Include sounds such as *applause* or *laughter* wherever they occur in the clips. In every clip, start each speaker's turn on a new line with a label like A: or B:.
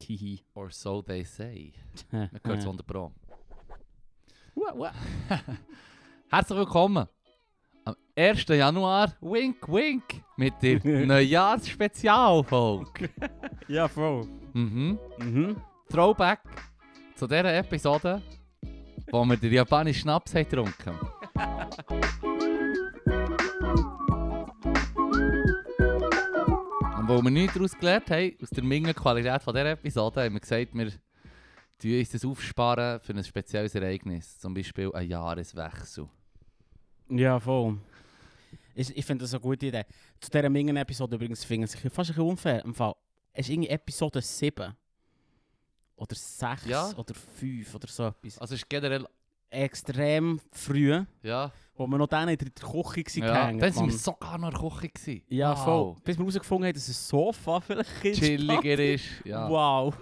A: Hihi.
B: Or so they say. Man hört es 100 Pro.
A: Ua,
B: *laughs*
A: ua.
B: Herzlich willkommen am 1. Januar, wink, wink, mit der Neujahrsspezialfolge.
A: Ja, voll.
B: mhm.
A: Mhm.
B: Throwback zu dieser Episode, wo wir den japanischen Schnaps haben getrunken Und weil wir nichts daraus gelernt haben, aus der Mingenqualität von dieser Episode, haben wir gesagt, wir tun uns das aufsparen für ein spezielles Ereignis, zum Beispiel einen Jahreswechsel.
A: Ja, voll. Ich, ich finde das eine gute Idee. Zu dieser Mingen-Episode übrigens finde ich es fast ein bisschen unfair. Im Fall, es ist irgendwie Episode 7. Oder 6
B: Ja.
A: oder 5 oder so etwas.
B: Also es ist generell,
A: Extrem früh,
B: ja,
A: wo wir noch dann in der Küche waren.
B: ja
A: gehängt,
B: dann sind
A: Mann.
B: wir sogar noch in der Küche. Gewesen.
A: Ja,
B: Wow.
A: voll. Bis wir herausgefunden haben, dass ein Sofa vielleicht ist.
B: Chilliger ist, ja,
A: *laughs* Wow.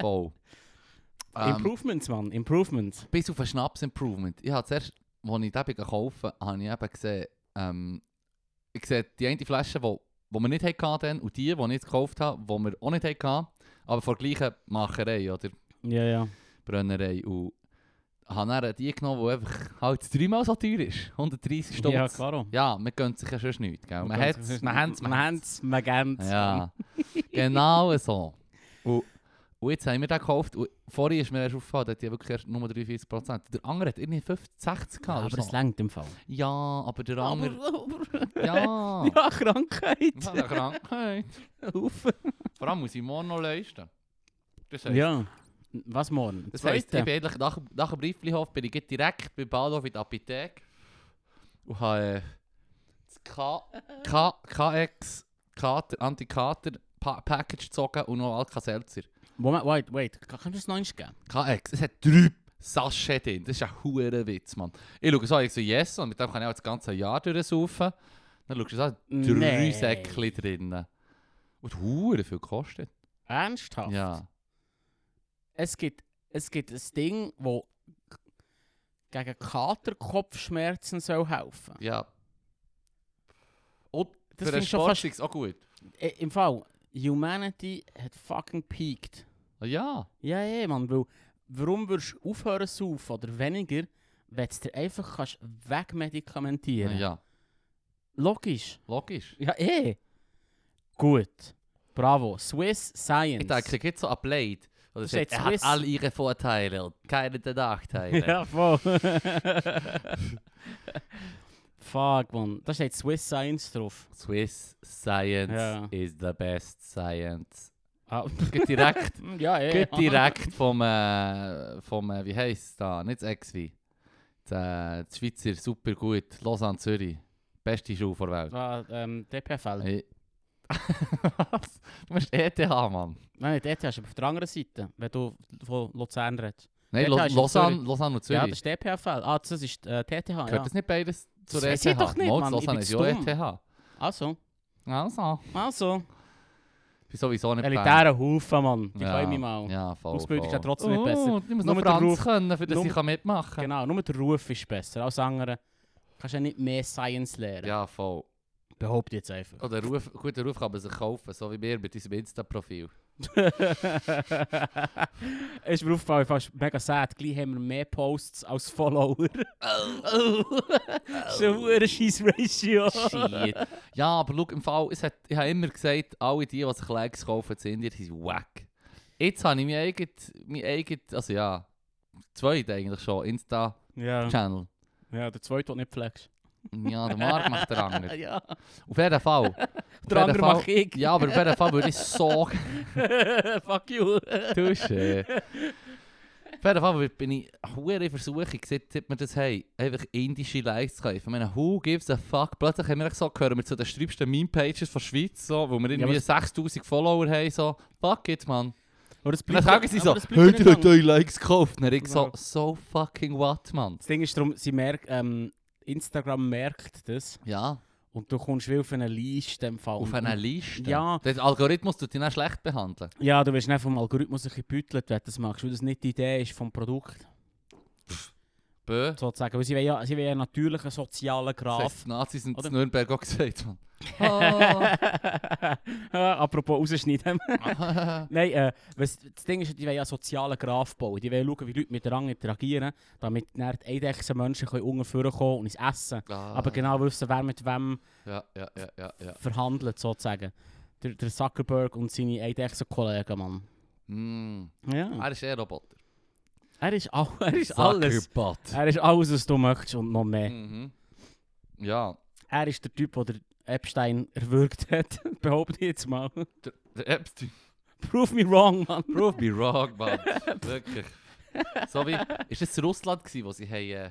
B: voll. Ähm,
A: Improvements, Mann. Improvements.
B: Bis auf ein Schnaps-Improvement. Ich habe zuerst, als ich den gekauft habe, habe ich eben gesehen, ähm, ich sehe die eine Flasche, die, die wir nicht hatten dann, und die, die ich jetzt gekauft habe, die wir auch nicht hatten, aber von der gleichen Macherei oder
A: Ja, ja.
B: Brennerei. Und habe dann die genommen, die einfach halt dreimal so teuer ist. 130 Stutz.
A: Ja,
B: Ja,
A: klar.
B: man gönnt sich ja sonst nichts. Gell? Man
A: Man
B: hat
A: kennt's,
B: es, man
A: man
B: hat
A: kennt's,
B: es,
A: man
B: man hat
A: kennt's, man kennt's.
B: Ja, *laughs* genau so. Und, und jetzt haben wir den gekauft. Und vorhin ist mir erst aufgefallen, dass die wirklich erst nur 43%. Der andere hat irgendwie 50, 60
A: Ja,
B: gehabt.
A: aber
B: oder
A: es
B: so.
A: längt im Fall.
B: Ja, aber der
A: *laughs*
B: andere.
A: aber,
B: Ja,
A: ja, Krankheit.
B: ja. eine Krankheit.
A: Haufen.
B: Vor allem muss ich morgen noch leisten. Das heisst,
A: ja. Was morgen?
B: das heisst ich
A: Zweite?
B: bin eigentlich nach, nach dem Brieflihof bin ich gleich direkt bei Bahnhof in der Apotheke und habe äh, das K, K, KX Kater, Antikater Pa- Package gezogen und noch Alka-Seltzer.
A: Moment, wait, wait. Kann- Kannst du das noch eins geben?
B: KX, äh, es hat drei Sachets drin. Das ist ein hoher Witz, Mann. Ich schaue so, ich so, yes, und mit dem kann ich auch das ganze Jahr durchsaufen. Dann schaust du so, drei
A: Nein.
B: Säckchen drin. Und hure viel kostet.
A: Ernsthaft?
B: Ja.
A: Es gibt, es gibt ein Ding, wo gegen Katerkopfschmerzen soll helfen.
B: Ja. Und für
A: Das finde
B: einen
A: ich schon fast...
B: Sport ist es auch gut.
A: Äh, Im Fall, Humanity hat fucking peaked.
B: Ah, Ja.
A: Ja, ja, Mann, weil warum würdest du aufhören zu saufen oder weniger, wenn du es dir einfach kannst
B: Ah, Ja.
A: wegmedikamentieren Logisch.
B: logisch.
A: Ja, eh. Gut. Bravo. Swiss Science.
B: Ich
A: *laughs*
B: denke, es gibt so ein Blade. Oder
A: Das
B: sagt,
A: ist
B: er hat
A: Swiss.
B: alle ihre Vorteile und keine der Nachteile.
A: *laughs* ja, voll. Fuck, Mann. Da steht Swiss Science drauf.
B: Swiss Science
A: Ja.
B: is the best science.
A: Ah,
B: Geht direkt.
A: *laughs* ja, eh.
B: Geht direkt vom, äh, vom äh, wie heisst es da? Nicht das Exvi. Das, äh, das Schweizer supergut. Lausanne Zürich. Beste Schule der Welt.
A: Ah, ähm, DPFL.
B: Hey. *laughs* Was? du musst ETH, Mann.
A: Nein, dort hast du aber auf der anderen Seite, wenn du von Luzern redest.
B: Nein,
A: ETH
B: Lo
A: E ist in
B: Lausanne,
A: Zürich.
B: Lausanne und
A: Ja, das
B: Zürich.
A: ist DPFL. Ah, das ist äh, TTH,
B: Gehört
A: ja.
B: das nicht beides zur
A: Das weiss
B: ETH?
A: ich doch nicht,
B: Mal,
A: Mann.
B: Lausanne
A: Ich
B: ist
A: bin
B: ja auch
A: zu
B: ETH.
A: Also,
B: Also.
A: also.
B: Ich bin sowieso nicht
A: Elitären Haufen, Mann. Die
B: Ja.
A: freuen mich mal.
B: Ja, voll,
A: Ausbildung ist ja
B: voll.
A: trotzdem nicht besser.
B: Oh, ich muss noch
A: Nur mit dem
B: Franz
A: Ruf.
B: können, für das
A: Nur-
B: ich kann mitmachen kann.
A: Genau, nur der Ruf ist besser. Alles andere kannst du ja nicht mehr Science lernen.
B: Ja, voll.
A: Behaupte ich jetzt einfach.
B: Oder einen Ruf, guten Ruf kann man sich kaufen, so wie wir mit unserem Insta-Profil.
A: ist mir aufgefallen, fast mega sad. Gleich haben wir mehr Posts als Follower. *laughs* Oh. Das ist ein verdammter scheiß Ratio.
B: Shit. Ja, aber schau, im Fall, es hat, ich habe immer gesagt, alle die, die sich Likes kaufen, sind ihr, sind wack. Jetzt habe ich mein eigen, mein eigen, also ja, zweit eigentlich schon, Insta-Channel.
A: Ja. ja, der zweite, der nicht flex.
B: Ja, der Marc macht den
A: *laughs*
B: anderen.
A: Ja,
B: Auf jeden Fall.
A: der andere
B: Fall-
A: mache ich. *laughs*
B: Ja, aber auf jeden Fall würde ich so
A: Fuck you.
B: Dusche. Auf jeden Fall bin ich hure in Versuchung, seit seit wir das haben, einfach indische Likes zu kaufen. Ich meine, who gives a fuck? Plötzlich haben wir so, gehören wir zu den sträubsten Meme-Pages von der Schweiz, so, wo wir irgendwie
A: aber- 6000
B: 6000 Follower haben, so, fuck it, man.
A: Aber das
B: Und dann sagen sie so,
A: aber das
B: heute
A: bleibt ja nicht
B: hat
A: lang. Genau.
B: euch Likes gekauft. Dann ich so,
A: Ja.
B: so fucking what, man.
A: Das Ding ist darum, sie merkt, ähm, Instagram merkt das
B: Ja,
A: und du kommst wie auf eine Liste im Fall.
B: auf
A: Und-
B: einer Liste.
A: Ja.
B: Der Algorithmus tut dich dann schlecht behandeln.
A: Ja, du wirst nicht vom Algorithmus ein bisschen gebüttelt, wenn du das machst, weil das nicht die Idee ist vom Produkt.
B: Bö.
A: sozusagen. Weil sie wollen ja, sie wollen ja einen natürlichen sozialen Graf.
B: Die Nazis sind
A: Oder?
B: in Nürnberg auch gesagt, man. Oh.
A: *laughs* Apropos rausschneiden. Nein, äh, was, das Ding ist, die wollen ja einen sozialen Graph bauen. Die wollen schauen, wie Leute miteinander interagieren, damit dann die eidechsen Menschen können unten vorkommen und ins Essen.
B: Ah,
A: Aber genau wissen, wer mit wem
B: Ja, ja, ja, ja, ja.
A: verhandelt, sozusagen. Der, der Zuckerberg und seine eidechsen Kollegen, Mann.
B: Mm.
A: Ja.
B: Er ist eher Roboter.
A: Hm. Er ist, all, *laughs* er ist alles. Äh.
B: Zuckerbot.
A: Er ist alles, was du möchtest und noch mehr.
B: Mhm. Ja.
A: Er ist der Typ, der den Epstein erwürgt hat. *laughs* Behaupte ich jetzt mal.
B: Der Epstein.
A: Prove me wrong, Mann.
B: äh, Prove me wrong,
A: *laughs*
B: man. Wirklich. So wie, ist es Russland gewesen, wo sie haben äh,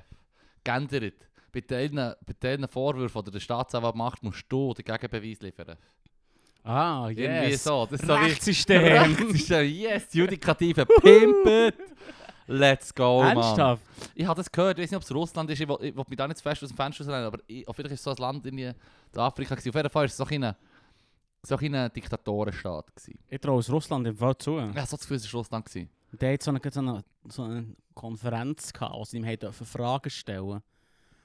B: geändert? Bei diesen, bei diesen Vorwürfen, die der Staatsanwalt macht, musst du den Gegenbeweis liefern.
A: Ah,
B: Irgendwie
A: yes.
B: so. Das ist so wie, *laughs*
A: Rechtssystem.
B: Rechts ist ein yes, die Judikative pimpet. Let's go, Mann.
A: *laughs* Ernsthaft?
B: Ich habe das gehört, ich weiß nicht, ob es Russland ist, ich will, ich will mich da nicht zu fest aus dem Fenster rausnehmen, aber ich, auf jeden Fall ist es so ein Land in Afrika gewesen. Auf jeden Fall war es so ein kleiner- so ein kleiner Diktatorenstaat. Gewesen.
A: Ich traue aus Russland im Fall zu.
B: Ich habe so das Gefühl, es war Russland. Gewesen.
A: Der hat so eine, so eine, so eine Konferenz gehabt, wo sie ihm haben Fragen stellen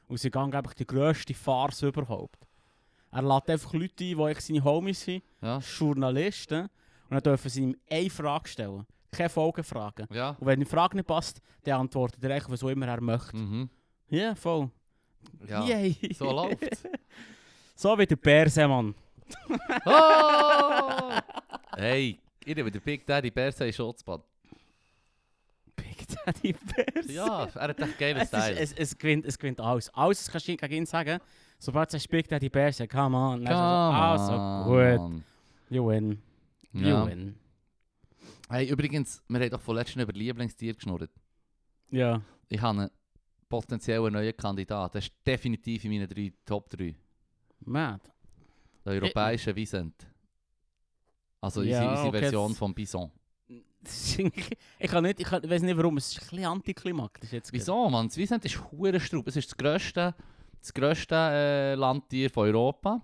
A: Und sie gehen, glaube ich, die grösste Farce überhaupt. Er lädt einfach Leute ein, die eigentlich seine Homies sind,
B: Ja,
A: Journalisten, und dann dürfen sie ihm eine Frage stellen. Keine Folgenfragen.
B: ja.
A: Und wenn die Frage nicht passt, dann antwortet er eigentlich, was auch immer er möchte.
B: Mhm.
A: Ja, voll.
B: ja.
A: Yay.
B: So
A: *laughs*
B: läuft's.
A: So wie der Bärse, Mann.
B: Oh! Hey, ich nehme den Big Daddy Berse in Schutzband.
A: Big Daddy Bärse.
B: Ja, er hat echt geiles
A: Es,
B: Style.
A: ist, es, es, gewinnt, es gewinnt alles. Alles kannst du gegen ihn sagen. Sobald er spielt, hat die Bärse. Come on. Dann ist er so, Also gut.
B: on.
A: "Ah, You win. You
B: Ja.
A: win.
B: Hey, übrigens, wir haben doch vorletzt über Lieblingstier geschnurrt.
A: Ja.
B: Ich habe einen potenziellen neuen Kandidaten. Das ist definitiv in meinen drei, Top 3.
A: Mad. *laughs*
B: Der europäische Wiesent. Also
A: Äh, Ja,
B: unsere, unsere
A: okay,
B: Version
A: das-
B: vom Bison.
A: Das ist irgendwie- ich kann nicht, ich, kann, ich weiß nicht warum, es ist ein bisschen antiklimaktisch jetzt. gerade.
B: Wieso, Mann? Das Wiesent ist Hurenstraub. Es ist das grösste, das grösste äh, Landtier von Europa.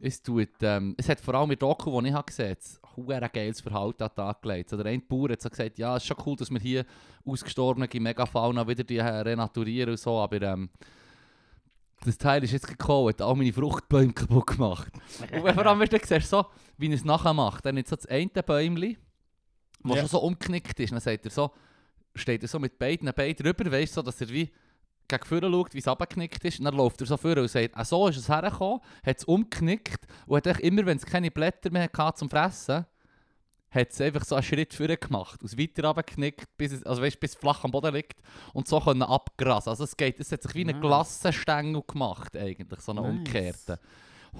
B: Es, tut, ähm, es hat vor allem mit Doku, die ich habe gesehen habe, ein geiles Verhalten an den Tag gelegt. So, der eine Bauer hat so gesagt, ja, es ist schon cool, dass wir hier ausgestorbene Megafauna wieder die äh, renaturieren und so, aber ähm, das Teil ist jetzt gekommen, hat all meine Fruchtbäume kaputt gemacht. Und vor allem, wenn du siehst, so, wie er es nachher macht, dann nicht so das eine Bäumchen, was
A: Ja.
B: schon so umknickt ist, dann sagt er so, steht er so mit beiden Beinen drüber, weißt du, so, dass er wie gegen vorne schaut, wie es abgeknickt ist, und dann läuft er so vorne und sagt, ah, so ist es hergekommen, hat es umknickt und hat eigentlich immer, wenn es keine Blätter mehr hatte zum Fressen, hat es einfach so einen Schritt vorne gemacht, aus weiter abgeknickt, bis es, also weißt, bis es flach am Boden liegt und so können abgrasen. Also es geht, es hat sich wie eine
A: Nice.
B: Glassenstängel gemacht eigentlich, so eine
A: Nice.
B: umgekehrte.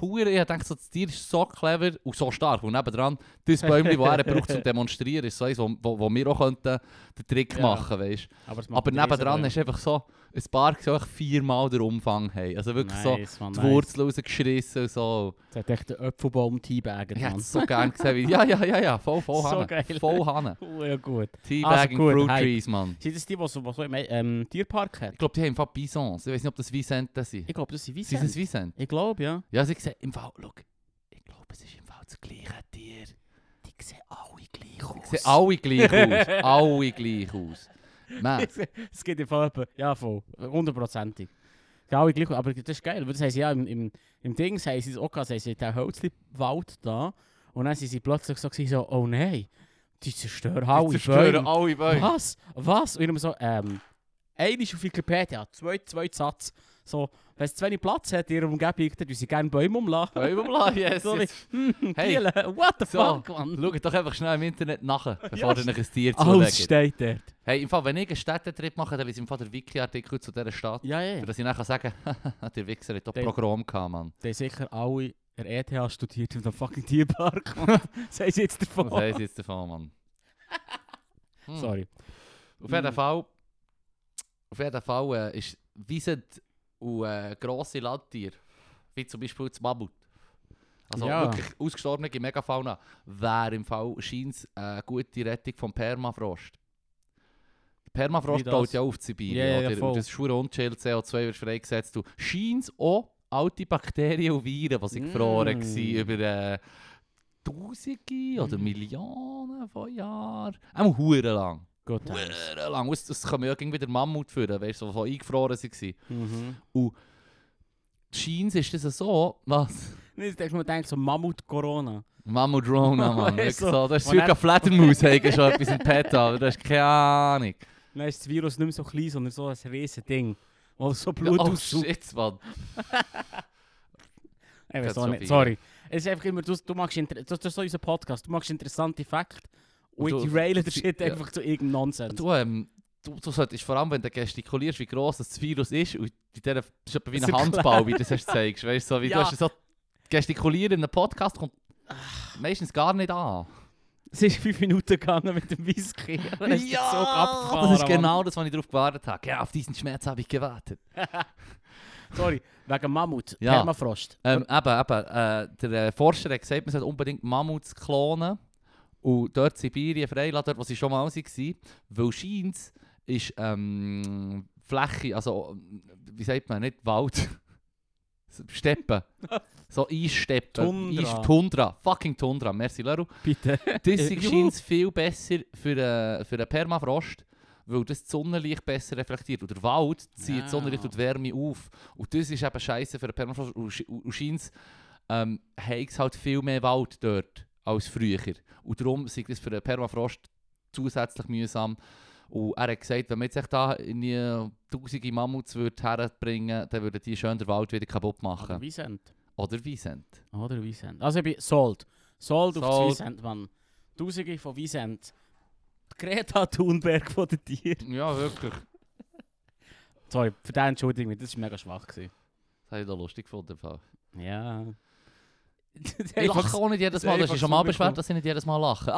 B: Hure, ich denke, so, das Tier ist so clever und so stark. Und nebendran, das Bäumchen, das er
A: *laughs*
B: braucht, um zu demonstrieren, ist so eins, wo, wo, wo wir auch könnten den Trick
A: Ja.
B: machen könnten.
A: Aber, es macht
B: Aber
A: einen
B: nebendran
A: riesen-
B: ist einfach so ein paar, die einfach viermal den Umfang haben. Also wirklich so
A: nice, Mann,
B: die
A: Oh, nice.
B: Wurzel rausgeschissen und
A: *laughs*
B: so.
A: Das hat echt den Apfelbaum teabaggen,
B: Ich
A: Mann.
B: hätte es so gerne gesehen. Wie, ja, ja, ja, ja, voll, voll
A: *laughs* So
B: Hanne.
A: geil.
B: Voll Hanne.
A: Oh, ja gut.
B: Teabagging
A: gut,
B: Fruit
A: Hype.
B: Trees, Mann.
A: Sind das die, die so, die so im ähm, Tierpark hat?
B: Ich glaube, die haben im Fall Bisons. Ich weiß nicht, ob das Vicente sind.
A: Ich glaube, das sind
B: Sind es
A: Wiesen.
B: Vicente?
A: Ich glaube, ja.
B: Ja, sie sehen im Fall, schau, ich glaube, es ist im Fall das gleiche Tier.
A: Die sehen alle gleich aus.
B: Sie sehen
A: *laughs*
B: alle gleich aus. alle gleich aus. Man,
A: Es geht im Fall etwa, ja voll, hundertprozentig. Ja, alle gleich, aber das ist geil, weil das heisst ja, im, im, im Ding haben sie es auch gehabt, sie haben den Holzwald da und dann sind sie plötzlich so, gewesen, so oh nein, die zerstören alle
B: die zerstören
A: Bäume.
B: alle Bäume.
A: Was? Was? Und ich immer so, ähm, eine ist auf Wikipedia, zwei, zwei Satz, so, wenn es zu wenig Platz hat in ihrer Umgebung, dann tun sie gerne Bäume umlassen.
B: Bäume
A: *laughs*
B: umlassen, yes,
A: So
B: yes.
A: wie, hm,
B: Hey.
A: Kielen, what the
B: So.
A: fuck, man?
B: Schaut doch einfach schnell im Internet
A: *laughs*
B: nach, bevor ihr euch ein Tier
A: Alles
B: zulegt.
A: steht dort.
B: Hey, im Fall, wenn ich einen Städtetrip mache, dann lese ich im Fall den Wiki-Artikel zu dieser Stadt.
A: Ja, ja, ja.
B: Dass ich nachher sagen kann, *laughs* der Wichser hat doch
A: Der-
B: Programm gehabt, Mann.
A: Die haben sicher alle der ETH studiert in einem fucking
B: *laughs*
A: Tierpark. *laughs* Mann. Sei es jetzt davon.
B: Was heisst jetzt davon, Mann? Hm.
A: Sorry.
B: Auf jeden
A: Hm.
B: Fall, auf jeden Fall äh, ist Wiesen und äh, grosse Landtiere, wie zum Beispiel das Mammut. Also
A: Ja.
B: wirklich ausgestorbene Megafauna, wäre im Fall scheint eine gute Rettung vom Permafrost.
A: Wie
B: Permafrost
A: das?
B: baut ja auf die Sibirien,
A: Ja, ja, ja,
B: oder?
A: voll.
B: Und das ist schon unchill, CO2 wird freigesetzt. Du scheint auch alte Bakterien und Viren, die sie
A: Mm.
B: gefroren waren über äh,
A: Mm.
B: Tausende oder Millionen von Jahren. Auch hurenlang. lang.
A: Good times.
B: Huere lang. Es, es kommen ja irgendwie wieder Mammut führen, weißt du, die so eingefroren waren.
A: Mhm.
B: Scheins ist das so, was?
A: Nee, Ich denke mir, denke so Mammut-Corona.
B: Mammut Rona,
A: *laughs*
B: Mann. Wirklich
A: Weißt du,
B: so. Das ist
A: wo
B: circa
A: dann-
B: Fledermaus, haben schon etwas im Pet, aber du hast keine Ahnung.
A: Dann ist das Virus nicht mehr so klein, sondern so ein riesen Ding. Wo so
B: Ja,
A: Blut
B: oh
A: aussaugt.
B: shit, Mann.
A: Ich weiß
B: Das
A: auch
B: ist
A: nicht,
B: so
A: sorry. Es ist einfach immer, du, du machst, inter- das, das ist so unser Podcast, du machst interessante Fakten und
B: Und
A: ich
B: du-
A: deraile den Shit
B: Ja.
A: einfach zu irgendeinem Nonsens.
B: Du, ähm, du, du solltest vor allem, wenn du gestikulierst, wie gross das Virus ist, und in der, das ist etwa wie
A: Das
B: ein
A: ist
B: Handball,
A: klar.
B: wie du das hast zeigst. Weißt du, so, wie
A: Ja.
B: du hast so gestikulieren in einem Podcast kommt meistens gar nicht an.
A: Es ist fünf Minuten gegangen mit dem Whisky. *laughs* Dann ist der Zug abgefahren,
B: das ist
A: Mann.
B: genau das, was ich darauf gewartet habe. Ja, auf diesen Schmerz habe ich gewartet.
A: Sorry, wegen Mammut,
B: Ja.
A: Permafrost.
B: Ähm, eben, eben, äh, der äh, Forscher hat gesagt, man sollte unbedingt Mammuts klonen und dort Sibirien freilassen, dort wo sie schon mal waren, weil scheint ist ähm, Fläche, also wie sagt man, nicht Wald, *laughs* Steppen, so Eissteppen,
A: Tundra.
B: Eis, Tundra, fucking Tundra, merci Leru.
A: Bitte.
B: Das
A: Äh, juhu.
B: scheint viel besser für, äh, für den Permafrost, weil das das Sonnenlicht besser reflektiert. Und der Wald zieht
A: Ah.
B: das Sonnenlicht und die Wärme auf. Und das ist eben scheiße für den Permafrost. Und, sch- und scheint ähm, haben sie halt viel mehr Wald dort als früher. Und darum ist das für den Permafrost zusätzlich mühsam. Und er hat gesagt, wenn man jetzt echt da in die tausende Mammuts würde herbringen dann würden die schön den Wald wieder kaputt
A: Oder
B: machen.
A: Wiesent.
B: Oder Wiesent.
A: Oder Wiesent. Also ich bin sold. Sold auf
B: Sold.
A: das Wiesent, Mann. Tausende von Wiesent. Greta Thunberg von den Tieren.
B: Ja, wirklich.
A: Sorry, für den entschuldige ich mich, das war mega schwach. Gewesen.
B: Das habe ich da lustig gefunden. Paul.
A: Ja.
B: *laughs* Ich lache auch nicht jedes
A: das
B: Mal, das
A: einfach
B: ist schon mal
A: so
B: beschwert,
A: bekommen.
B: dass ich nicht jedes Mal *laughs* lache.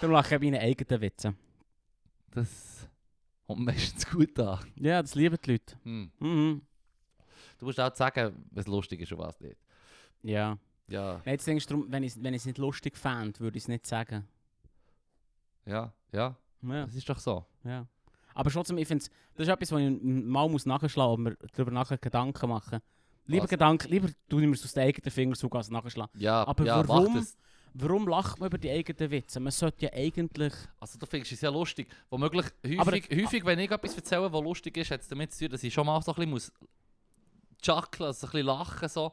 A: Darum lache ich meine eigenen Witze.
B: das kommt meistens gut an.
A: Ja, das lieben die Leute.
B: Hm.
A: Mhm.
B: Du musst auch sagen, was lustig ist und was nicht.
A: Ja.
B: Ja,
A: Nein, jetzt denkst du, drum, wenn ich es wenn ich's nicht lustig fände, würde ich es nicht sagen.
B: ja, ja,
A: Ja,
B: das ist doch so.
A: ja. Aber trotzdem, ich finde das ist etwas, wo ich m- mal muss nachschlagen muss, ob wir darüber nachher Gedanken machen. Lieber
B: Was?
A: Gedanken, lieber tue ich mir es aus den eigenen Fingern sogar als nachschlagen.
B: Ja,
A: Aber
B: ja, mach
A: warum-
B: das.
A: Warum lacht man über die eigenen Witze? Man sollte ja eigentlich...
B: Also du findest es ja lustig. Womöglich, häufig,
A: Aber-
B: häufig wenn ich etwas erzähle, was lustig ist, hat es damit zu tun, dass ich schon mal so ein bisschen muss chucklen, so ein bisschen lachen so.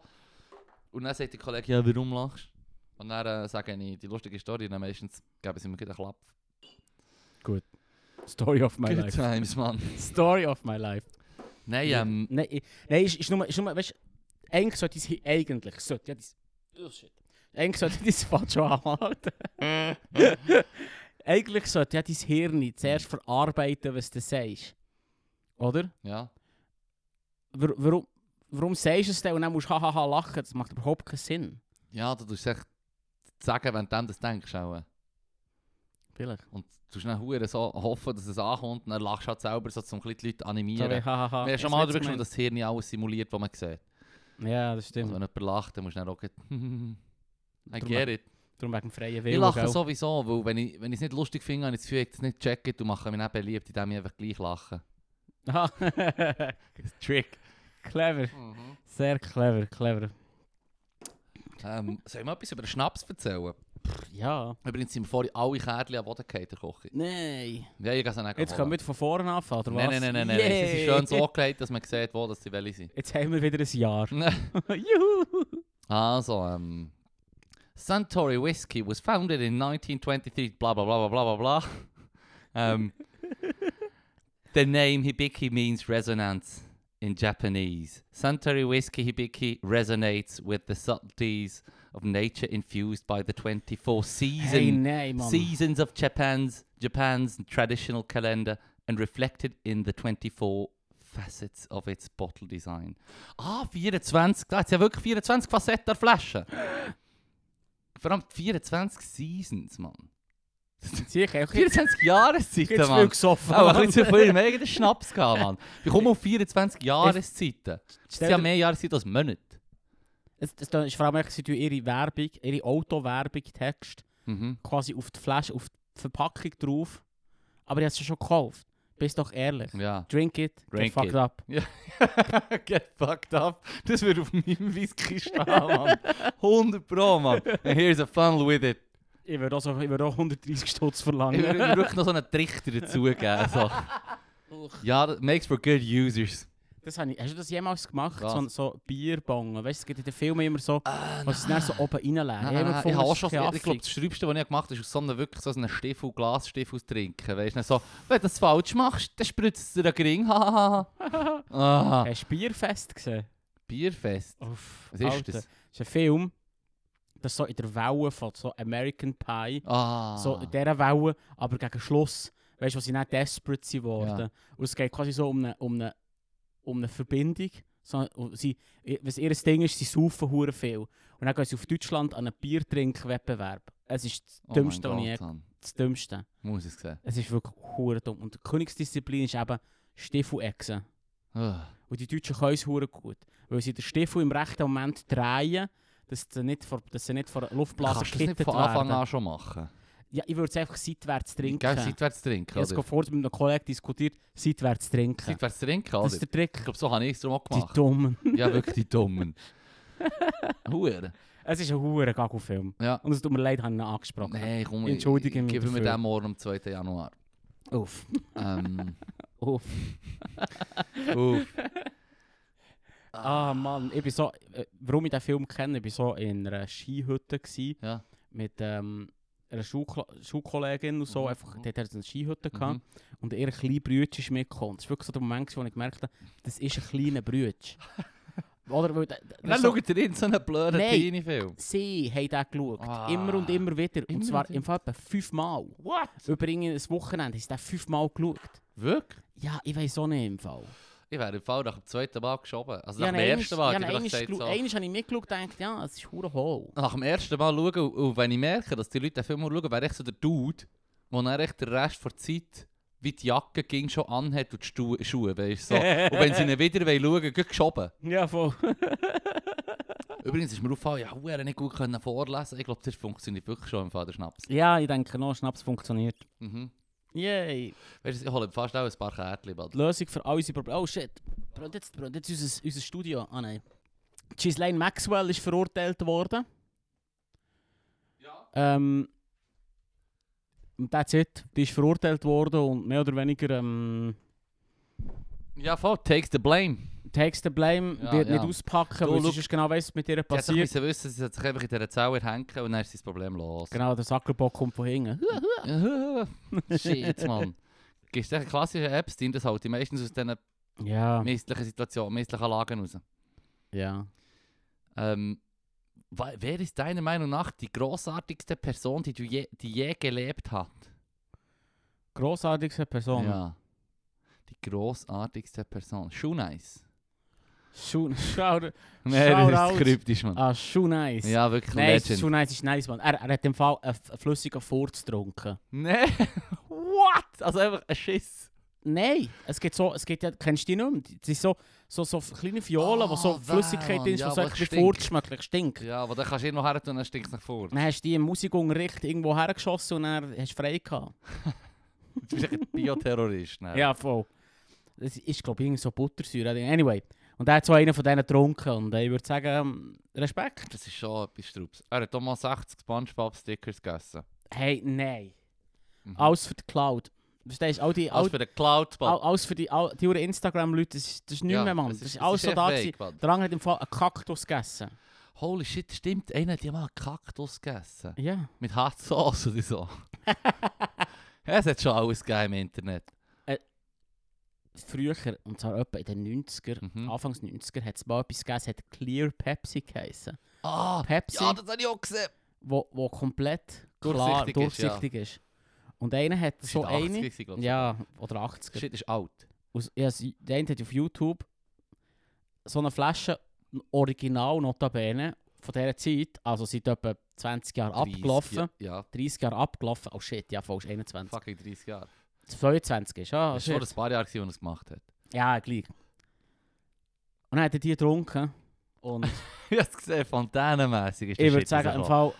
B: Und dann sagt der Kollege, ja warum lachst du? Und dann äh, sage ich die lustige Story und dann meistens geben sie mir gleich einen Klapp.
A: Story of my
B: Good
A: life.
B: times, Mann.
A: *laughs* Story of my life. eh,
B: Nein, ähm,
A: Nein, ich- nein, ist, ist nur, ist nur, weißt du, eigentlich sollte ich es eigentlich, sollte ja dies, oh shit, eigentlich sollte ich *laughs* das Fad schon anhalten. eigentlich sollte ja dein Hirn zuerst verarbeiten, was du sagst. Oder?
B: ja.
A: Wa- warum, warum sagst du es denn und dann musst du hahaha lachen? Das macht überhaupt keinen Sinn.
B: Ja, du tust echt sagen, wenn du dem das denkst. Auch.
A: Vielleicht.
B: Und du tust dann hure so hoffen, dass es ankommt und dann lachst du halt selber so, um ein bisschen die Leute
A: So
B: animieren.
A: wie hahaha.
B: Wir haben
A: Jetzt
B: schon mal
A: wird's
B: darüber gesprochen,
A: gemeint.
B: dass das Hirn nicht alles simuliert, was man sieht.
A: Ja, das stimmt.
B: Also wenn jemand lacht, dann musst du dann auch gleich, *laughs* I
A: Darum-
B: get it.
A: Darum wegen dem freien Willen.
B: Ich lache
A: gell?
B: sowieso, weil wenn ich, wenn ich es nicht lustig finde, habe ich das Gefühl, ich habe es nicht checkt und mache mich nicht beliebt, indem ich einfach gleich lache.
A: *laughs* Aha.
B: Trick.
A: Ah, clever.
B: Mhm.
A: Sehr clever, clever.
B: Ähm, soll ich mal etwas über den Schnaps erzählen?
A: Ja.
B: Übrigens sind wir vorhin alle Kärtchen an den Boden gefallen, der Kochi.
A: Nein.
B: Ja, ich kann es auch nicht
A: Jetzt
B: holen.
A: können wir von vorne anfangen, oder
B: Nein,
A: was?
B: nein, nein, nein, nein.
A: Yay.
B: Es ist schön
A: *laughs*
B: so angelegt, dass man sieht, wo das die Welle sind. *laughs*
A: Jetzt haben wir wieder ein Jahr. Juhu!
B: also, ähm... Suntory Whiskey was founded in 1923, bla bla bla bla bla bla *laughs* bla. Um, the name Hibiki means resonance in Japanese. Suntory Whiskey Hibiki resonates with the subtleties of nature infused by the 24
A: Hey,
B: season,
A: nein, Mann.
B: seasons of Japan's, Japan's traditional calendar and reflected in the 24 facets of its bottle design. Ah, 24. Da hat ja wirklich 24 Facetten der Flasche. Vor allem 24 Seasons, Mann.
A: Sicher, ich habe
B: 24
A: jetzt
B: Jahreszeiten,
A: viel
B: Mann.
A: gesoffen.
B: Auch ein
A: Mann.
B: bisschen zu
A: *laughs*
B: viel im eigenen Schnaps gehabt, Mann. Wir kommen auf 24 Jahreszeiten. Das sind
A: Stell
B: ja
A: dir-
B: mehr Jahreszeiten als Monate.
A: Es, es ist vor allem, echt, sie tun ihre Werbung, ihre Autowerbung, Text,
B: Mhm.
A: quasi auf die Flasche, auf die Verpackung drauf. Aber ich habe es schon gekauft. Bist doch ehrlich.
B: Ja.
A: Drink it,
B: Drink
A: get fucked
B: it.
A: up.
B: *laughs* Get fucked up. Das würde auf meinem Whisky stehen, Mann. 100 Pro, Mann. And here's a funnel with it.
A: Ich würde auch, so, ich würde auch 130 Stutz
B: Ich würde
A: verlangen.
B: mir wirklich noch so einen Trichter dazugeben. So. Ja, das makes for good users.
A: Das habe ich, hast du das jemals gemacht?
B: Was? Ah,
A: So, so Bierbongen? Weißt du, es gibt in den Filmen immer so, was sie dann so oben reinlegen.
B: Nein, nein, nein, ich habe auch schon, ich
A: ich
B: glaube, das Schreibste, was ich gemacht habe, ist aus so einem wirklich so einem Stiefel, Glasstiefel zu trinken. Weißt du, so, wenn du das falsch machst, dann spritzt es dir einen Gring. Hahaha. *laughs* ah,
A: Hast du Bierfest gesehen?
B: Bierfest.
A: Uff,
B: Was ist
A: Alter.
B: das?
A: ist ein Film, das so in der Welle von so American Pie,
B: Ah.
A: so in dieser Welle, aber gegen Schluss, weißt du, wo sie nicht desperate sind worden. Und es geht quasi so um eine, um eine, um eine Verbindung. So, und sie, i- was ihr Ding ist, sie saufen hure viel. Und dann gehen sie auf Deutschland an einen Biertrinkwettbewerb. Es ist das
B: Oh mein
A: Dümmste, was ich je-
B: Gott, Mann.
A: das Dümmste.
B: Muss ich sehen.
A: Es ist wirklich hure dumm. Und die Königsdisziplin ist eben Stiefelechsen.
B: Ah.
A: Und die Deutschen können es hure gut. Weil sie den Stiefel im rechten Moment drehen, dass sie nicht vor, dass sie nicht vor einer Luftblase
B: Kannst du das nicht
A: gekittet
B: von Anfang
A: werden.
B: an schon machen?
A: Ja, ich würde es einfach seitwärts trinken.
B: Gell,
A: Ich
B: seitwärts trinken,
A: habe es
B: oder?
A: vorher mit einem Kollegen diskutiert, seitwärts trinken.
B: Seitwärts trinken,
A: das
B: oder?
A: ist
B: Ich
A: der Trick.
B: glaube, so habe ich es drum auch
A: Die
B: gemacht.
A: Dummen. *laughs*
B: Ja, wirklich die Dummen. Huere.
A: Es ist ein hure Gaggelfilm.
B: Ja.
A: Und es tut mir leid, habe ich ihn angesprochen.
B: Nein, komm,
A: Entschuldige
B: ich,
A: mich
B: ich gebe mir
A: dafür.
B: den morgen am 2. Januar.
A: Uff. *laughs*
B: Ähm,
A: Uff.
B: *laughs*
A: *laughs*
B: uff.
A: Ah Mann, ich bin so... äh, Warum ich den Film kenne, ich war so in einer Skihütte. Gewesen,
B: Ja.
A: Mit ähm, einer Schulkla Schulkollegin und so.
B: Mhm.
A: Einfach, dort hatte eine Skihütte. Gehabt.
B: Mhm.
A: Und ihr kleiner Brütsch ist mitgekommen. Das war wirklich so der Moment, gewesen, wo ich gemerkt habe, das ist ein
B: *laughs*
A: kleiner Brütsch. Oder? Weil, da- da-
B: Dann
A: so,
B: schaut ihr in so einen blöden
A: Nein.
B: Teenie-Film.
A: sie haben den geschaut.
B: Ah.
A: Immer und immer wieder. Und
B: Immer
A: zwar
B: wieder.
A: im Fall etwa fünfmal.
B: What?
A: Über irgendein Wochenende haben sie den fünfmal geschaut.
B: Wirklich?
A: Ja, ich weiß auch nicht im Fall.
B: Ich wäre im Fall nach dem zweiten Mal geschoben. Also
A: ja,
B: nach dem ersten Mal.
A: ja,
B: hätte ich
A: einmal
B: vielleicht
A: gelu-
B: gesagt, so,
A: einmal habe ich mitgeschaut und gedacht, ja, es ist hure hohl.
B: nach dem ersten Mal schauen, und- und wenn ich merke, dass die Leute den Film mal schauen, wäre ich so der Dude, der dann echt den Rest der Zeit wie die Jacke ging schon anhat und die Stu- Schuhe, weißt du, so. Und wenn sie ihn wieder wollen schauen wollen, geschoben.
A: Ja,
B: *laughs*
A: voll.
B: Übrigens ist mir aufgefallen, ja, ich habe nicht gut können vorlesen Ich glaube, das funktioniert wirklich schon im Fall der Schnaps.
A: Ja, ich denke noch, Schnaps funktioniert.
B: Mhm.
A: Yay.
B: Weißt du, ich hole fast auch ein paar Kärtchen.
A: Die Lösung für all unsere Probleme. Oh shit, brennt jetzt, brennt jetzt unser, unser Studio. Ah nein. Ghislaine Maxwell ist verurteilt worden.
B: Ja.
A: Ähm, und that's it. Die ist verurteilt worden und mehr oder weniger ähm,
B: Ja, voll, takes the blame.
A: takes the blame,
B: Ja,
A: wird
B: ja.
A: nicht auspacken,
B: Du,
A: weil sie
B: look-
A: sonst genau weiss, was mit ihr
B: Die hat doch
A: passiert.
B: müssen wissen, sie hat sich einfach in dieser Zelle hängen und dann ist das Problem los.
A: Genau, der Sackelbock kommt von hinten.
B: Genau. *laughs* Shit, Mann. Gibst du einen klassischen Epstein, das halte ich meistens aus diesen
A: Ja,
B: misslichen Situationen, misslichen Lagen raus.
A: ja.
B: Ähm, wa- wer ist deiner Meinung nach die grossartigste Person, die, du je, die je gelebt hat?
A: Grossartigste Person.
B: Ja. Die grossartigste Person. Shoe nice.
A: *laughs* Schu- Schau,
B: Nee, das
A: Shoutout.
B: ist kryptisch, Mann.
A: ah, Schuh nice.
B: Ja, wirklich
A: Nein,
B: Legend.
A: Schuh nice ist nice, Mann. Er, er hat im Fall einen f- einen flüssigen Furz getrunken.
B: Nee. *laughs* What? Also einfach ein Schiss.
A: Nein, es gibt so, es gibt ja, kennst du die nicht mehr? Das sind so, so, so kleine Violen, wo so
B: Ah,
A: Flüssigkeit
B: wow,
A: drin ist,
B: ja,
A: wo so
B: wo
A: ein bisschen
B: stinkt.
A: fortschmecklich stinkt.
B: Ja, aber dann kannst du irgendwo her tun und dann stinkt es nach vor.
A: Dann hast du die im Musikunterricht irgendwo hergeschossen und dann hast du frei gehabt.
B: Du bist echt ein Bioterrorist. ne?
A: Ja, voll. Das ist, glaube ich, irgendwie so Buttersäure. Anyway. Und er hat so einen von denen getrunken und ich würde sagen, ähm, Respekt.
B: Das ist schon etwas Strubs. Er hat auch mal 60 Spongebob-Stickers gegessen.
A: Hey, nein.
B: Mhm. Also,
A: Alles für die Cloud. Verstehst du? All die, all,
B: Alles für den Cloud,
A: all, alles für die, all, die Instagram-Leute, das, ist- das ist nicht mehr, Mann. Das ist alles so da gewesen. Der andere hat im Fall einen Kaktus gegessen.
B: Holy shit, stimmt. Einer hat ja mal einen Kaktus gegessen.
A: Ja.
B: Mit Hartsauce oder
A: *laughs*
B: so. ja, es hat schon alles gegeben im Internet.
A: Früher, und zwar etwa in den 90er,
B: Mhm.
A: Anfangs 90er, hat es mal etwas gegeben, es hat Clear Pepsi geheißen.
B: Ah,
A: Pepsi?
B: ja, das habe ich auch gesehen.
A: wo, wo komplett klar
B: Durchsichtig ist,
A: durchsichtig,
B: ja.
A: ist. Und einer hat
B: Das
A: so
B: war in den
A: eine.
B: 80er gewesen, glaub ich.
A: Ja, oder 80er.
B: Shit ist alt.
A: Aus, ja, sie- der eine hat auf YouTube so eine Flasche, original notabene, von dieser Zeit, also seit etwa 20 Jahren
B: 30,
A: abgelaufen.
B: Ja, ja,
A: 30 Jahre abgelaufen. Oh shit, ja, falsch, 21.
B: fucking 30 Jahre.
A: 22 ist,
B: das
A: ja.
B: war
A: Ah, shit.
B: vor ein paar Jahren, als er es gemacht *laughs* hat.
A: Ja, gleich. Und dann hat er die getrunken. *laughs* Und
B: ich habe es gesehen, fontänenmässig ist der
A: ich würde
B: Shit
A: sagen, im
B: rausgekommen.
A: Fall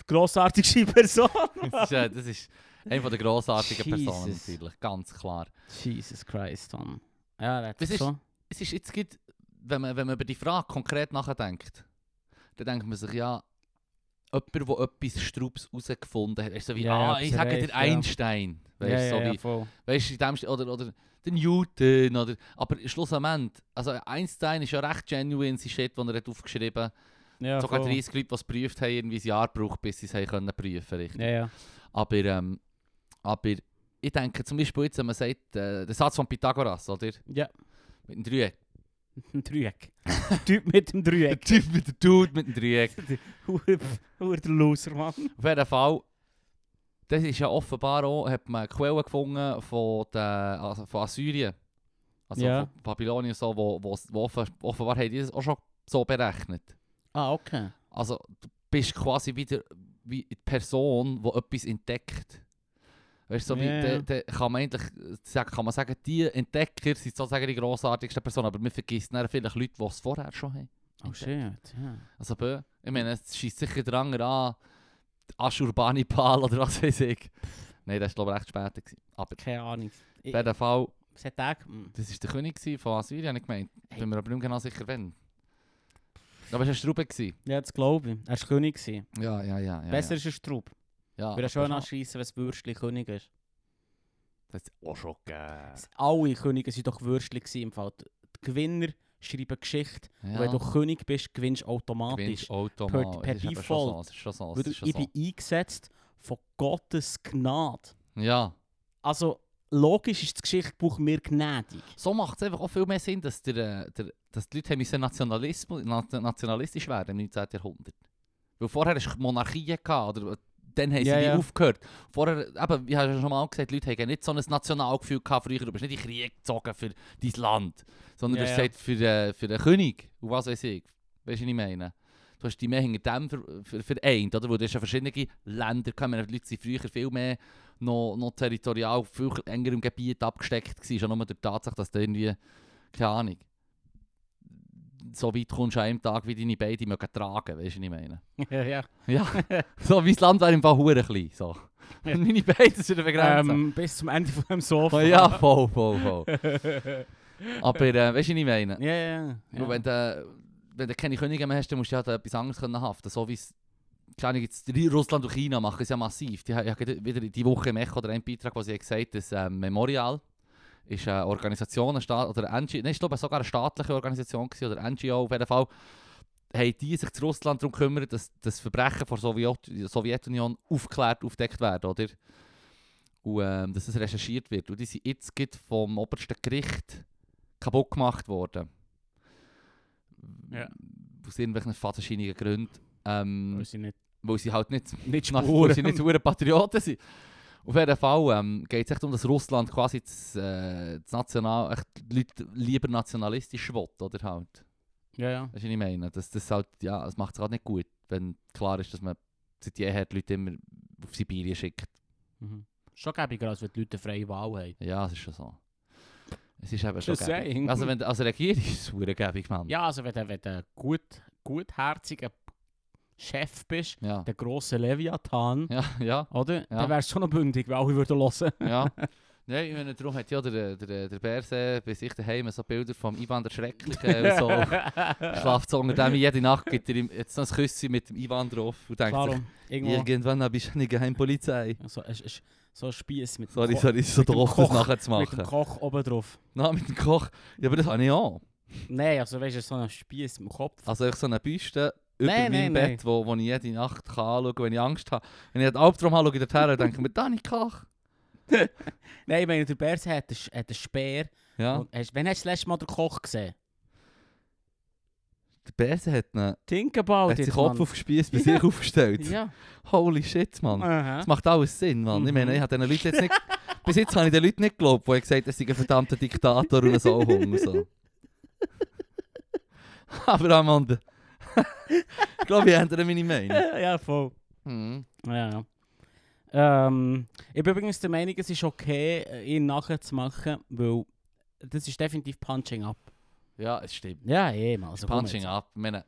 A: die grossartigste *laughs* Person.
B: *laughs* das ist, äh, das ist eine von der grossartigen Personen
A: Jesus.
B: natürlich, ganz klar.
A: Jesus Christ, Mann. Ja, das,
B: Das
A: ist
B: ist-
A: so.
B: Es ist jetzt gut, wenn man, wenn man über die Frage konkret nachdenkt, dann denkt man sich ja, jemand, der etwas Strubs herausgefunden hat. Weißt du, so wie,
A: Ja, ja,
B: ah, ich
A: das
B: sage
A: reicht,
B: dir
A: ja.
B: Einstein. Weißt du,
A: ja,
B: so
A: ja,
B: wie,
A: voll.
B: weißt du, in dem, St- oder, oder der Newton, oder, aber schlussendlich, also Einstein ist ja recht genuine, sein Shit, den er hat aufgeschrieben hat.
A: Ja,
B: Sogar
A: voll.
B: 30 Leute, die es geprüft haben, irgendwie ein Jahr gebraucht, bis sie es haben können prüfen richtig?
A: Ja, ja. *laughs*
B: Aber, ähm, aber ich denke zum Beispiel jetzt, wenn man sagt, äh, der Satz von Pythagoras, oder?
A: Ja,
B: Mit dem Dreieck.
A: ein *laughs* Dreieck. typ mit dem Dreieck.
B: Der Typ mit der Dude mit dem Dreieck.
A: *laughs* Hure der Loser, Mann.
B: Auf jeden Fall, das ist ja offenbar auch, hat man Quellen gefunden von, den, also von Assyrien. Also
A: Ja.
B: von Babylonien so, wo, wo, wo offen, offenbar haben die das auch schon so berechnet.
A: Ah, okay.
B: Also du bist quasi wieder wie die Person, die etwas entdeckt. Weißt du, so wie,
A: Ja, ja.
B: de, de, kann man eigentlich sagen, kann man sagen, die Entdecker sind sozusagen die grossartigsten Personen, aber man vergisst dann vielleicht Leute, die es vorher schon haben.
A: Oh shit, ja.
B: Also, bö, ich meine, es schießt sicher der andere an, Aschurbanipal oder was weiß ich. Nein, das war glaube ich recht spät. Gewesen. Aber
A: Keine Ahnung. Ich-
B: bei dem Fall,
A: Was hat der gemacht?
B: das war der König gewesen von Assyrien, habe ich gemeint. Bin mir aber nicht mehr genau sicher, wenn. Aber es war ein Straube. gewesen.
A: Ja, das glaube ich. Er war König. gewesen.
B: Ja, ja, ja. ja
A: Besser ist ein Straub.
B: ja.
A: Ich
B: ja,
A: würde schon
B: aber
A: anschreissen, wenn das Würstchen König ist.
B: Das ist auch schon gegeben.
A: Alle Könige waren doch Würstchen gewesen im Fall. Die Gewinner schreiben Geschichte. Und wenn du König bist, gewinnst du automatisch.
B: gewinnst automatisch.
A: per- per
B: Das ist eben schon
A: Default.
B: so, das ist schon so,
A: Weil
B: das
A: du,
B: ist schon
A: ich
B: so.
A: bin eingesetzt von Gottes Gnade.
B: Ja.
A: Also logisch ist das Geschichtsbuch mir gnädig.
B: So macht es einfach auch viel mehr Sinn, dass, der, äh, der, dass die Leute haben müssen Nationalismus, na, nationalistisch werden im 19. Jahrhundert. Weil vorher es Monarchien gehabt, oder äh, dann haben sie
A: Ja,
B: die
A: ja.
B: aufgehört. Vorher, eben, ich habe ja schon mal gesagt, die Leute haben nicht so ein Nationalgefühl gehabt früher. Du bist nicht in den Krieg gezogen für dein Land, sondern
A: Ja,
B: du
A: ja.
B: hast gesagt, für, äh, für den König und was weiß ich. Weißt du, was ich meine? Du hast die mehr hinter dem ver ver vereint, oder? Weil du hast ja verschiedene Länder gehabt. Ich meine, Die Leute sind früher viel mehr noch, noch territorial viel enger im Gebiet abgesteckt gewesen. Schon nur durch die Tatsache, dass du irgendwie, keine Ahnung, so weit kommst an einem Tag, wie deine Beine mögen tragen, weißt du, was ich meine?
A: *laughs* ja,
B: *laughs*
A: ja.
B: Ja, so wie das Land wäre im Fall hure klein, so. *laughs*
A: Ja.
B: Meine Beine sind begrenzt.
A: Ähm, bis zum Ende von dem *laughs* Sofa.
B: Oh ja, voll, voll, voll. Aber äh, weißt du, was ich meine?
A: ja, ja, ja.
B: Nur Wenn, du, wenn du keine Könige mehr hast, dann musst du ja halt etwas anderes können haften. So wie es keine Ahnung, jetzt Ri- Russland und China machen es ja massiv. Die, ha- ich habe gerade wieder die Woche im Echo oder einen Beitrag, wo sie haben gesagt dass ähm, Memorial ist eine Organisation, eine Staat, oder eine NGO, nein, ich glaube sogar eine staatliche Organisation gewesen, oder NGO, auf jeden Fall haben die sich zu Russland darum gekümmert, dass das Verbrechen von der Sowjet Sowjetunion aufgeklärt, aufgedeckt werden, oder? Und ähm, dass das recherchiert wird. Und die sind jetzt gerade vom obersten Gericht kaputt gemacht worden.
A: Ja.
B: Aus irgendwelchen fadenscheinigen Gründen. Ähm,
A: Weil sie nicht,
B: weil sie halt nicht, *laughs*
A: nicht
B: weil
A: spuren.
B: sie nicht hure Patrioten sind. Auf jeden Fall ähm, geht es echt um, dass Russland quasi das, äh, das National, echt die Leute lieber nationalistisch will, oder halt.
A: ja, ja.
B: Weißt du, was ich meine? Das, das halt, ja, es macht es halt nicht gut, wenn klar ist, dass man seit jeher die Leute immer auf Sibirien schickt.
A: Mhm. Schon gäbiger, als wenn die Leute eine freie Wahl haben.
B: Ja, dus es ist schon so. Es ist eben schon
A: Just
B: gäbig.
A: saying.
B: Also wenn du als Regierung ist es hure gäbig, Mann.
A: Ja, also wenn du, wenn du ein gut, gutherziger Chef bist,
B: Ja.
A: der grosse Leviathan,
B: Ja, ja.
A: oder? Dann
B: Ja.
A: wärst du schon noch bündig, weil alle
B: *laughs*
A: würden hören.
B: ja. Nein, ich meine, darum hat ja der, der, der Berse bei sich daheim so Bilder vom Ivan Eh, der Schreckliche und so. Schlaft so unter dem jede Nacht, gibt er ihm jetzt noch ein Küsschen mit dem Ivan drauf und denkt sich,
A: Darum, irgendwo.
B: irgendwann bist du eine Geheimpolizei.
A: So, es ist- so ein Spieß mit, dem
B: Sorry,
A: Ko-
B: sorry, es ist so
A: mit dem
B: doof, das
A: Koch-
B: nachher zu
A: mit dem
B: machen.
A: Koch oben drauf.
B: Nein, mit dem Koch. Ja, aber das habe ich auch.
A: Nein, also weißt du, so ein Spieß im Kopf.
B: Also ich so eine Büste über
A: Nein,
B: meinem
A: nein,
B: Bett,
A: nein.
B: Wo, wo ich jede Nacht kann anschauen kann, wenn ich Angst habe. Wenn ich einen Albtraum habe, schaue ich dorthin und
A: *laughs*
B: denke mir, da habe ich Koch.
A: Nein, ich meine, der Berse hat einen Sch- hat einen Speer.
B: Ja,
A: Und hast, wann hast du das letzte Mal den Koch gesehen?
B: der Berse hat, einen,
A: Think about
B: hat
A: it,
B: seinen Kopf
A: Oh, Mann.
B: aufgespießt, bis
A: Ja.
B: ich aufgestellt.
A: Ja.
B: Holy shit, Mann.
A: Aha.
B: Das
A: *laughs*
B: macht alles Sinn, Mann. Ich
A: Mhm.
B: meine, ich habe diesen Leuten jetzt nicht... *laughs* Bis jetzt habe ich den Leuten nicht geglaubt, die gesagt haben, es sei ein verdammter Diktator und ein Sauhung und
A: *laughs*
B: so. Aber Amanda... *laughs* ich glaube, ich ändere meine Meinung.
A: Ja, voll.
B: Mhm.
A: Ja. Ähm, ich bin übrigens der Meinung, es ist okay, äh, ihn nachher zu machen, weil das ist definitiv Punching Up.
B: Ja, es stimmt.
A: Ja, eh, mal. Also, komm
B: Punching
A: jetzt.
B: up. Ich meine,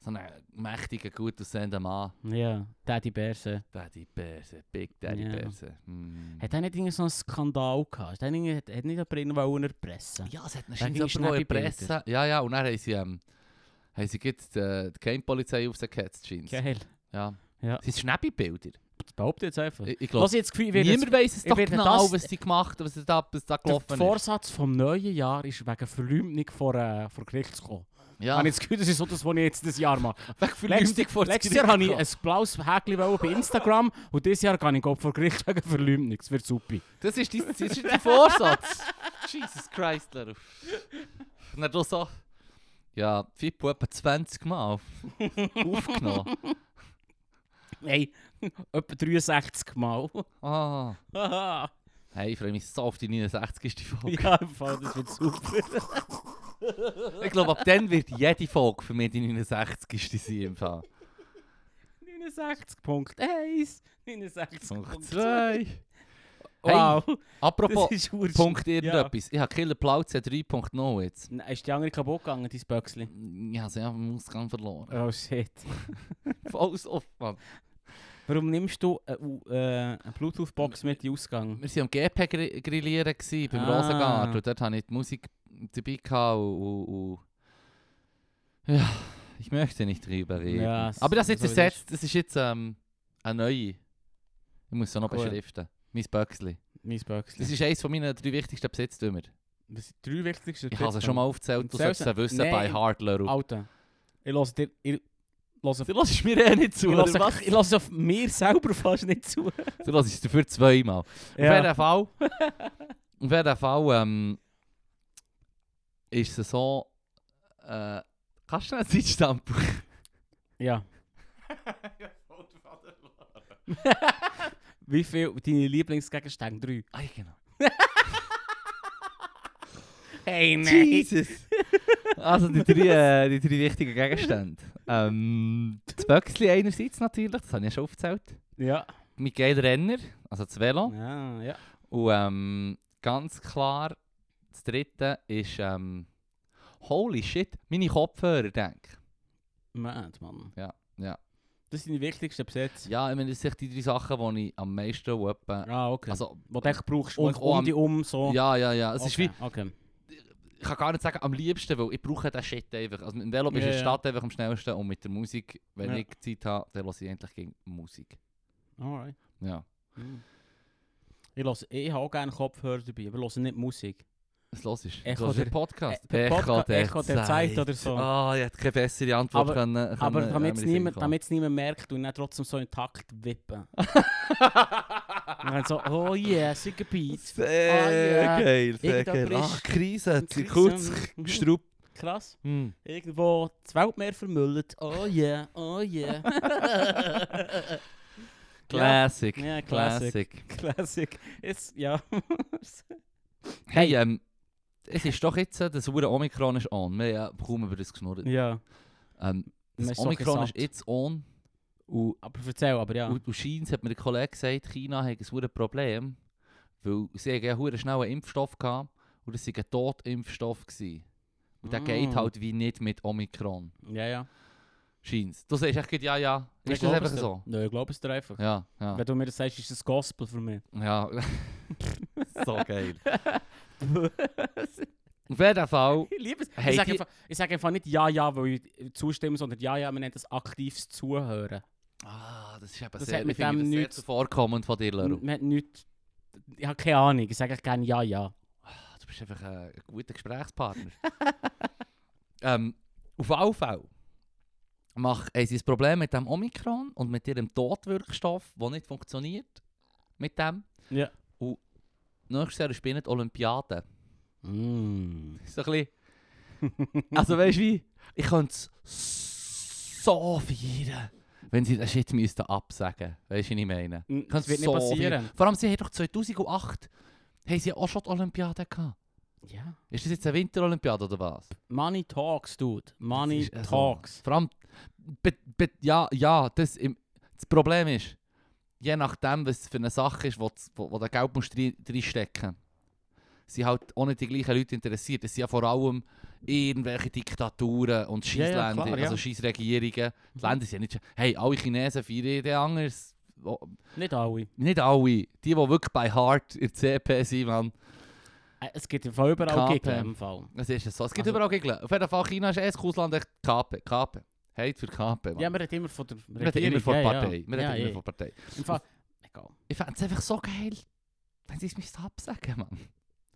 B: so ein mächtiger, gut aussehender Mann.
A: Ja, Daddy Berse.
B: Daddy Börse, Big Daddy
A: Ja.
B: Börse. Mhm.
A: Hat er nicht irgendwie so einen Skandal gehabt? Hat er irgendwie- hat, hat nicht jemand wollen erpressen
B: Ja, es hat
A: ging
B: wahrscheinlich
A: schnell
B: jemand
A: die Bilder.
B: erpressen. Ja, ja, und dann haben sie... Ähm, haben sie jetzt äh, die Geheimpolizei auf sie gehetzt, scheint's.
A: Geil.
B: Ja.
A: Ja.
B: Es sind Schnäppi-Bilder.
A: Das behaupte ich jetzt einfach.
B: Ich, ich
A: Was
B: glaube,
A: ich jetzt gefühlt wird
B: niemand weiss es
A: ich
B: doch
A: werde
B: genau,
A: das-
B: was sie gemacht haben, was da, was da
A: der
B: gelaufen ist.
A: Vorsatz vom neuen Jahr ist wegen Verleumdung vor, äh, vor Gericht zu kommen.
B: Ja,
A: Habe ich das Gefühl, das ist so das, was ich jetzt das Jahr *laughs* mache.
B: wegen Verleumdung
A: Letztes,
B: vor das
A: letztes Jahr habe
B: Gericht
A: ich
B: gekommen.
A: ein blaues Häkchen wollen bei Instagram und dieses Jahr kann ich glaub, vor Gericht wegen Verleumdung. Das wird super.
B: Das ist, dein, das ist dein Vorsatz. *laughs* Jesus Christ, Leru. Und dann du so... Ja, Fippo etwa 20 Mal auf-
A: *laughs*
B: aufgenommen.
A: Nein, etwa 63 Mal. *laughs*
B: Ah.
A: Haha.
B: Hey, ich freue mich so auf die 69. Folge.
A: ja, im Fall, das wird super.
B: Ich glaube, ab dann wird jede Folge für mich die 69. sein im Fall.
A: 69.1, 69.2.
B: 2.
A: Wow, *laughs*
B: Apropos
A: das ist ursch.
B: Punkt irgendetwas. Ich habe Killer Plauze 3.0 jetzt.
A: Nein, ist die andere kaputt gegangen, dein Böckchen?
B: Ich habe sie einfach im Ausgang verloren.
A: Oh shit.
B: Voll oft, Mann.
A: Warum nimmst du äh, u- äh, eine Bluetooth-Box mit in den Ausgang?
B: Wir waren am GP gri- grillieren gewesen, beim
A: Ah.
B: Rosengard und dort hatte ich die Musik dabei gehabt und, und, und ja, ich möchte nicht drüber reden.
A: Ja, es-
B: Aber das ist jetzt
A: so wie das
B: ersetzt, das ist jetzt ähm, eine neue. Ich muss es auch noch
A: Cool.
B: beschriften. Mein Böckli.
A: Mein
B: Das
A: Böckchen.
B: ist eines meiner drei wichtigsten Besitztümer.
A: Das sind die drei wichtigsten
B: Ich habe es schon mal aufgezählt,
A: Und
B: du sollst es
A: selbst-
B: wissen,
A: Nein.
B: bei Hard Leru.
A: Alter, ich lasse dir... Ich lasse,
B: Du hörst mir eh nicht zu,
A: ich
B: oder
A: lasse,
B: was?
A: ich lasse auf mir selber fast nicht zu.
B: Du hörst es dafür zweimal. Auf
A: Ja.
B: jeden Fall. *laughs* auf jeden Fall ähm, ist es so. Äh, kannst du einen Zeitstamp
A: ja. *laughs* Wie viel deine Lieblingsgegenstände? Drei.
B: Ah, genau.
A: Hey,
B: Jesus! also die drei, äh, die drei wichtigen Gegenstände. Ähm, das Böckchen einerseits natürlich, das habe ich ja schon aufgezählt.
A: Ja.
B: Miguel Renner, also das Velo.
A: Ah, ja.
B: Und ähm, ganz klar, das dritte ist. Ähm, holy shit, meine Kopfhörer, denke
A: Mad, Mann.
B: Ja, ja.
A: Das sind die wichtigsten Besätze.
B: Ja, ich meine, das sind die drei Sachen, die ich am meisten wo etwa-
A: Ah, okay.
B: Also,
A: Wo du echt brauchst,
B: Und
A: und
B: auch am-
A: um dich um so.
B: ja, ja, ja. Es
A: okay.
B: ist wie,
A: Okay.
B: ich kann gar nicht sagen, am liebsten, weil ich brauche den Shit einfach. Also mit dem Velo bist du
A: Ja,
B: in der
A: ja.
B: Stadt einfach am schnellsten und mit der Musik, wenn
A: Ja.
B: ich Zeit habe, dann höre ich endlich gegen Musik.
A: Alright.
B: Ja.
A: Hm. Ich, höre- ich habe auch gerne Kopfhörer dabei, aber ich höre nicht Musik.
B: Was los ist?
A: Echo
B: los
A: der-
B: der Podcast.
A: äh, der Podca- Echo der Zeit oder so.
B: Ah, ich hätte keine bessere Antwort
A: Aber-
B: können, können.
A: Aber damit
B: äh,
A: es
B: mir
A: niemand,
B: in den Sinn
A: damit's niemand merkt und nicht trotzdem so in Takt
B: *laughs*
A: wippen.
B: gekommen.
A: Und dann so, oh yeah, sick a beat.
B: Sehr
A: Ah, ja.
B: geil, sehr
A: Irgendjemand
B: geil. Ah,
A: ist-
B: Krise,
A: Krise.
B: Zirkus,
A: Mhm.
B: Strupp.
A: Krass.
B: Hm.
A: Irgendwo das Weltmeer vermüllt. Oh yeah,
B: *laughs*
A: oh yeah.
B: Classic.
A: Ja, Classic.
B: Classic.
A: Classic. Ist, ja. *laughs*
B: Hey, ähm, es ist doch jetzt, äh, das Uhren Omikron ist on. Wir haben ja kaum über das geschnurrt.
A: ja.
B: Ähm,
A: Man
B: das
A: ist so
B: Omikron ist
A: gesatt.
B: jetzt on. Und,
A: Aber erzähl, aber ja.
B: und, und scheint, hat mir ein Kollege gesagt, China hat ein verdammtes Problem. Weil sie haben ja verdammt schnell einen Impfstoff gehabt. Und das war ein Totimpfstoff. Gewesen. Und der
A: Ah.
B: geht halt wie nicht mit Omikron.
A: Ja, ja.
B: Scheint Du sagst echt, ja, ja.
A: Ich
B: Ist das
A: glaub
B: einfach
A: es dir.
B: so?
A: Nein, ich glaube es dir einfach.
B: Ja, ja.
A: Wenn du mir das sagst, ist es Gospel für mich.
B: *laughs* Ja. so *laughs* geil. Auf jeden Fall.
A: *laughs* Ich liebe es.
B: Hey,
A: ich sage
B: die-
A: einfach, ich sag einfach nicht Ja, Ja, weil ich zustimme, sondern Ja, Ja, man nennt das aktives Zuhören.
B: Ah, das ist eben
A: Das
B: sehr,
A: hat mit
B: ich finde
A: dem
B: das sehr
A: nichts-
B: zuvorkommend von dir, Leru.
A: M- Man hat nichts. Ich habe keine Ahnung. Ich sage gerne Ja, Ja.
B: Ah, Du bist einfach ein, ein guter Gesprächspartner. *laughs* ähm, auf alle Fälle mach, haben sie ein Problem mit dem Omikron und mit ihrem Todwirkstoff, der nicht funktioniert. Mit dem.
A: Ja.
B: Nächstes Jahr spielen die Olympiade. *laughs*
A: Mm.
B: So ein bisschen. Also weißt du wie? Ich könnte es so feiern, wenn sie das Shit müssten absagen. Weißt du, was ich meine?
A: Mm,
B: Ich könnte
A: Das wird
B: so
A: nicht passieren.
B: feiern. Vor allem, sie haben doch 2008 haben sie auch schon die Olympiade gehabt.
A: Ja.
B: Ist das jetzt eine Winterolympiade oder was?
A: Money talks, dude. Money
B: Das ist- also,
A: talks.
B: Vor allem, be, be, ja, ja, das, im, das Problem ist, je nachdem, was es für eine Sache ist, wo, das- wo, wo der Geld musst rein- reinstecken musst, sind halt ohne die gleichen Leute interessiert. Es sind ja vor allem irgendwelche Diktaturen und
A: Ja, ja,
B: Scheissländer,
A: klar, ja. Mhm.
B: also Scheissregierungen. Die Länder sind ja nicht... sch- Hey, alle Chinesen feiern jeden anders. Wo-
A: Nicht alle.
B: Nicht alle. Die, die wirklich bei Hart in der CP sind, man.
A: Äh, Es gibt im Fall überall
B: Kapen.
A: Gegner im Fall.
B: Es ist ja so. Es gibt
A: Also-
B: überall Gegner. Auf jeden Fall, China ist eh das Ausland echt KP. KP. Heit für KP.
A: Ja, man redet immer von der
B: wir reden immer von
A: ja, ja.
B: Partei. Wir
A: ja,
B: reden immer
A: eh.
B: von Partei.
A: Im Fall, egal.
B: Ich fände es einfach so geil, wenn sie es mir absagen, Mann.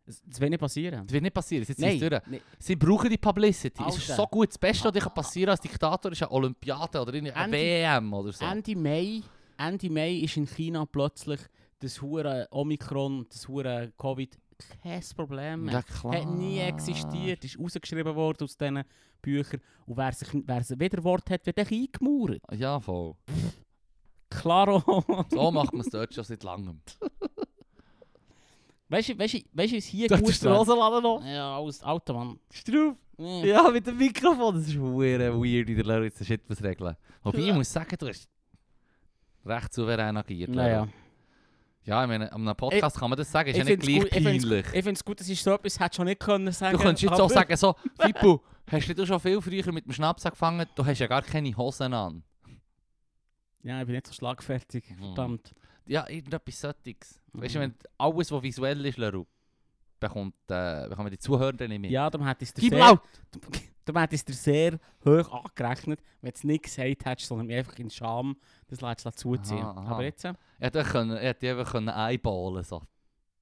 A: Es- Das will nicht passieren.
B: Das wird nicht passieren. Sie,
A: Nein,
B: nee. durch.
A: nein.
B: sie brauchen die Publicity. Es ist
A: Alter.
B: so
A: Ah.
B: gut. Das Beste, was dir passieren kann als Diktator, ist eine Olympiade oder irgendwie eine
A: Anti-
B: WM oder so.
A: Ende Mai, Ende Mai ist in China plötzlich das hure Omikron, das hure Covid kein Problem mehr.
B: klar.
A: Hat nie existiert, ist rausgeschrieben worden aus diesen Büchern. Und wer, sich, wer ein Widerwort hat, wird dann eingemauert.
B: Ja, voll.
A: Klaro.
B: So macht man es dort schon seit langem.
A: *laughs* weißt du, weißt du, weißt du, was hier
B: Dort
A: gut
B: ist der
A: wäre?
B: Rosenladen noch.
A: Ja, alles Auto, Mann.
B: Ist drauf.
A: Ja.
B: Ja, mit dem Mikrofon. Das ist hure eh, weird, in der Lehre jetzt shit was regeln. Wobei ich
A: Ja.
B: muss sagen, du hast recht souverän agiert.
A: Naja.
B: Lehrer. Ja, ich meine, an einem Podcast kann man das sagen, ist ja
A: Ich
B: nicht
A: finde
B: gleich
A: es
B: peinlich.
A: gut, ich find's gut, dass ich so etwas hätte schon nicht können sagen.
B: Du könntest jetzt
A: aber-
B: auch sagen,
A: *laughs*
B: so, Fippo, hast du schon viel früher mit dem Schnaps angefangen? Du hast ja gar keine Hosen an.
A: Ja, ich bin nicht so schlagfertig.
B: Hm.
A: Verdammt.
B: Ja, irgendetwas Sättiges. Weißt du,
A: Mhm.
B: wenn alles, was visuell ist, Leru, bekommt, äh, bekommen die Zuhörer nicht mit.
A: Ja, darum hätte ich es dir
B: Gib
A: sehr-
B: laut!
A: Darum hättest du dir sehr hoch angerechnet, wenn du es nicht gesagt hättest, sondern mir einfach in Scham das lässt es zuziehen.
B: Aha, aha.
A: Aber jetzt? äh,
B: Er hätte können- er hätte die einfach können einballen so.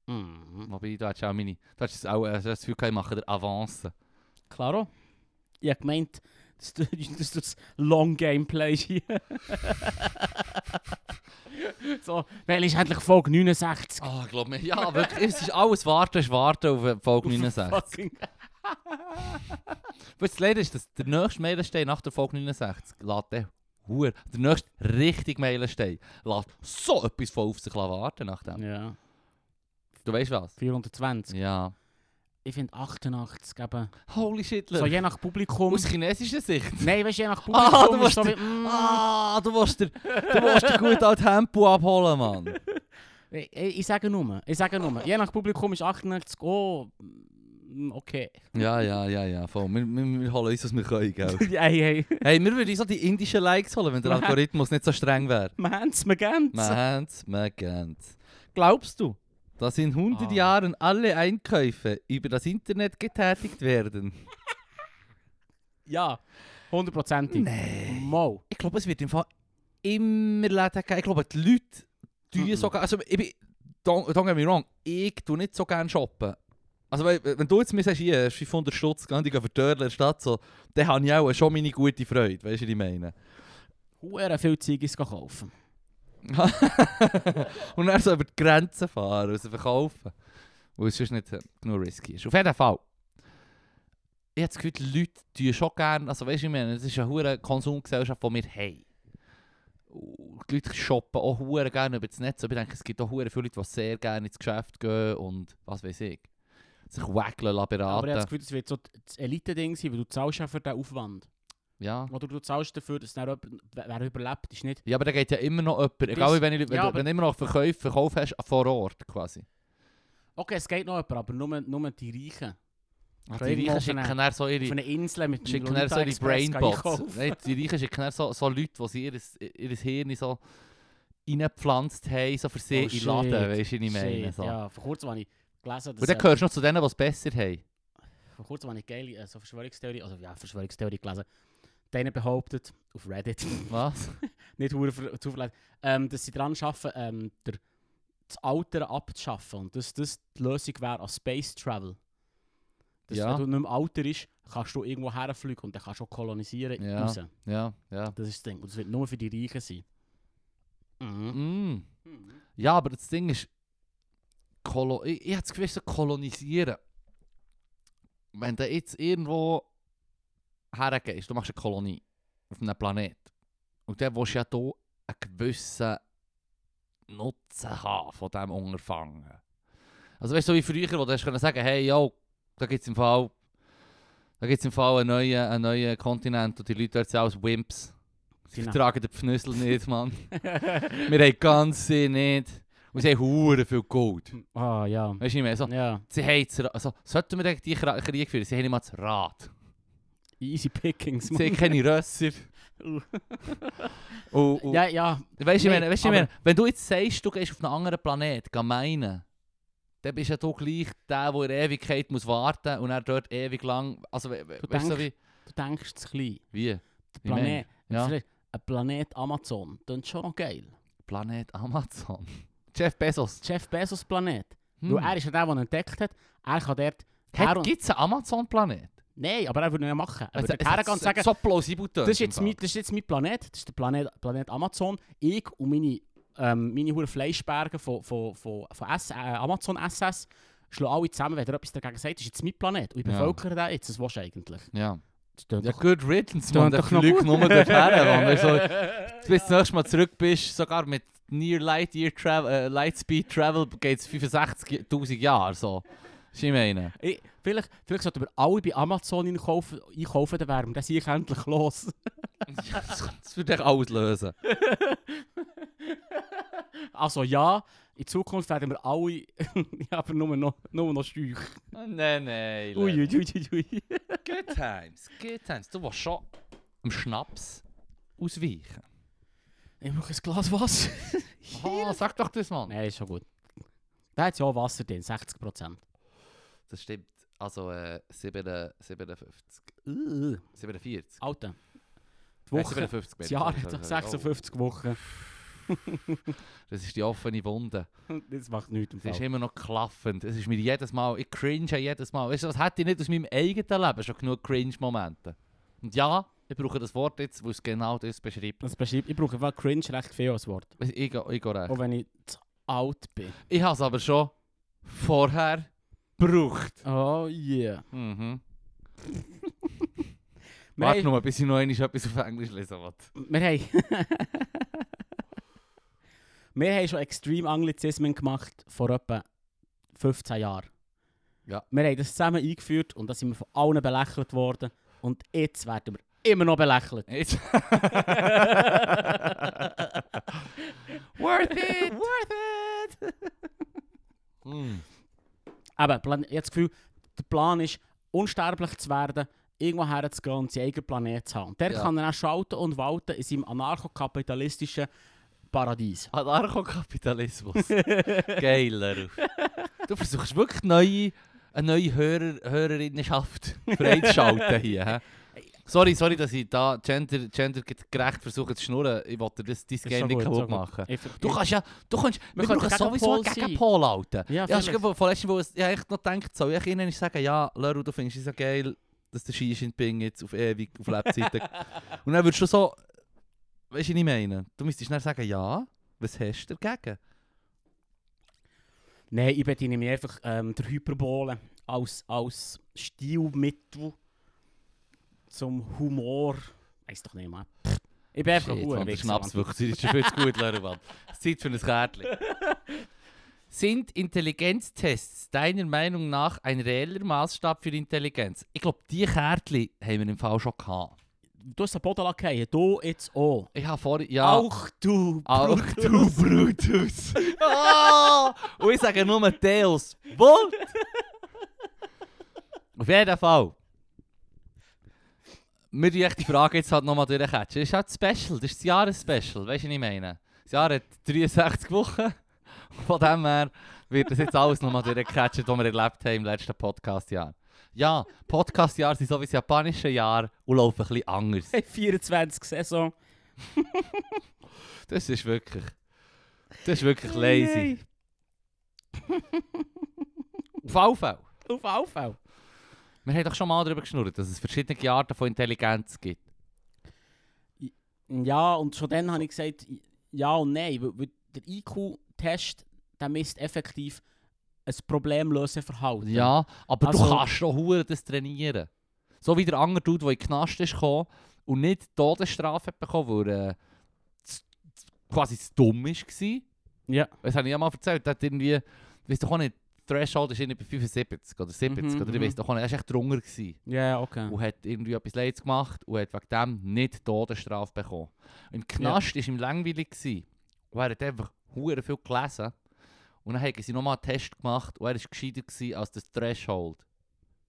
A: Mhm.
B: Wobei, du hättest auch meine... Du hättest auch äh, du hast das Gefühl gehabt, ich mache dir Avancen.
A: Klaro. Ich habe gemeint, dass du *laughs* dass du das Long Game playst *laughs* hier. so, weil ist endlich Folge 69.
B: Ah, glaub mir. Ja, wirklich. es ist alles Warten ist Warten auf äh, Folge 69.
A: Fucking-
B: Weißt du, das Leider ist, dass der nächste Meilenstein nach der Folge 69 lässt der Hur, der nächste richtig Meilenstein lässt so etwas von auf sich warten nach dem.
A: Ja,
B: Du weißt was?
A: 420.
B: Ja.
A: Ich finde 88 eben.
B: Holy shit,
A: So
B: Leute.
A: je nach Publikum.
B: Aus chinesischer Sicht.
A: Nein, weißt du, je nach
B: Ah,
A: Publikum.
B: du
A: ist so
B: musst-
A: wie, mm,
B: Ah, du willst dir, du willst dir gut auch Tempo abholen, Mann.
A: Ich, Äh, ich ich sage nur, ich sage nur. Je nach Publikum ist 88, oh, mm, okay.
B: Ja, ja, ja, ja, voll. Wir, wir, wir holen uns, was wir können,
A: *laughs*
B: gell.
A: hey, hey,
B: Hey, wir würden uns auch die indischen Likes holen, wenn der Algorithmus nicht so streng wäre.
A: wir haben's, wir gehen's.
B: Man kennt's, man kennt's. Glaubst du, dass in 100
A: Ah.
B: Jahren alle Einkäufe über das Internet getätigt werden?
A: Ja, hundertprozentig.
B: Nein.
A: Mal.
B: Ich glaube, es wird im Fall immer Läden geben. Ich glaube, die Leute tun
A: Mhm.
B: sogar... Also, ich bin... Don't, don't get me wrong, ich tue nicht so gerne shoppen. Also, weil, wenn du jetzt mir sagst, hier, hast 500 Stutz, geh, ich gehe für die Dörrle in der Stadt, so, dann habe ich auch schon meine gute Freude. Weißt du, was ich meine?
A: Huere viel Zeug ist kaufen.
B: *laughs* Und dann so über die Grenzen fahren und sie verkaufen. Weil es sonst nicht äh, genug risky ist. Auf jeden Fall. Ich habe das Gefühl, die Leute tun schon gerne, also weißt du, ich meine, es ist eine hure Konsumgesellschaft, die wir haben. Und Die Leute shoppen auch hure gerne über das Netz, aber ich denke, es gibt auch hure viele Leute, die sehr gerne ins Geschäft gehen und was weiß ich, sich wackeln lassen
A: Aber ich habe das
B: beraten.
A: Gefühl, das wird so das Elite-Ding sein, weil du zahlst ja für den Aufwand.
B: Ja.
A: Oder du zahlst dafür, dass dann jemand- wer überlebt, ist nicht...
B: ja, aber da geht ja immer noch jemand, egal wenn, ich, wenn,
A: Ja,
B: du-
A: aber-
B: wenn du immer noch Verkäufe, Verkauf hast, vor Ort quasi.
A: Okay, es geht noch jemand, aber nur, nur die Reichen.
B: Ach,
A: die Reichen schicken
B: dann so ihre...
A: Auf einer Insel mit
B: schicken
A: einem
B: er so ihre
A: Lolita Express
B: Brainbots.
A: einkaufen.
B: Nein, die Reichen schicken er so, so Leute, die sie ihr, ihr Hirn so reingepflanzt haben, so für sie
A: Oh,
B: in den
A: shit.
B: Laden, weißt du, was ich meine?
A: Shit,
B: So.
A: ja. Vor kurzem habe ich gelesen, dass...
B: Und dann
A: äh,
B: gehörst du noch zu denen, die es besser haben.
A: Vor kurzem habe ich geile äh, so Verschwörungstheorie, also ja, Verschwörungstheorie gelesen. Denen behauptet, auf Reddit, *laughs*
B: Was?
A: nicht hure ver- zuverlässig, ähm, dass sie daran arbeiten, ähm, der, das Alter abzuschaffen und dass das die Lösung wäre an Space Travel. Dus Dass
B: Ja.
A: wenn du nicht mehr alter bist, kannst du irgendwo herfliegen und dann kannst du auch kolonisieren
B: Ja.
A: raus.
B: Ja, ja.
A: Das ist das Ding. Und das wird nur für die Reichen sein. Mhm.
B: Mm. Ja, aber das Ding ist, Kolo ich, ich habe das Gefühl, so kolonisieren. Wenn du jetzt irgendwo hergehst, du machst eine Kolonie auf einem Planet. Und dann willst du ja hier einen gewissen Nutzen haben von diesem Unterfangen. Also weißt du, so wie früher, wo du hast können sagen hey, yo, da gibt es im Fall... Da gibt es im Fall einen neuen, einen neuen Kontinent und die Leute dort sind alles Wimps. Sie
A: Genau.
B: vertragen den Pfnüssel nicht, Mann.
A: *laughs*
B: Wir haben ganz nicht. Und sie haben hure viel Gold.
A: Ah, ja.
B: Weißt du nicht mehr? So,
A: Ja,
B: sie haben das Ra- also, sollten wir eigentlich die Kra- Krieg führen? Sie haben nicht mal das Rad.
A: easy pickings.
B: Sie haben keine
A: *laughs*
B: Rösser.
A: Uh.
B: und, und,
A: Ja, ja.
B: Weißt du, ich
A: Nein,
B: meine, weißt, du, ich
A: aber-
B: meine, wenn du jetzt sagst, du gehst auf einen anderen Planet, geh meinen, dann bist ja du gleich der, der in der Ewigkeit muss warten und er dort ewig lang. Also, we- we-
A: Du
B: weißt du, so wie.
A: denkst- Du denkst es klein.
B: Wie? Wie meinst
A: Planet.
B: du? Ja.
A: Vielleicht Ein Planet Amazon. Klingt schon noch geil.
B: Planet Amazon. Jeff Bezos.
A: *laughs* Jeff Bezos Planet.
B: Hm.
A: Weil er ist ja der, der ihn entdeckt hat. Er kann dort... her
B: Hat,
A: und-
B: gibt's einen Amazon-Planet?
A: Nein, aber er würde nicht machen. Er
B: Also,
A: würde also, hergehen und sagen,
B: so plausibel
A: das, ist jetzt mein, das ist jetzt mein Planet, das ist der Planet, Planet Amazon. Ich und meine, ähm, meine hohen Fleischberge von, von, von, von S, äh, Amazon SS schlagen alle zusammen, wenn er etwas dagegen sagt, das ist jetzt mein Planet und ich
B: Ja.
A: bevölkere den jetzt. Das willst du eigentlich.
B: Ja.
A: Das tönt
B: Ja,
A: doch-
B: good riddance, man.
A: tönt
B: Der
A: doch noch
B: fliegt
A: gut.
B: nur dorthin, *laughs* wenn wir so... Bis du nächstes Mal zurück bist, sogar mit Near Light Year Travel, äh, Lightspeed Travel geht es 65'000 Jahre, so. Was ich meine.
A: Ich, vielleicht, vielleicht sollten wir alle bei Amazon einkaufen, einkaufen dann wären wir dann sicher endlich los.
B: Ja, das das würde ich alles lösen.
A: Also ja, in Zukunft werden wir alle *laughs* ja, aber nur noch, nur noch steuch.
B: Oh, Nein, nein.
A: Ui, ui, ui, ui, ui.
B: Good times, good times. Du willst schon im Schnaps ausweichen.
A: Ich brauche ein Glas Wasser.
B: Ah, sag doch das, Mann.
A: *laughs* Nein, ist schon gut. Da hat ja auch Wasser drin, 60%.
B: Das stimmt. Also äh, 7, 57.
A: Uh,
B: 47.
A: Alter. Die
B: Nein,
A: Woche,
B: 57 bin
A: das
B: ich.
A: Jahr
B: Sorry,
A: hat doch
B: sorry, sorry.
A: 56 Wochen. *laughs*
B: Oh, Das ist die offene Wunde.
A: Das macht nichts im
B: Das ist
A: Fall.
B: immer noch klaffend. Es ist mir jedes Mal, ich cringe ja jedes Mal. Weißt du, was hätte ich nicht aus meinem eigenen Leben schon genug Cringe-Momente? Und ja, ich brauche das Wort jetzt, weil es genau das beschreibt.
A: Das beschreibt, ich brauche einfach cringe recht viel als Wort.
B: Ich, ich, gehe- ich gehe recht.
A: Auch wenn ich zu alt bin.
B: Ich habe es aber schon vorher gebraucht.
A: Oh yeah.
B: Mhm.
A: Wir
B: Warte
A: haben-
B: nur, bis ich noch einmal etwas auf Englisch lesen will.
A: wir haben... *laughs* wir haben schon extrem Anglizismen gemacht vor etwa 15 Jahren.
B: Ja.
A: Wir haben das zusammen eingeführt und da sind wir von allen belächelt worden. Und jetzt werden wir immer noch belächelt.
B: Jetzt. *laughs* Worth *laughs*
A: *laughs*
B: it! Worth it! mm.
A: Aber Plan- ich habe das Gefühl, der Plan ist, unsterblich zu werden, irgendwo herzugehen und seinen eigenen Planet zu haben. Und der
B: Ja.
A: kann er auch schalten und walten in seinem anarchokapitalistischen Paradies.
B: halt
A: *laughs*
B: Anarchokapitalismus. Geiler. Du versuchst wirklich neue, eine neue Hörer, Hörerinnenschaft freizuschalten hier. hä? Sorry, sorry, dass ich da gender, gendergerecht versuche zu schnurren. Ich wollte das, dein Game
A: schon
B: nicht
A: gut,
B: kaputt
A: schon gut.
B: machen.
A: Ich ver-
B: Du
A: ich-
B: kannst ja, du kannst, wir,
A: Wir können
B: können
A: gegen
B: sowieso
A: Pol
B: gegen
A: sein.
B: Pol halten.
A: Ja,
B: ich
A: vielleicht.
B: habe vorletzten Mal, ich habe echt noch gedacht, soll ich ihnen sagen, ja, Leru, du findest es ja geil, dass der Xi Jinping jetzt auf ewig auf Lebzeiten...
A: *laughs*
B: Und dann würdest du so, weißt du, was ich meine? Du müsstest dann sagen, ja, was hast du dagegen?
A: Nein, ich bediene mich einfach ähm, der Hyperbole als, als Stilmittel zum Humor. Weiß doch nicht mal. Pff. Ich bin einfach
B: Shit,
A: ein
B: Mann,
A: hoher
B: der
A: Wichser,
B: Schnaps
A: Mann.
B: wirklich, das ist schon viel zu gut, Leru, Mann. Es ist Zeit für ein Kärtchen. *laughs* Sind Intelligenztests deiner Meinung nach ein reeller Maßstab für Intelligenz? Ich glaube, diese Kärtchen haben wir im Fall schon gehabt.
A: Du hast den Boden lassen, du jetzt auch.
B: Ich habe vorhin, ja...
A: Auch du,
B: Auch
A: Bruder. *laughs*
B: du Brutus! *laughs* oh! Und ich sage nur Deus. Volt! Auf jeden Fall. Wir die echte Frage jetzt halt nochmal durchkatschen. Das ist halt Special, das ist das Jahresspecial, weißt du, was ich meine? Das Jahr hat 63 Wochen. Von dem her wird das jetzt alles nochmal durchkatschen, was wir erlebt haben im letzten Podcast-Jahr. Ja, Podcast-Jahr sind so wie das japanische Jahr und laufen ein bisschen anders.
A: Hey, 24 Saison.
B: Das ist wirklich. Das ist wirklich lazy. Auf alle Fälle.
A: Auf Aufbau.
B: Wir haben doch schon mal darüber geschnurrt, dass es verschiedene Arten von Intelligenz gibt.
A: Ja, und schon dann habe ich gesagt, ja und nein. Weil, weil der IQ-Test der misst effektiv ein problemlöses Verhalten.
B: Ja, aber du
A: Also-
B: kannst doch hure das trainieren. So wie der andere Dude, der in den Knast ist gekommen und nicht die Todesstrafe hat bekommen, weil er äh, z- z- quasi zu dumm war.
A: Ja.
B: Das habe ich ja mal erzählt. Der hat irgendwie, weiß doch auch nicht, Threshold ist irgendwie bei 75 oder 70
A: Mhm,
B: oder ich
A: mhm.
B: weiß doch auch nicht, er war echt drunter. Gewesen.
A: Ja, okay.
B: und hat irgendwie etwas Leids gemacht und hat wegen dem nicht die Todesstrafe bekommen. Im Knast war ihm langweilig gewesen. und er hat einfach hure viel gelesen. Und dann haben sie nochmal einen Test gemacht und er war gescheiter gewesen als das Threshold.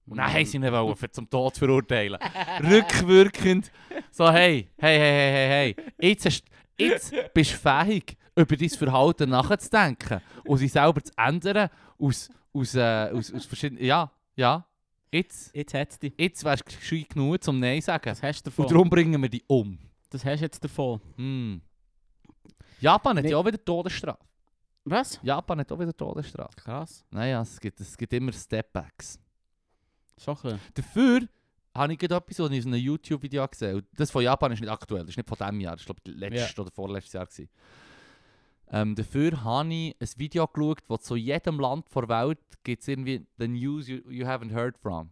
B: Und dann haben sie ihn wollen, für zum Tod verurteilen. *laughs* Rückwirkend. So, hey, hey, hey, hey, hey, hey. Jetzt, hast, jetzt bist du fähig, über dein Verhalten nachzudenken und sich selber zu ändern aus, aus, äh, aus, aus verschiedenen... Ja, ja. Jetzt,
A: Jetzt hat es dich.
B: jetzt wärst du gescheit genug zum Nein sagen.
A: Das hast du davon.
B: Und darum bringen wir die um.
A: Das hast du jetzt davon.
B: Hm. Japan hat
A: Nee.
B: ja auch wieder Todesstrafe.
A: Was?
B: Japan hat auch wieder Todesstrafe.
A: Krass.
B: Naja, es gibt, es gibt immer Stepbacks.
A: Schon ein bisschen.
B: Dafür habe ich gerade etwas, was ich in einem YouTube-Video gesehen habe. Das von Japan ist nicht aktuell, das ist nicht von diesem Jahr, das war glaube ich letztes oder vorletztes Jahr. Gewesen. Ähm, dafür habe ich ein Video geschaut, wo zu jedem Land der Welt gibt es irgendwie «The News you, you Haven't Heard From».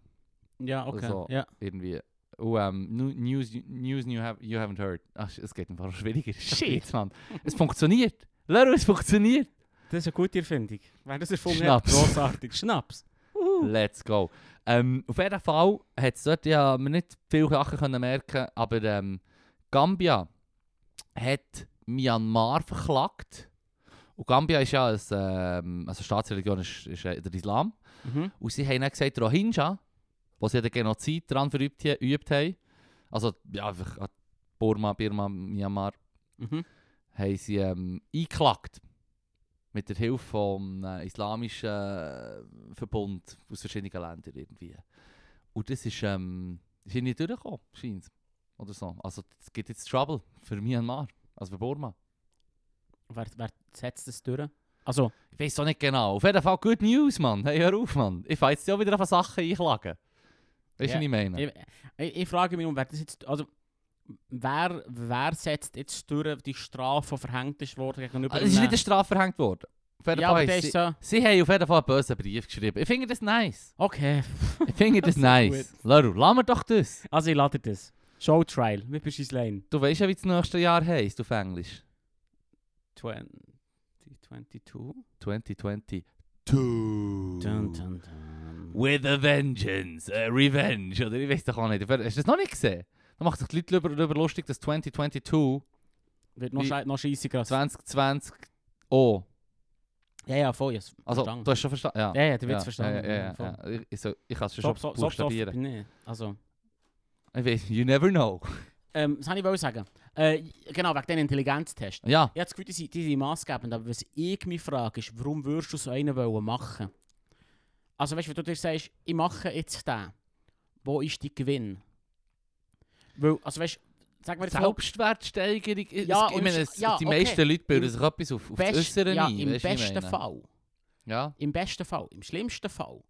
A: Ja, okay.
B: Also-
A: Ja.
B: Irgendwie. Oh, ähm, nu- news, news you, have, you Haven't Heard. Ach, es geht einfach schwieriger. Shit, Mann. Es funktioniert. Leru, es funktioniert.
A: Das ist eine gute Erfindung. Wer das erfunden hat,
B: Schnaps.
A: grossartig. Schnaps.
B: Let's go. Ähm, auf jeden Fall hat es dort ja mir nicht viele Sachen können merken, aber ähm, Gambia hat Myanmar verklagt. Und Gambia ist ja als, ähm, also Staatsreligion ist, ist äh, der Islam.
A: Mhm.
B: Und sie haben dann gesagt, Rohingya, wo sie den Genozid daran verübt he- übt haben, also ja, einfach an Burma, Birma, Myanmar,
A: Mhm.
B: haben sie ähm, eingeklagt. Mit der Hilfe vom äh, islamischen äh, Verbund aus verschiedenen Ländern irgendwie. Und das ist, ähm, ist nicht durchgekommen, scheint Oder so. Also es gibt jetzt Trouble für Myanmar, also für Burma.
A: Wer, wer setzt das durch? Also,
B: Ich weiß auch nicht genau. Auf jeden Fall Good News, Mann. Hey, hör auf, Mann. Ich fange jetzt auch wieder auf Sachen einklagen. Weißt du,
A: Ja,
B: was ich meine?
A: ich, ich, ich frage mich, um wer das jetzt. Also, wer, wer setzt jetzt durch die Strafe, die verhängt ist worden gegenüber.
B: Also, es ist
A: einem-
B: nicht eine Strafe verhängt worden. Auf jeden
A: ja,
B: Fall
A: aber
B: haben
A: der
B: sie,
A: ist so.
B: sie haben auf jeden Fall einen bösen Brief geschrieben. Ich finde das
A: *laughs*
B: nice.
A: Okay.
B: Ich finde das,
A: ist
B: nice. Leru, lass mir doch das.
A: Also, ich lade das. Showtrial. Wie bist du ins Lane?
B: Du weißt ja, wie das nächste Jahr heisst auf Englisch.
A: 2022?
B: 2022.
A: Dun, dun, dun.
B: With a vengeance. A revenge. Oder ich weiß doch auch nicht. Hast du das noch nicht gesehen? Da macht sich die Leute darüber, darüber lustig, dass 2022,
A: Wird noch,
B: Wie-
A: schei- noch scheissiger als.
B: 2020, oh.
A: Ja, ja, voll. Ich hab's
B: Also,
A: verstanden.
B: du hast schon verstanden. Ja,
A: Ja, ja, du wirst es
B: ja,
A: verstanden.
B: Ja, ja,
A: voll.
B: ja. Ich, ich, so- ich kann es schon
A: Stop,
B: so,
A: stop, stop, stop.
B: buchstabieren.
A: Nee. Also.
B: Ich weiß, you never know.
A: Ähm, das wollte ich sagen. Äh, genau, wegen diesen Intelligenztests.
B: Ja,
A: Ich habe das Gefühl, die sind, die sind maßgebend, aber was ich mich frage, ist, warum würdest du so einen wollen machen? Also weißt du, wenn du dir sagst, ich mache jetzt den, wo ist dein Gewinn? Weil, also weißt du, sagen wir jetzt mal,
B: Selbstwertsteigerung. äh, es-
A: Ja,
B: ich
A: und
B: meine,
A: es-
B: es,
A: ja,
B: die
A: okay.
B: meisten Leute bilden
A: Im
B: sich etwas auf, auf das
A: best,
B: Äußere
A: ja,
B: ein,
A: im
B: weisst du, was ich
A: besten
B: meine?
A: Fall,
B: Ja,
A: im besten Fall, im schlimmsten Fall,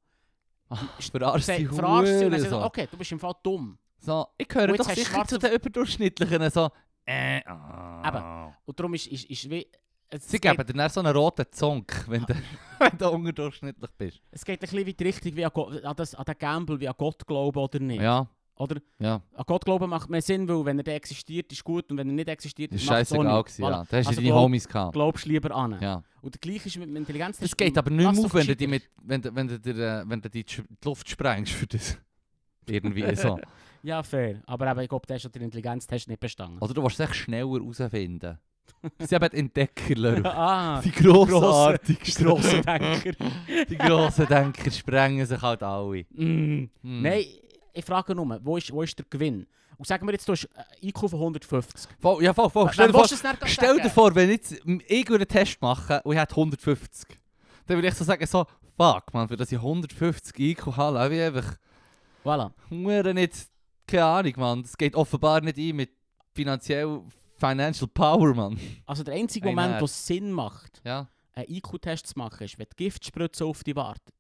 B: verarscht
A: sag-
B: Ah, sie
A: verarschst du und dann
B: Huren
A: sagst du,
B: so.
A: okay, du bist im Fall dumm.
B: So, ich
A: Und
B: gehöre
A: jetzt
B: doch
A: hast du
B: sicher
A: schwarz
B: zu
A: auf-
B: den überdurchschnittlichen so. Äh, ah.
A: Eben. Und darum ist, ist, ist wie, es,
B: Sie
A: geht,
B: geben dir dann so einen roten Zonk, wenn
A: *laughs*
B: du, *laughs* wenn du unterdurchschnittlich bist.
A: es geht ein bisschen wie die Richtung, wie an, Gott- an, das, an den Gamble, wie an Gott glauben oder nicht.
B: Ja,
A: Oder
B: ja.
A: An Gott glauben macht mehr Sinn, weil wenn er dann existiert, ist gut und wenn er nicht existiert,
B: Das ist
A: macht es auch
B: scheißegal
A: nicht.
B: gewesen.
A: Voilà.
B: Ja. Da hast du
A: Also
B: deine
A: glaub-
B: Homies gehabt.
A: Glaubst lieber an.
B: Ja.
A: Und der gleiche ist mit dem Intelligenztest.
B: Das geht aber nicht
A: Lass
B: mehr
A: doch
B: auf, wenn du, die
A: gescheiter.
B: mit, wenn, du, wenn, du dir, äh, wenn du die, Sch- die Luft sprengst für das. *laughs* Irgendwie
A: *laughs*
B: so.
A: Ja, fair. Aber eben, ich glaube, der ist schon den Intelligenztest nicht bestanden. *laughs*
B: Oder Also du willst es echt schneller herausfinden. Sie haben Entdecker, Leru.
A: ah,
B: Die grossartigsten.
A: grosse Denker. *laughs*
B: Die *laughs* grossen Denker sprengen sich halt alle.
A: mm.
B: Hm.
A: Nein, ich frage nur, wo ist, wo ist der Gewinn? Und sagen wir jetzt, du hast äh, IQ von 150.
B: Voll, ja, voll, voll.
A: Wem
B: Oh, Stell dir vor,
A: willst du es dann
B: Stell dir
A: sagen?
B: vor, wenn jetzt ich einen Test mache und ich hätte 150, dann würde ich so sagen, so, fuck, man, für das ich 150 IQ habe, habe ich einfach
A: Voilà.
B: Huren nicht, keine Ahnung, man, das geht offenbar nicht ein mit finanziell, financial power, man.
A: Also der einzige
B: Ein
A: Moment,
B: Herr.
A: wo es Sinn macht,
B: Ja,
A: einen IQ-Test zu machen, ist, wenn die Giftspritze auf dich wartet.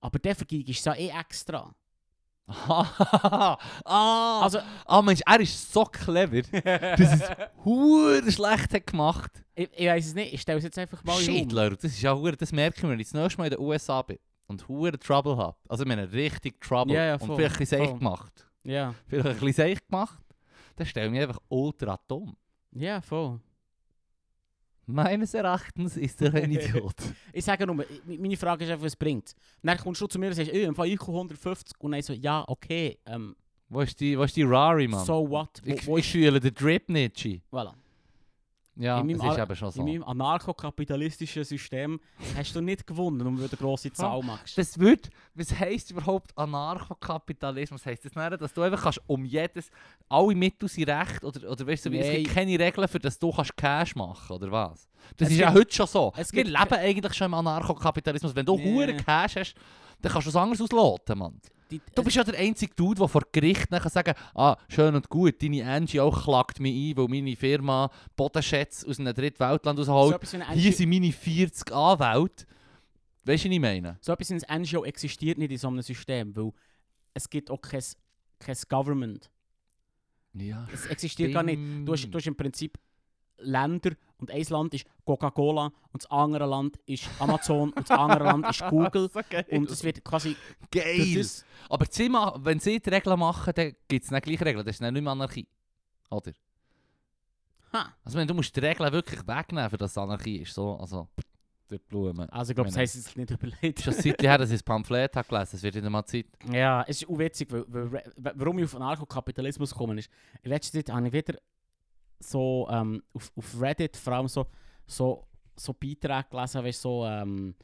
A: Aber der vergeigst du es ja eh extra.
B: *laughs* ah, *laughs*
A: Also,
B: ah, Mensch, er ist so clever, dass es Huren schlecht hat gemacht.
A: *laughs* Ich, ich weiß es nicht, ich stelle es jetzt einfach mal um. in
B: Shit,
A: den Raum.
B: Leute, das ist ja Huren, das merken wir, wenn ich das nächste Mal in den USA bin und Huren Trouble habe. Also, ich meine, richtig Trouble.
A: Ja, ja,
B: und
A: voll,
B: vielleicht ein bisschen safe
A: voll.
B: gemacht.
A: Ja,
B: vielleicht ein bisschen seich gemacht, dann stelle ich mich einfach ultra dumm.
A: ja, voll.
B: Meines Erachtens ist er
A: *laughs*
B: ein Idiot.
A: Ich sage nur, ich- meine Frage ist einfach, was bringt. Dann kommst du zu mir und sagst, «Ey, im Fall IQ 150 und dann so, ja, okay, ähm,
B: Wo ist die, wo ist die Rari, Mann?
A: so what? Wo,
B: ich,
A: wo
B: ich
A: ist,
B: fühle den Drip nicht. G.
A: voilà.
B: Ja,
A: In
B: das
A: meinem
B: ist
A: Ar-
B: eben schon
A: In
B: so.
A: meinem anarchokapitalistischen System hast du nicht gewonnen, und du eine grosse Zahl machst.
B: Das wird, was heisst überhaupt Anarchokapitalismus? Heisst das nicht, dass du einfach kannst um jedes, alle Mittel sind recht oder, oder weißt du, wie, es gibt
A: Nein.
B: keine Regeln für das, du kannst Cash machen oder was? Das
A: Es
B: ist ja
A: gibt-
B: heute schon so.
A: es
B: Wir
A: gibt-
B: leben eigentlich schon im Anarchokapitalismus. Wenn du
A: Nee.
B: Huren Cash hast, dann kannst du was anderes ausloten, Mann.
A: Die,
B: Du bist ja der einzige Dude, der vor Gericht nachher sagen kann, ah, schön und gut, deine NGO klagt mich ein, weil meine Firma Bodenschätze aus einem Drittweltland
A: so
B: rausholt.
A: etwas wie ein
B: Hier
A: NGO
B: sind meine 40 Anwälte. Weißt du, was ich meine?
A: so etwas wie ein NGO existiert nicht in so einem System, weil es gibt auch kein, kein Government.
B: Ja,
A: Es existiert gar nicht. Du hast, du hast im Prinzip Länder und ein Land ist Coca-Cola und das andere Land ist Amazon und das andere Land
B: *laughs*
A: ist Google.
B: geil.
A: Und es wird quasi. durch
B: geil.
A: Das,
B: Aber sie ma wenn sie die Regeln machen, dann gibt es dann gleich Regeln. Das ist dann nicht mehr Anarchie. Oder?
A: ha.
B: Also, wenn du musst die Regeln wirklich wegnehmen, für das Anarchie ist. So, also, die Blumen.
A: Also, ich glaube, das
B: Meine-
A: heisst es nicht überlegt.
B: Es ist schon Zeit her, dass ich das Pamphlet habe gelesen Es wird nicht mal Zeit.
A: Ja, es ist auch witzig, weil, weil, weil- warum ich auf Anarchokapitalismus gekommen ist. In letzter Zeit habe ich wieder so ähm, auf, auf Reddit vor allem so, so, so Beiträge gelesen, weißt, so, ähm,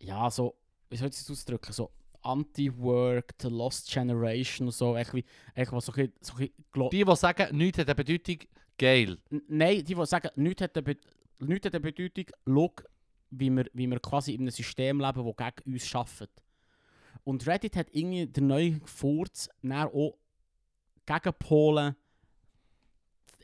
A: ja, so, wie soll ich das ausdrücken, so Anti-Work, The Lost Generation und so, irgendwie, irgendwie was so ein bisschen, so ein bisschen glo-
B: Die, die sagen, nichts hat eine Bedeutung, geil.
A: N- Nein, die, die sagen, nichts hat eine, Be nichts hat eine Bedeutung, schau, wie wir, wie wir quasi in einem System leben, das gegen uns arbeitet. Und Reddit hat irgendwie den neuen Furz dann auch gegen Polen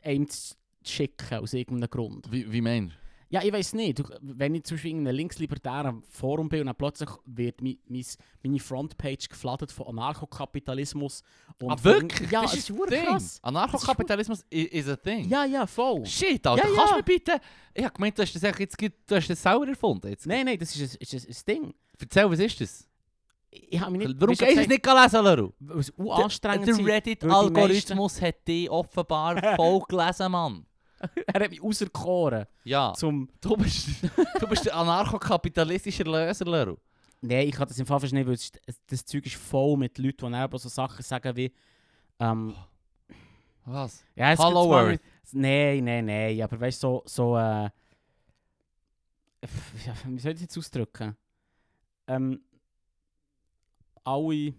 A: einem zu schicken, aus irgendeinem Grund.
B: Wie, wie meinst du?
A: Ja, ich weiß nicht. Du, wenn ich zum Beispiel in einem linkslibertären Forum bin und dann plötzlich wird mi, mis, meine Frontpage geflattert von Anarchokapitalismus. Und
B: Ah,
A: von-
B: wirklich?
A: Ja,
B: das
A: es
B: ist
A: ist
B: ein
A: verdammt
B: Ding.
A: krass.
B: Anarchokapitalismus i- is a thing.
A: Ja, ja, voll.
B: Shit, Alter,
A: Ja,
B: kannst du
A: ja.
B: mir bitte... Ich habe gemeint, du hast das, echt jetzt, ge- du hast das selber erfunden. Jetzt.
A: Nein, nein, das ist ein, ist ein, ist ein Ding.
B: Erzähl, was ist das?
A: Ich ich hab mich nicht,
B: Warum
A: weißt du,
B: gehst du
A: gesagt,
B: es nicht lesen, Leru?
A: Weil es
B: Der-
A: anstrengend
B: Der Reddit-Algorithmus hat dich offenbar voll gelesen, Mann.
A: Er hat mich auserkoren.
B: Ja, *laughs*
A: *laughs* Zum
B: du bist, du bist der anarchokapitalistische Löser, Leru.
A: Nein, ich kann das im Fall fast nicht, weil es, es- das Zeug ist voll mit Leuten, die dann eben so Sachen sagen wie... Ähm,
B: Was?
A: ja, es
B: Hello
A: gibt zwar
B: Earth.
A: nicht- Nein, nein, nein. Aber weißt du, so... so äh, *laughs* pf, ja, wie soll ich das jetzt ausdrücken? Ähm, alle...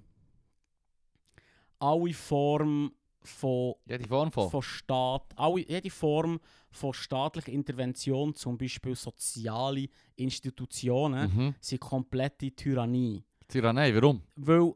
A: Alle Form von...
B: Ja, die Form von.
A: von Staat, alle, jede Form von staatlicher Intervention, zum Beispiel soziale Institutionen,
B: Mhm.
A: sind komplette Tyrannie.
B: Tyrannei, warum?
A: Weil,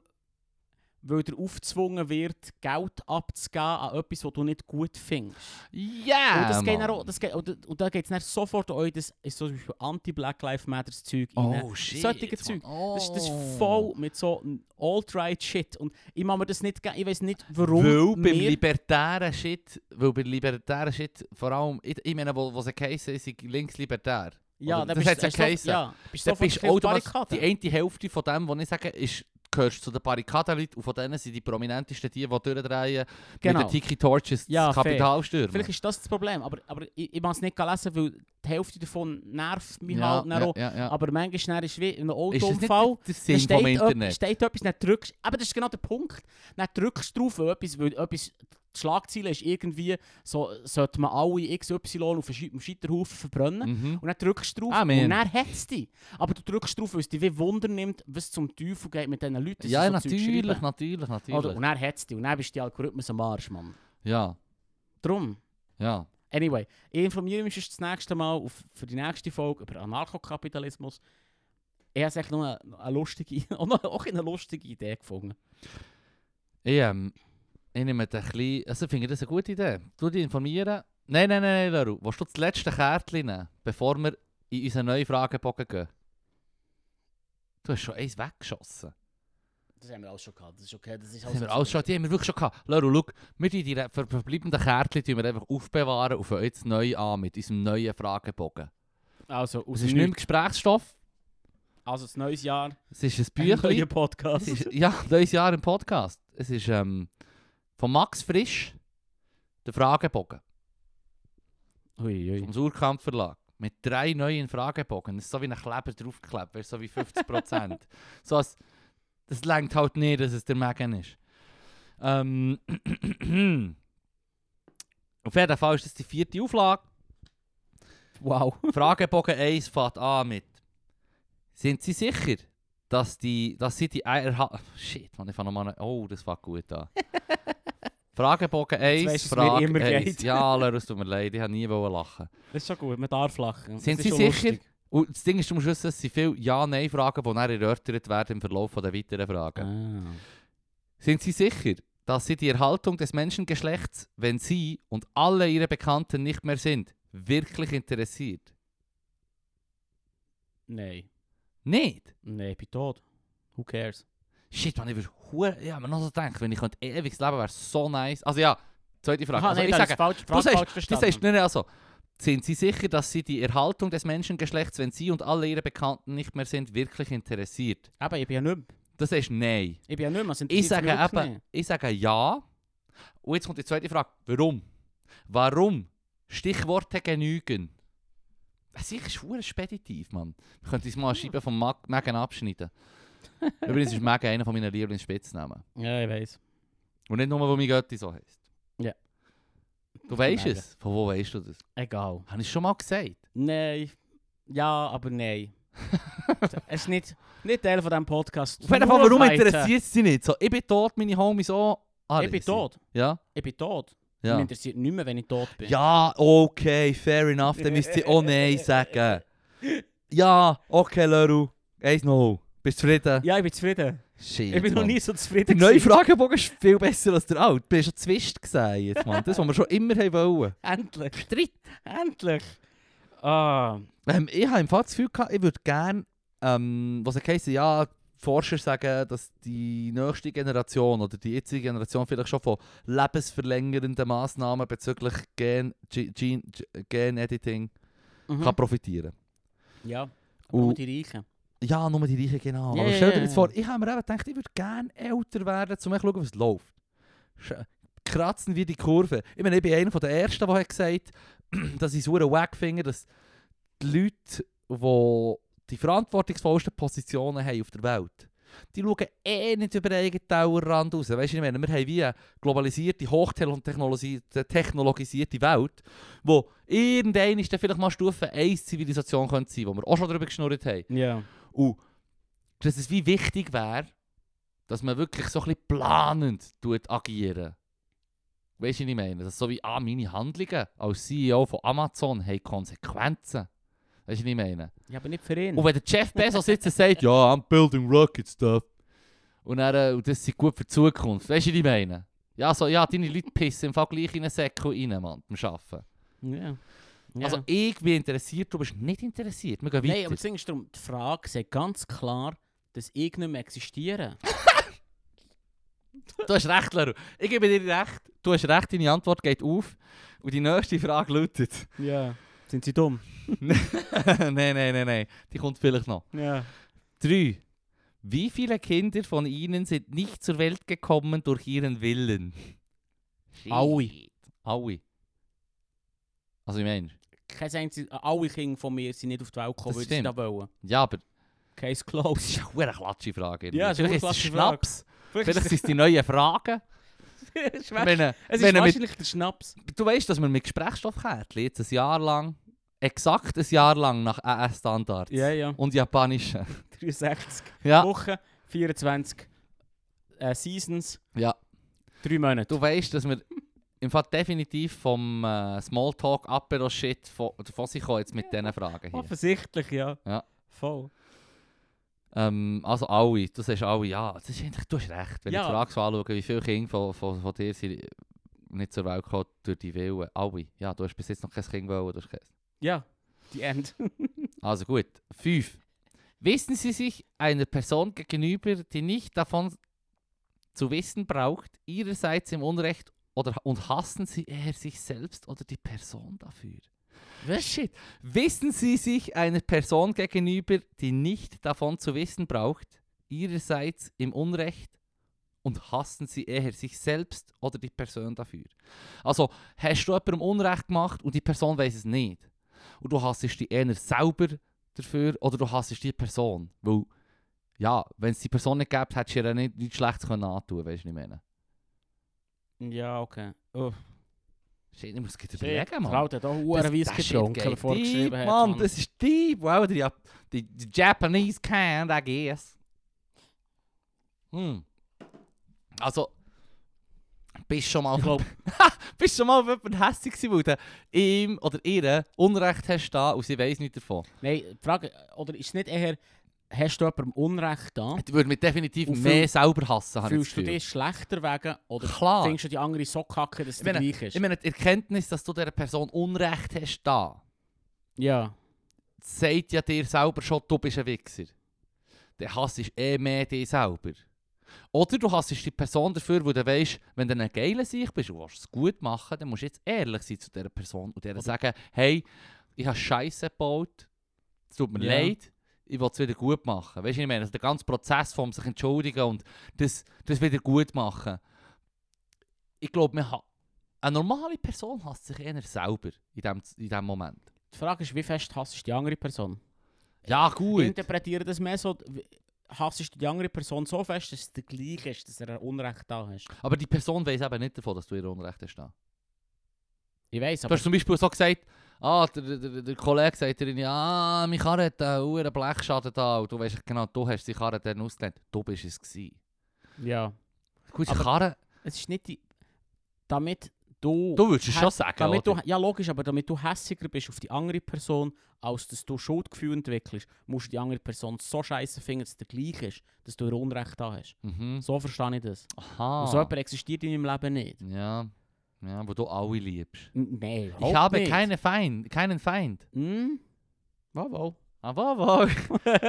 A: weil dir aufgezwungen wird, Geld abzugeben an etwas, was du nicht gut findest.
B: Ja!
A: und das geht
B: Äh, Mann.
A: dann auch, das geht, und, und da geht es dann sofort an euch, das ist so zum Beispiel Anti-Black Lives Matters Zeug rein.
B: Oh shit.
A: Solche
B: Mann.
A: Zeug.
B: Oh.
A: Das, ist, das ist voll mit so alt-right Shit. Und ich mache mir das nicht geben, ich weiß nicht, warum
B: Weil beim
A: wir-
B: libertären Shit, weil bei libertären Shit vor allem, ich, ich meine, wo, wo sie geheißen, sie linkslibertär.
A: ja,
B: oder-
A: dann
B: das
A: bist,
B: hat's ja
A: hast du so-
B: geheissen.
A: ja, bist
B: Dann
A: sofort
B: bist
A: auf die
B: automatisch
A: Barrikaden.
B: die eine Hälfte von dem, was ich sage, ist, gehörst zu den Barrikadenleuten und von denen sind die prominentesten die, die durchdrehen
A: Genau.
B: mit den Tiki Torches
A: Ja,
B: das Kapital stürmen.
A: Vielleicht ist das das Problem, aber, aber ich, ich mag es nicht lesen, weil die Hälfte davon nervt mich halt dann
B: ja,
A: auch.
B: ja, ja.
A: Aber manchmal schnell ist wie in einem
B: Ist das nicht
A: Autounfall,
B: der der Sinn
A: dann
B: vom
A: steht,
B: Internet?
A: Internet. steht etwas, dann drückst Aber das ist genau der Punkt. Dann drückst du drauf, weil etwas, weil etwas die Schlagzeile ist irgendwie, so sollte man alle XY auf dem Schei- dem Scheiterhaufen verbrennen.
B: Mhm.
A: Und dann drückst du drauf
B: Amen.
A: und dann hat es dich. Aber du drückst drauf, weil es dich wie Wunder nimmt, was zum Teufel geht mit diesen Leuten. die
B: Ja,
A: so Zeug schreiben.
B: natürlich, natürlich, natürlich.
A: Oder, und dann hat es dich und dann bist du die Algorithmus am Arsch, Mann.
B: Ja,
A: Drum.
B: ja.
A: Anyway, ich informiere mich sonst das nächste Mal auf, für die nächste Folge über Anarchokapitalismus. Ich habe echt noch eine, eine lustige, *laughs* oh, auch noch- auch eine lustige Idee gefunden.
B: Ich, ähm, ich nehme da ein bisschen, also finde ich das eine gute Idee. Du dich informieren. Nein, nein, nein, nein, Laru. Willst du das letzte Kärtchen nehmen, bevor wir in unseren neuen Fragebogen gehen? Du hast schon eins weggeschossen.
A: Das haben wir alles schon gehabt. Das ist okay. Das ist
B: Das haben wir alles schon, die haben wir wirklich schon gehabt. Laru, schau, wir die die ver- verbleibenden Kärtchen die wir einfach aufbewahren und fangen jetzt neu an mit unserem neuen Fragebogen.
A: Also, aus
B: Es
A: dem
B: ist nicht mehr
A: Nichts.
B: Gesprächsstoff,
A: also das neues Jahr, *laughs*
B: es ist ein
A: ein
B: Büchlein.
A: neuer Podcast.
B: Es *laughs* ist, ja, neues Jahr im Podcast. Es ist ähm, von Max Frisch, der Fragebogen
A: Uiuiui.
B: vom Surkamp Verlag. Mit drei neuen Fragebogen. Das ist so wie ein Kleber draufgeklebt, weißt du, so wie 50%.
A: *laughs*
B: so als, das lenkt halt nicht, dass es der Megan ist. Ähm, *clears throat* auf jeden Fall ist das die vierte Auflage.
A: *laughs* Wow.
B: Fragebogen 1 fängt an mit Sind Sie sicher, dass, die, dass Sie die Eier haben? Shit, man, ich fange nochmal an. Oh, das fängt gut
A: *laughs*
B: an. Fragebogen 1,
A: weisst du, wie es mir
B: Frage
A: immer
B: 1.
A: geht.
B: Ja, Leute, es tut mir leid, ich habe nie wollen lachen.
A: Das ist schon gut, man darf lachen.
B: Sind
A: Das
B: Sie
A: ist schon
B: sicher,
A: lustig.
B: Und das Ding ist, du musst wissen, es sind viele Ja-Nein-Fragen, die dann erörtert werden im Verlauf der weiteren Fragen.
A: Ah.
B: Sind Sie sicher, dass Sie die Erhaltung des Menschengeschlechts, wenn Sie und alle Ihre Bekannten nicht mehr sind, wirklich interessiert?
A: Nein.
B: Nicht?
A: Nein, ich bin tot. Who cares?
B: Shit, man, ich würde hure- ja, man noch so denken, wenn ich könnte ewiges Leben wäre so nice. Also ja, zweite Frage.
A: Aha,
B: also,
A: Ah, nein,
B: ich
A: da habe
B: sage,
A: ich falsch,
B: du
A: Frage
B: sagst-
A: falsch
B: du
A: verstanden.
B: sagst, nein, nein, also, sind Sie sicher, dass Sie die Erhaltung des Menschengeschlechts, wenn Sie und alle Ihre Bekannten nicht mehr sind, wirklich interessiert?
A: Eben, ich bin ja nicht mehr.
B: Das ist nein.
A: Ich bin ja nicht mehr. sind
B: Ich
A: jetzt
B: sage,
A: wirklich
B: eben,
A: nicht.
B: ich sage ja. Und jetzt kommt die zweite Frage. Warum? Warum? Stichworte genügen. Es ist schwer speditiv, Mann. Wir könnten uns mal eine Scheibe von Mag Megan
A: *laughs*
B: abschneiden. Übrigens ist Megan einer von meiner Lieblingsspitznamen.
A: Ja, ich weiß.
B: Und nicht nur, weil mein Götti so heißt.
A: Ja.
B: Du weißt
A: Megan.
B: es? Von wo weißt du das?
A: Egal.
B: Habe ich schon mal gesagt?
A: Nein. Ja, aber *laughs* nein. es ist nicht, nicht Teil von diesem Podcast.
B: Auf jeden Fall, warum
A: Verurteilen.
B: interessiert es dich nicht? So, ich bin tot, meine Homies auch. Alles.
A: Ich bin tot.
B: Ja?
A: Ich bin tot. Mich
B: Ja.
A: interessiert nicht mehr, wenn ich tot bin.
B: Ja, okay, fair enough. Dann müsst ihr auch Nein sagen. Ja, okay, Leru. 1-0. Bist du zufrieden?
A: Ja, ich bin zufrieden.
B: Shit,
A: Ich bin noch
B: Mann.
A: nie so
B: Der
A: zufrieden.
B: neue
A: gewesen.
B: Fragebogen ist viel besser als der alte. Du bist schon zwist gesehen jetzt, Mann. Das, was wir schon immer haben wollen.
A: Endlich. Streit. Endlich. Ah.
B: Ähm, ich habe im Fall das Gefühl gehabt, ich würde gerne, ähm, was ich heisse, ja, Forscher sagen, dass die nächste Generation oder die jetzige Generation vielleicht schon von lebensverlängernden Massnahmen bezüglich Gen, Gen, Gen, Gen-Editing
A: Mhm.
B: kann profitieren
A: Ja. Aber
B: Und-
A: nur die Reichen.
B: Ja, nur die Reichen, genau.
A: Ja,
B: Aber
A: ja,
B: stell dir
A: ja,
B: jetzt
A: ja.
B: vor, ich habe mir eben gedacht, ich würde gerne älter werden, um zu schauen, was läuft. Sch- Kratzen wir die Kurve. Ich meine, ich bin einer der Ersten, der hat gesagt *clears throat* dass ich es verdammt wack finde, dass die Leute, die die verantwortungsvollsten Positionen haben auf der Welt, die schauen eh nicht über den eigenen Tellerrand raus. Weißt du, ich meine, wir haben wie eine globalisierte, hochtechnologisierte Welt, wo irgendein ist vielleicht mal Stufe 1 Zivilisation könnte sein, wo wir auch schon darüber geschnurrt haben.
A: Ja.
B: Und dass es wie wichtig wäre, dass man wirklich so ein bisschen planend tut agieren. Weißt du, was ich meine? Dass so wie, ah, meine Handlungen als CEO von Amazon haben Konsequenzen. Weißt du, was ich meine?
A: Ja, aber nicht für ihn.
B: Und wenn der Jeff Bezos jetzt *laughs* sagt, ja, I'm building rocket stuff. Und dann, äh, und das ist gut für die Zukunft. Weißt du, was ich meine? Ja, so, ja, deine Leute pissen im Fall gleich in einen Säckel rein, Mann, beim Arbeiten.
A: Ja. ja.
B: Also, ich bin interessiert, du bist nicht interessiert. Wir gehen weiter.
A: Nein, aber das Ding ist darum, die Frage sagt ganz dus klar, dass ich nicht mehr existiere.
B: Du hast recht, Leru. Ich gebe dir recht. Du hast recht, deine Antwort geht auf. Und die nächste Frage lautet. *laughs*
A: Ja. Sind sie dumm?
B: nein, nein, nein, nein. Die kommt vielleicht noch.
A: Ja.
B: 3. Wie viele Kinder von Ihnen sind nicht zur Welt gekommen durch Ihren Willen?
A: Alle.
B: Shit. Alle. Also, ich meine,
A: Kein einziges, alle Kinder von mir sind nicht auf die Welt gekommen,
B: Das
A: weil sie
B: stimmt.
A: da wollen.
B: ja, aber
A: Case *laughs*
B: das
A: closed.
B: ist ja eine klatsche Frage. irgendwie.
A: Ja, es ist
B: vielleicht
A: eine
B: ist es
A: klatsche Frage.
B: Schnaps. Vielleicht sind es die neuen
A: *laughs*
B: Fragen.
A: es
B: Ich meine,
A: Es ist
B: wenn er mit
A: wahrscheinlich
B: *laughs*
A: der Schnaps.
B: Du weißt, dass wir mit Gesprächsstoffkärtchen jetzt ein Jahr lang, exakt ein Jahr lang nach AS-Standards
A: Ja, ja.
B: und japanischen.
A: 63
B: *laughs* Ja,
A: Wochen, 24 äh, Seasons,
B: ja.
A: 3 Monate.
B: Du weißt, dass wir im Fall definitiv vom äh, Smalltalk apero shit von, von sich kommen jetzt mit diesen Fragen hier.
A: Offensichtlich, ja.
B: Ja.
A: Voll.
B: Ähm, also alle, du sagst alle, ja, das ist eigentlich, du hast recht. Wenn
A: Ja.
B: ich die Frage so anschaue, wie viele Kinder von, von, von dir sind nicht zur Welt gekommen durch die Willen. Alle. Ja, du hast bis jetzt noch kein Kind wollen, du hast kein
A: Ja. Die End. *laughs*
B: Also gut, 5. Wissen Sie sich einer Person gegenüber, die nicht davon zu wissen braucht, ihrerseits im Unrecht oder und hassen Sie eher sich selbst oder die Person dafür? Shit. Wissen Sie sich einer Person gegenüber, die nicht davon zu wissen braucht, ihrerseits im Unrecht und hassen Sie eher sich selbst oder die Person dafür? Also, hast du jemandem Unrecht gemacht und die Person weiß es nicht? und du hassest dich eher selber dafür oder du hassest die Person. Weil, ja, wenn es die Person nicht gäbe, hättest du ihr nicht, nichts Schlechtes können antun, weißt du, was ich meine?
A: Ja, okay. Uff.
B: Shit, ich muss es
A: Shit,
B: überlegen, Mann.
A: Frau hat auch verdammt Weiss
B: Shit
A: getrunken,
B: geht
A: bevor er
B: deep,
A: geschrieben hat.
B: Mann,
A: Mann.
B: das ist deep. Wow, die, Jap- die, die Japanese can, I guess. Hm. Also, Bist schon mal
A: Ich glaube,
B: *laughs* Bist du schon mal auf jemanden hässlich gewesen, weil du ihm oder ihr Unrecht hast da und sie weiss nichts davon?
A: nein, die Frage, oder ist es nicht eher, hast du jemandem Unrecht da?
B: Du würdest mich definitiv
A: Und
B: mehr selber hassen, habe ich das
A: Fühlst du
B: Gefühl.
A: dich schlechter wegen oder
B: Klar.
A: findest du die andere so kacke, dass es
B: Ich
A: dir
B: meine,
A: gleich ist?
B: ich meine, die Erkenntnis, dass du dieser Person Unrecht hast da,
A: ja,
B: sagt ja dir selber schon, du bist ein Wichser. Dann hassest du eh mehr dich selber. Oder du hassest die Person dafür, weil du weisst, wenn du ein geiler Sicht bist und willst es gut machen, dann musst du jetzt ehrlich sein zu dieser Person und der sagen, hey, ich habe Scheiße gebaut, es tut mir
A: Ja.
B: leid, ich will es wieder gut machen. Weißt du, ich meine, also der ganze Prozess vom sich entschuldigen und das, das wieder gut machen. Ich glaube, man ha- eine normale Person hasst sich eher selber in diesem in dem Moment.
A: die Frage ist, wie fest hasst du die andere Person?
B: Ja, gut.
A: Interpretiere das mehr so, wie- hassest du die andere Person so fest, dass es dir gleich ist, dass er ein Unrecht da hast?
B: Aber die Person weiß eben nicht davon, dass du ihr Unrecht hast. da.
A: Ich weiß,
B: Du
A: aber
B: hast zum Beispiel so gesagt, ah, der, der, der Kollege sagt dir, ja, meine Karre hat einen hohen Blechschaden da. Und du weißt genau, du hast die Karre dann ausgelernt. Du bist es gewesen.
A: ja,
B: Gut, die
A: Aber-
B: Karre,
A: es ist nicht die, damit du,
B: du würdest es
A: Hä-
B: schon sagen,
A: damit du,
B: oder?
A: ja logisch, aber damit du hässiger bist auf die andere Person, als dass du Schuldgefühl entwickelst, musst du die andere Person so scheiße finden, dass es dir gleich ist, dass du ihr Unrecht da hast.
B: Mhm.
A: So verstehe ich das.
B: Aha.
A: Und so jemand existiert in meinem Leben nicht.
B: ja. ja, wo du alle liebst.
A: N- Nee,
B: ich
A: überhaupt
B: habe
A: nicht.
B: keine Feind, keinen Feind.
A: Hm? Wow,
B: Aber, aber.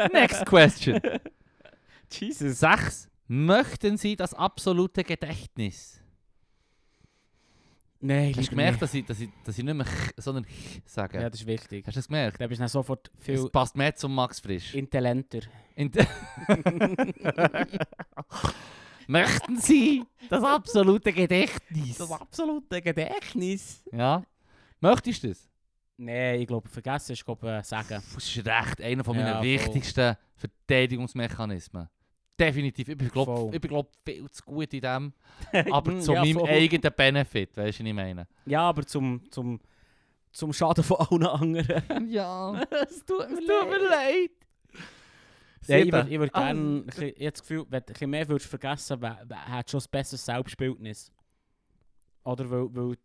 A: *laughs*
B: Next question.
A: Jesus.
B: Sechs. Möchten Sie das absolute Gedächtnis?
A: Nein,
B: Hast du
A: lieber
B: gemerkt,
A: nicht.
B: dass ich, dass, ich, dass ich nicht mehr «ch», sondern «ch» sage?
A: Ja, das ist wichtig.
B: Hast du das gemerkt?
A: Ich glaube, ich bin sofort viel
B: Es passt mehr zum Max Frisch.
A: intelligenter.
B: In *laughs* Möchten Sie das absolute Gedächtnis?
A: absolute Gedächtnis.
B: Ja. Möchtest du das?
A: Nein, ich glaube, vergessen ist glaube äh, sagen.
B: Das ist recht einer von meinen
A: Ja, voll.
B: wichtigsten Verteidigungsmechanismen. Definitiv. Ich bin, glaub,
A: Voll.
B: ich bin glaub, viel zu gut in
A: *laughs*
B: dem. Aber zu meinem
A: voll.
B: eigenen Benefit, weißt du, was ich meine?
A: Ja, aber zum, zum, zum Schaden von allen
B: *laughs*
A: anderen.
B: Ja,
A: es tut
B: es tut mir leid.
A: Ja, ich
B: Sieben.
A: würde würd
B: Ah,
A: gerne, ich habe das Gefühl, wenn du ein bisschen mehr würdest vergessen würdest, hättest schon ein besseres Selbstbildnis. Oder weil, weil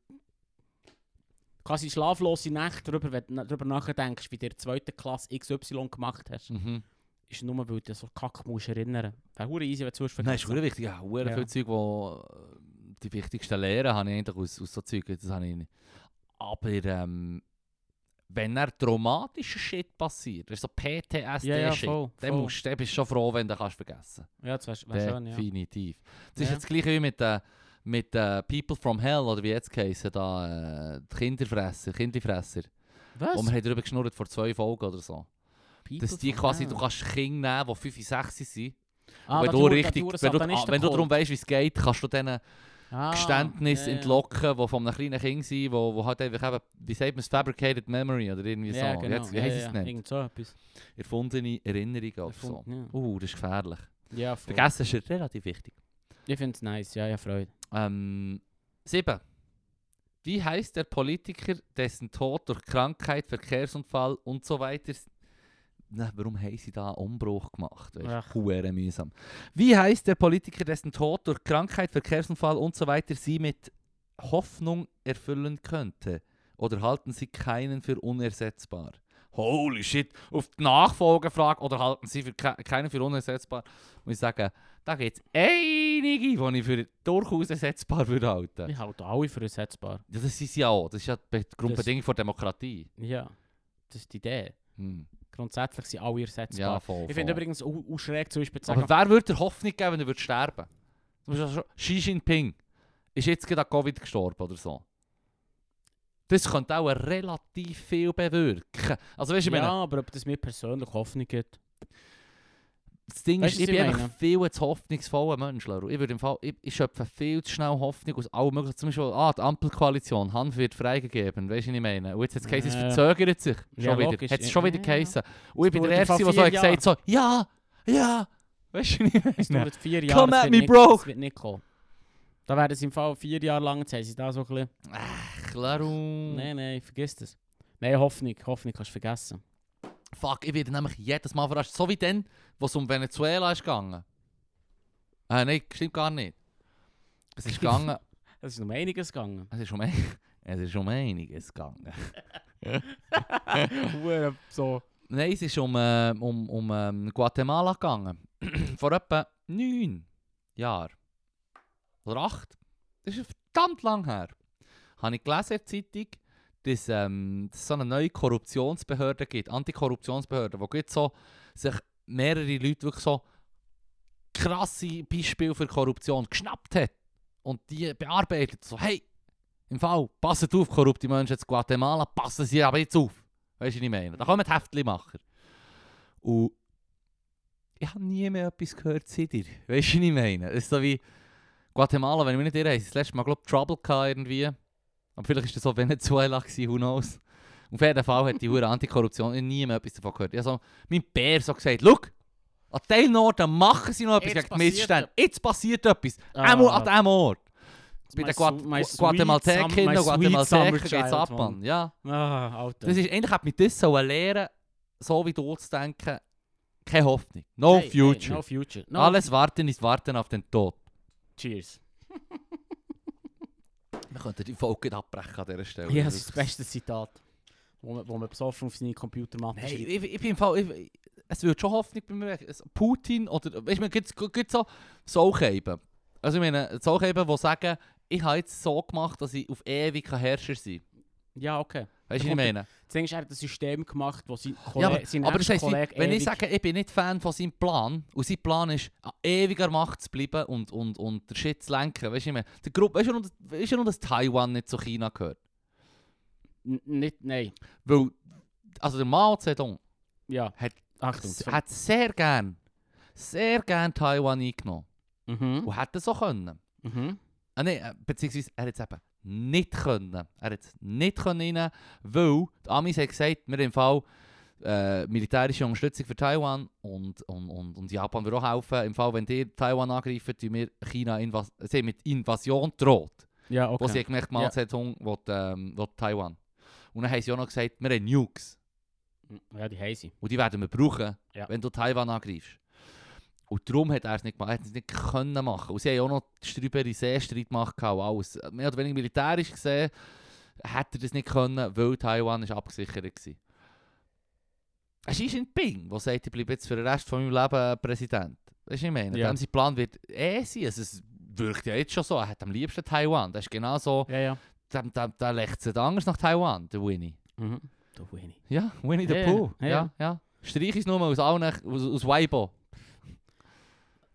A: quasi schlaflose Nächte darüber, wenn du darüber nachdenkst, wie du in der zweiten Klasse XY gemacht hast,
B: Mhm.
A: ist nur, weil du dich so kack musst erinnern. Wäre hure easy, wenn du es
B: Nein, ist
A: vergessen
B: wirklich wichtig. Ja, hure
A: Ja.
B: viel Zeug, wo äh, die wichtigsten Lehren habe ich eigentlich aus, aus so Zeug. Das habe ich nicht. Aber ähm, wenn er traumatischer Shit passiert, also PTSD-Shit,
A: Ja, ja, voll,
B: dann,
A: voll.
B: musst, dann bist du schon froh, wenn du kannst vergessen
A: Ja, das wäre wär schön, ja.
B: Definitiv. Das ist
A: Ja.
B: jetzt gleich wie mit, äh, mit äh, People from Hell, oder wie jetzt geheißen, da, äh, die Kinderfresser, Kinderfresser. Wo wir
A: Was?
B: haben darüber geschnurrt vor zwei Folgen oder so. um Dass die quasi, du kannst Kinder nehmen, die 5 und 6 sind.
A: ah,
B: wenn
A: da
B: du
A: die Hure- da
B: richtig,
A: die Hure
B: wenn du, ah,
A: Satanisten
B: wenn du darum
A: geholt.
B: weißt, wie es geht, kannst du denen
A: Ah,
B: Geständnis
A: ja, ja.
B: entlocken, die von einem kleinen Kind sind, wo, wo halt einfach eben, wie sagt man es, fabricated memory oder irgendwie
A: Ja,
B: so.
A: genau.
B: Jetzt, wie
A: ja,
B: heisst
A: ja,
B: es nicht?
A: Irgend so etwas.
B: Erfundene Erinnerungen oder so.
A: Erfunden,
B: Uh, das ist gefährlich.
A: Ja, ja voll.
B: Vergessen ist relativ wichtig.
A: Ich finde es nice, ja, ja, Freude.
B: Ähm, sieben. Wie heißt der Politiker, dessen Tod durch Krankheit, Verkehrsunfall und so weiter... Na, warum haben sie da einen Umbruch gemacht? Weißt
A: Ach.
B: du, Huere mühsam. Wie heißt der Politiker, dessen Tod durch Krankheit, Verkehrsunfall und so weiter sie mit Hoffnung erfüllen könnte? Oder halten sie keinen für unersetzbar? Holy shit, auf die Nachfolgefrage oder halten sie für ke keinen für unersetzbar? Muss ich sagen, da gibt es einige, die ich für durchaus ersetzbar würde halten.
A: Ich halte alle für ersetzbar.
B: Ja, das ist ja auch, das ist ja die Be- Grundbedingung von Demokratie.
A: Ja, das ist die Idee.
B: Hm.
A: Grundsätzlich sind alle ersetzbar.
B: Ja, voll.
A: ich finde
B: voll.
A: übrigens auch auch schräg zum Beispiel zu sagen,
B: Aber wer würde dir Hoffnung geben, wenn er würde sterben Zum Beispiel schon Xi Jinping ist jetzt gerade an Covid gestorben oder so. Das könnte auch relativ viel bewirken. Also weißt du, ich
A: ja,
B: meine,
A: aber ob das mir persönlich Hoffnung gibt.
B: das Ding
A: Weißt
B: ist,
A: du,
B: ich
A: was
B: bin
A: ich
B: einfach
A: meine?
B: viel zu hoffnungsvoller Mensch, Leru. Ich, würde im Fall, ich, ich schöpfe viel zu schnell Hoffnung aus allem möglichen. Zum Beispiel, ah, die Ampelkoalition, Hanf wird freigegeben, weißt du, was ich meine? Und jetzt hat es geheißen, es
A: Ja.
B: verzögert sich. Schon
A: Ja,
B: wieder.
A: logisch.
B: Hat es schon wieder
A: Ja.
B: geheißen. Und ich bin der
A: dauert im
B: Erste,
A: Fall
B: der so hat
A: vier
B: gesagt so, ja, ja, weißt du, was ich meine?
A: Es dauert vier Jahre,
B: Come
A: es
B: at
A: wird
B: me,
A: nicht-
B: bro.
A: es wird nicht kommen. Da wäre es im Fall vier Jahre lang, jetzt haben sie da so ein bisschen...
B: Claro.
A: Nein, nein, vergiss das. Nein, Hoffnung, Hoffnung kannst du vergessen.
B: Fuck, ich werde nämlich jedes Mal überrascht. So wie dann, wo es um Ah,
A: *laughs*
B: Venezuela ist gegangen. Äh, nein, stimmt gar nicht. Es ist gegangen
A: Es ist noch einiges
B: *laughs*
A: gegangen.
B: Es ist um, ein- es ist um einiges gegangen.
A: Huere so.
B: Nein, es ist um, äh, um, um ähm, Guatemala gegangen. *clears throat* Vor etwa neun Jahren. Oder acht. Das ist verdammt lang her. Habe ich gelesen in der Zeitung, dass ähm, dass es so eine neue Korruptionsbehörde gibt, Antikorruptionsbehörde, wo gibt so sich mehrere Leute wirklich so krasse Beispiele für Korruption geschnappt hat und die bearbeitet. So, hey, im Fall, passet auf, korrupte Menschen in Guatemala, passen sie aber jetzt auf. Weißt du, was ich meine? Da kommen die Heftlimacher. Und ich habe nie mehr etwas gehört seit dir. Weißt du, was ich meine? Es ist so wie Guatemala, wenn ich mich nicht irre, haben sie das letzte Mal, glaube ich, Trouble gehabt irgendwie. Aber vielleicht war das so Venezuela, gewesen, who knows. Auf jeden Fall hat die hure Antikorruption ich hab nie mehr etwas davon gehört. Ich habe so, mein Bär so gesagt, schau, an diesen Orten machen sie noch etwas
A: Jetzt
B: gegen die Missstände.
A: passiert
B: Jetzt passiert etwas.
A: Ah.
B: Einmal an diesem Ort. Bei den Guat
A: my sweet sum- my
B: Guatemaltekerinnen und
A: sweet
B: Guatemaltekern
A: summer
B: geht
A: child,
B: ab,
A: Mann.
B: Mann. Ja.
A: Ah, Alter.
B: Das ist, eigentlich hat mich das so lernen, so wie du zu denken, keine Hoffnung. No
A: Hey, hey,
B: future.
A: no future. No
B: Alles Warten ist Warten auf den Tod.
A: Cheers.
B: Wir könnten die Folge gerade abbrechen an dieser Stelle.
A: Hier ist das beste Zitat, wo man, wo man besoffen auf seine Computermappe
B: Nein,
A: schreibt.
B: ich, ich bin im Fall... Ich, es wird schon Hoffnung bei mir. weg. Es- Putin oder... Weißt du, gibt es so Soulheben. Also ich meine, Soulheben, die sagen, ich habe jetzt so gemacht, dass ich auf ewig Herrscher sein kann.
A: Ja, okay.
B: Weißt du, was ich
A: kommt-
B: meine?
A: Das Ding ist, er hat ein System gemacht, wo sein
B: Ja,
A: Kollege,
B: aber,
A: sein
B: aber das heisst, wie-
A: Kollege
B: wenn ich sage, ich bin nicht Fan von seinem Plan, und sein Plan ist, an ewiger Macht zu bleiben und, und, und der Shit zu lenken, weißt du, ich meine, der Gruppe, weißt du, warum- weißt du, warum das Taiwan nicht zu China gehört?
A: Nicht, nein.
B: Weil, also der Mao Zedong
A: Ja.
B: Hat-
A: Achtung. sorry.
B: hat sehr gern, sehr gern Taiwan eingenommen.
A: Mhm.
B: Und hätte es auch können.
A: Mhm.
B: Ah, nee, äh, beziehungsweise er hat es eben nicht können. Er hat es nicht können rein, weil die Amis haben gesagt, wir haben im Fall äh, militärische Unterstützung für Taiwan und, und, und, und Japan wird auch helfen. Im Fall, wenn die Taiwan angreifen, tun wir China invas sie haben mit Invasion droht.
A: Ja,
B: Wo sie
A: okay.
B: haben gemerkt Mao
A: Ja.
B: Zedong will, ähm, will Taiwan. Und dann haben sie auch noch gesagt, wir haben Nukes.
A: Ja, die heiße.
B: Und die werden wir brauchen,
A: Ja.
B: wenn du Taiwan angreifst. Und darum hat er es nicht gemacht, er hat es nicht können machen. Und sie haben auch noch die Strüberi Seestreit gemacht und alles. Mehr oder weniger militärisch gesehen, hätte er das nicht können, weil Taiwan ist abgesichert war. Es ist ein Ping, der sagt, ich bleibe jetzt für den Rest von meinem Leben Präsident. Weißt du, was ich meine?
A: Ja.
B: Dem sein Plan wird eh sein. Also es wirkt ja jetzt schon so. Er hat am liebsten Taiwan. Das ist genau so.
A: Ja, ja.
B: Dem, dem, dem lechzt anders nach Taiwan, der Winnie.
A: Mhm. Du Winnie.
B: Ja, Winnie the
A: Ja,
B: Pooh.
A: ja,
B: Ja, ja. Streich ist nur aus allen, aus, aus Weibo.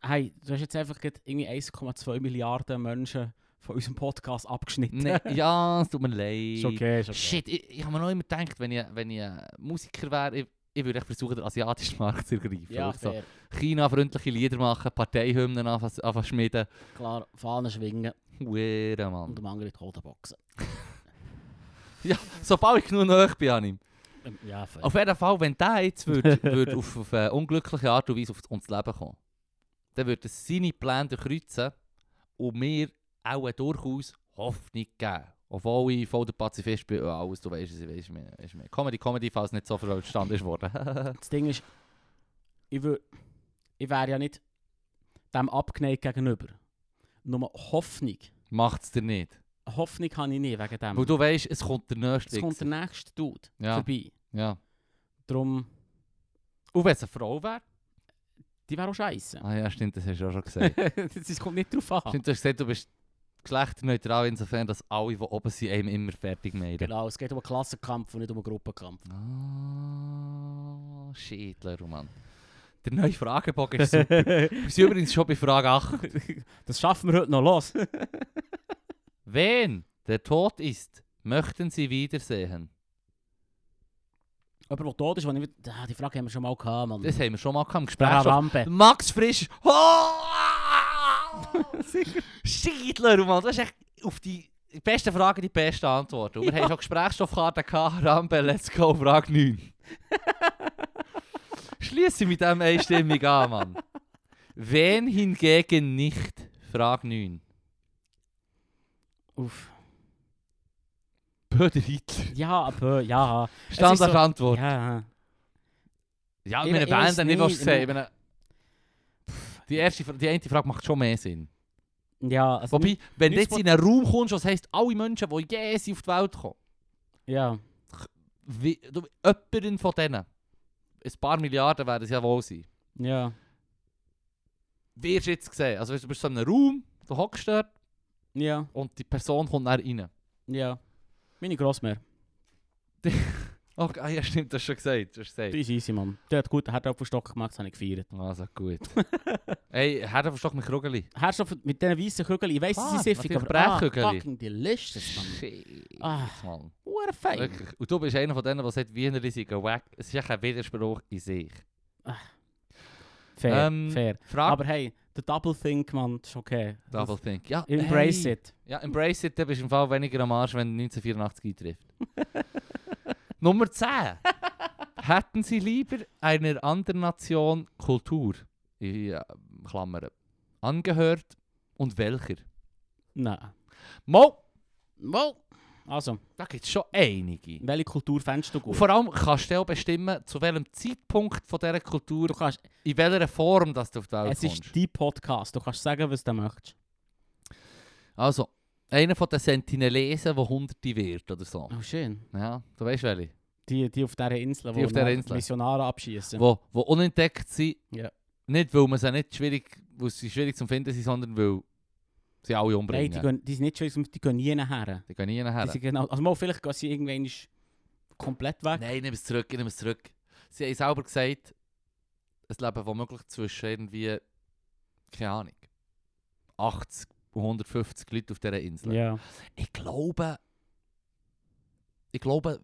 A: Hey, du hast jetzt einfach gerade irgendwie 1,2 Milliarden Menschen von unserem Podcast abgeschnitten. *laughs*
B: Nee, ja, es tut mir leid.
A: Ist okay, ist okay.
B: Shit, ich, ich habe mir noch immer gedacht, wenn ich, wenn ich äh, Musiker wäre, ich, ich würde echt versuchen, den asiatischen Markt zu ergreifen.
A: Ja,
B: Wirklich so
A: fair.
B: China-freundliche Lieder machen, Parteihymnen anfangen anfangen schmieden.
A: Klar, Fahnen schwingen
B: Weird,
A: und
B: Mann.
A: dem anderen die Hoden boxen.
B: Ja, sobald ich genug nahe bin an ihm.
A: Ähm, Ja, fair.
B: Auf jeden Fall, wenn der jetzt würd, *laughs* würd auf, auf eine unglückliche Art und Weise auf uns Leben kommen dann würde es seine Pläne durchkreuzen und mir auch durchaus Hoffnung geben. Obwohl ich voll der Pazifist bin, ja, alles, du weißt es, ich weiß es mehr. Comedy, Comedy, falls nicht so verstanden ist worden. *laughs*
A: Das Ding ist, ich, wür- ich wäre ja nicht dem abgeneigt gegenüber. Nur Hoffnung.
B: Macht es dir nicht.
A: Hoffnung habe ich nie wegen
B: Weil
A: dem.
B: du weißt, es kommt der nächste
A: Es kommt der
B: Wichser.
A: nächste Dude
B: Ja.
A: vorbei.
B: Ja.
A: Darum,
B: Und wenn es eine Frau wäre?
A: die wäre auch scheiße. *laughs*
B: Ah ja, stimmt, das hast du ja schon *laughs* gesagt.
A: das ist- kommt nicht drauf an.
B: stimmt, du hast gesagt, du bist geschlechterneutral insofern, dass alle, die oben sind, einem immer fertig meiden.
A: Genau, es geht um einen Klassenkampf und nicht um einen
B: *laughs*
A: Gruppenkampf.
B: Ah, Schädler, Roman. Der neue Fragebogen ist super. Wir sind übrigens schon bei Frage 8.
A: *laughs* Das schaffen wir heute noch los.
B: Wen der tot ist, möchten Sie wiedersehen?
A: Jemand, der tot ist, wenn ich... Ah, die Frage haben wir schon mal gehabt, Mann.
B: Das haben wir schon mal gehabt im
A: Bra-
B: Gespräch.
A: Rampe.
B: Max *laughs* Frisch. Oh! Schädler, Roman. Du hast echt auf die besten Fragen die besten Antworten. Und wir haben schon Gesprächsstoffkarten gehabt. Rambe, let's go, Frage 9. *laughs* Schließe mit dem einstimmig an, Mann. Wen hingegen nicht? Frage 9.
A: Uff.
B: Böder *laughs* Hitler.
A: Ja, aber ja. ist so-
B: Standardantwort.
A: Ja.
B: Ja,
A: Ich-
B: ich meine,
A: ich weiss
B: beenden nicht, was
A: nicht,
B: du sagst. Ich meine, Die, erste, Fra- die eine Frage macht schon mehr Sinn.
A: Ja, also
B: Wobei, wenn du
A: nichts
B: jetzt in einen Raum kommst, was heisst, alle Menschen, die je sind auf die Welt kommen,
A: ja.
B: wie, du, jemanden von denen, ein paar Milliarden werden es ja wohl sein,
A: Ja.
B: wirst du jetzt sehen. Also weißt, du du bist so in einem Raum, du hockst dort
A: Ja.
B: und die Person kommt dann rein.
A: Ja. Meine Grossmär.
B: Okay, ah, ja stimmt, das hast du schon gesagt. Das hast du
A: Die
B: gesagt.
A: ist easy, Mann. Die hat gut den Herdapfelstock gemacht, das habe ich gefeiert.
B: Also gut. *laughs* Ey, Herdapfelstock mit Krugeli.
A: Herdapfel mit diesen weißen Kügeln, ich weiss, sie
B: Ah,
A: sind siffig,
B: natürlich
A: aber ah,
B: Brechkügeli.
A: fucking delicious, Mann.
B: Shit,
A: Ah.
B: Mann.
A: Hure fein.
B: Wirklich. Und du bist einer von denen, der sagt, Wienerli sind wack. Es ist ja kein Widerspruch in sich.
A: Fair,
B: Ähm,
A: fair.
B: Frage
A: Aber hey, der Double Think, Mann, ist okay.
B: Double Think. Ja,
A: Das- Embrace
B: hey.
A: it.
B: Ja, Embrace It, dann bist du im Fall weniger am Arsch, wenn du 1984 eintrifft. *laughs* Nummer 10. Hätten Sie lieber einer anderen Nation Kultur, ja, Klammern, angehört und welcher?
A: Nein.
B: Mo,
A: Wow. Also,
B: da gibt es schon einige.
A: welche Kultur fändest du
B: Und
A: gut?
B: vor allem kannst du auch bestimmen, zu welchem Zeitpunkt von dieser Kultur,
A: Du kannst,
B: in welcher Form dass du auf die Welt
A: es ist
B: kommst.
A: dein Podcast, du kannst sagen, was du möchtest.
B: Also, einer von den Sentinelesen, der Hunderte wird oder so.
A: Oh, schön.
B: Ja, du weißt welche.
A: Die, die auf dieser Insel,
B: Die auf dieser Insel.
A: Missionare abschießen.
B: wo, wo unentdeckt sind.
A: Ja.
B: Nicht, weil man sie nicht schwierig, weil sie schwierig zu finden sind, sondern weil sie alle
A: Nein, die,
B: umbringen.
A: gehen, die sind nicht schön, die gehen nie nachher.
B: die gehen nie
A: Die
B: nachher.
A: sind genau, also mal, vielleicht gehen sie irgendwann komplett weg.
B: Nein, nimm es zurück, nimm es zurück. Sie haben selber gesagt, es leben womöglich zwischen irgendwie, keine Ahnung, 80 und 150 Leute auf dieser Insel.
A: Ja.
B: Ich glaube, ich glaube,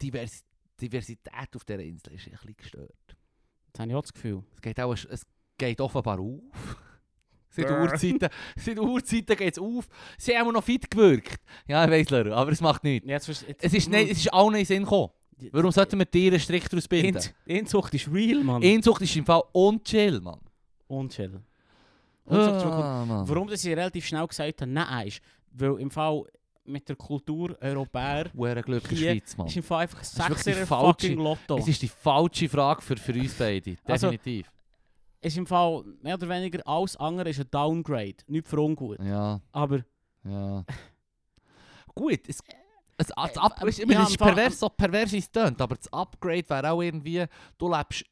B: Divers Diversität auf dieser Insel ist ein bisschen gestört.
A: Das habe ich auch das Gefühl.
B: Es geht, auch, es geht offenbar auf. *laughs* Seit
A: Brr.
B: Urzeiten, seit Urzeiten geht es auf. Sie haben auch noch fit gewirkt. Ja, ich weiss, Leru, aber es macht nichts.
A: Ja, jetzt, vers- jetzt,
B: Es ist, nein, es ist allen in den Sinn gekommen. Warum sollten wir dir einen Strich daraus binden?
A: Ins- Inzucht ist real, Mann.
B: Inzucht ist im Fall unchill, Mann.
A: Unchill. Inzucht ist wirklich-
B: Ah, Mann.
A: Warum das ich relativ schnell gesagt habe, nein, ist, weil im Fall mit der Kultur Europäer
B: Huere Glück in
A: Hier
B: der Schweiz, Mann.
A: ist im Fall einfach ein
B: wirklich die
A: sechser
B: falsche-
A: fucking Lotto.
B: Es ist die falsche Frage für, für uns beide.
A: Also-
B: Definitiv.
A: ist im Fall mehr oder weniger alles andere ist ein Downgrade. Nicht für ungut.
B: Ja,
A: Aber
B: ja. Gut, es, es, das Up,
A: äh,
B: Äh, weißt, du, immer,
A: ja,
B: es
A: im
B: ist
A: Fall-
B: pervers, so pervers wie es tönt, aber das Upgrade wäre auch irgendwie, du lebst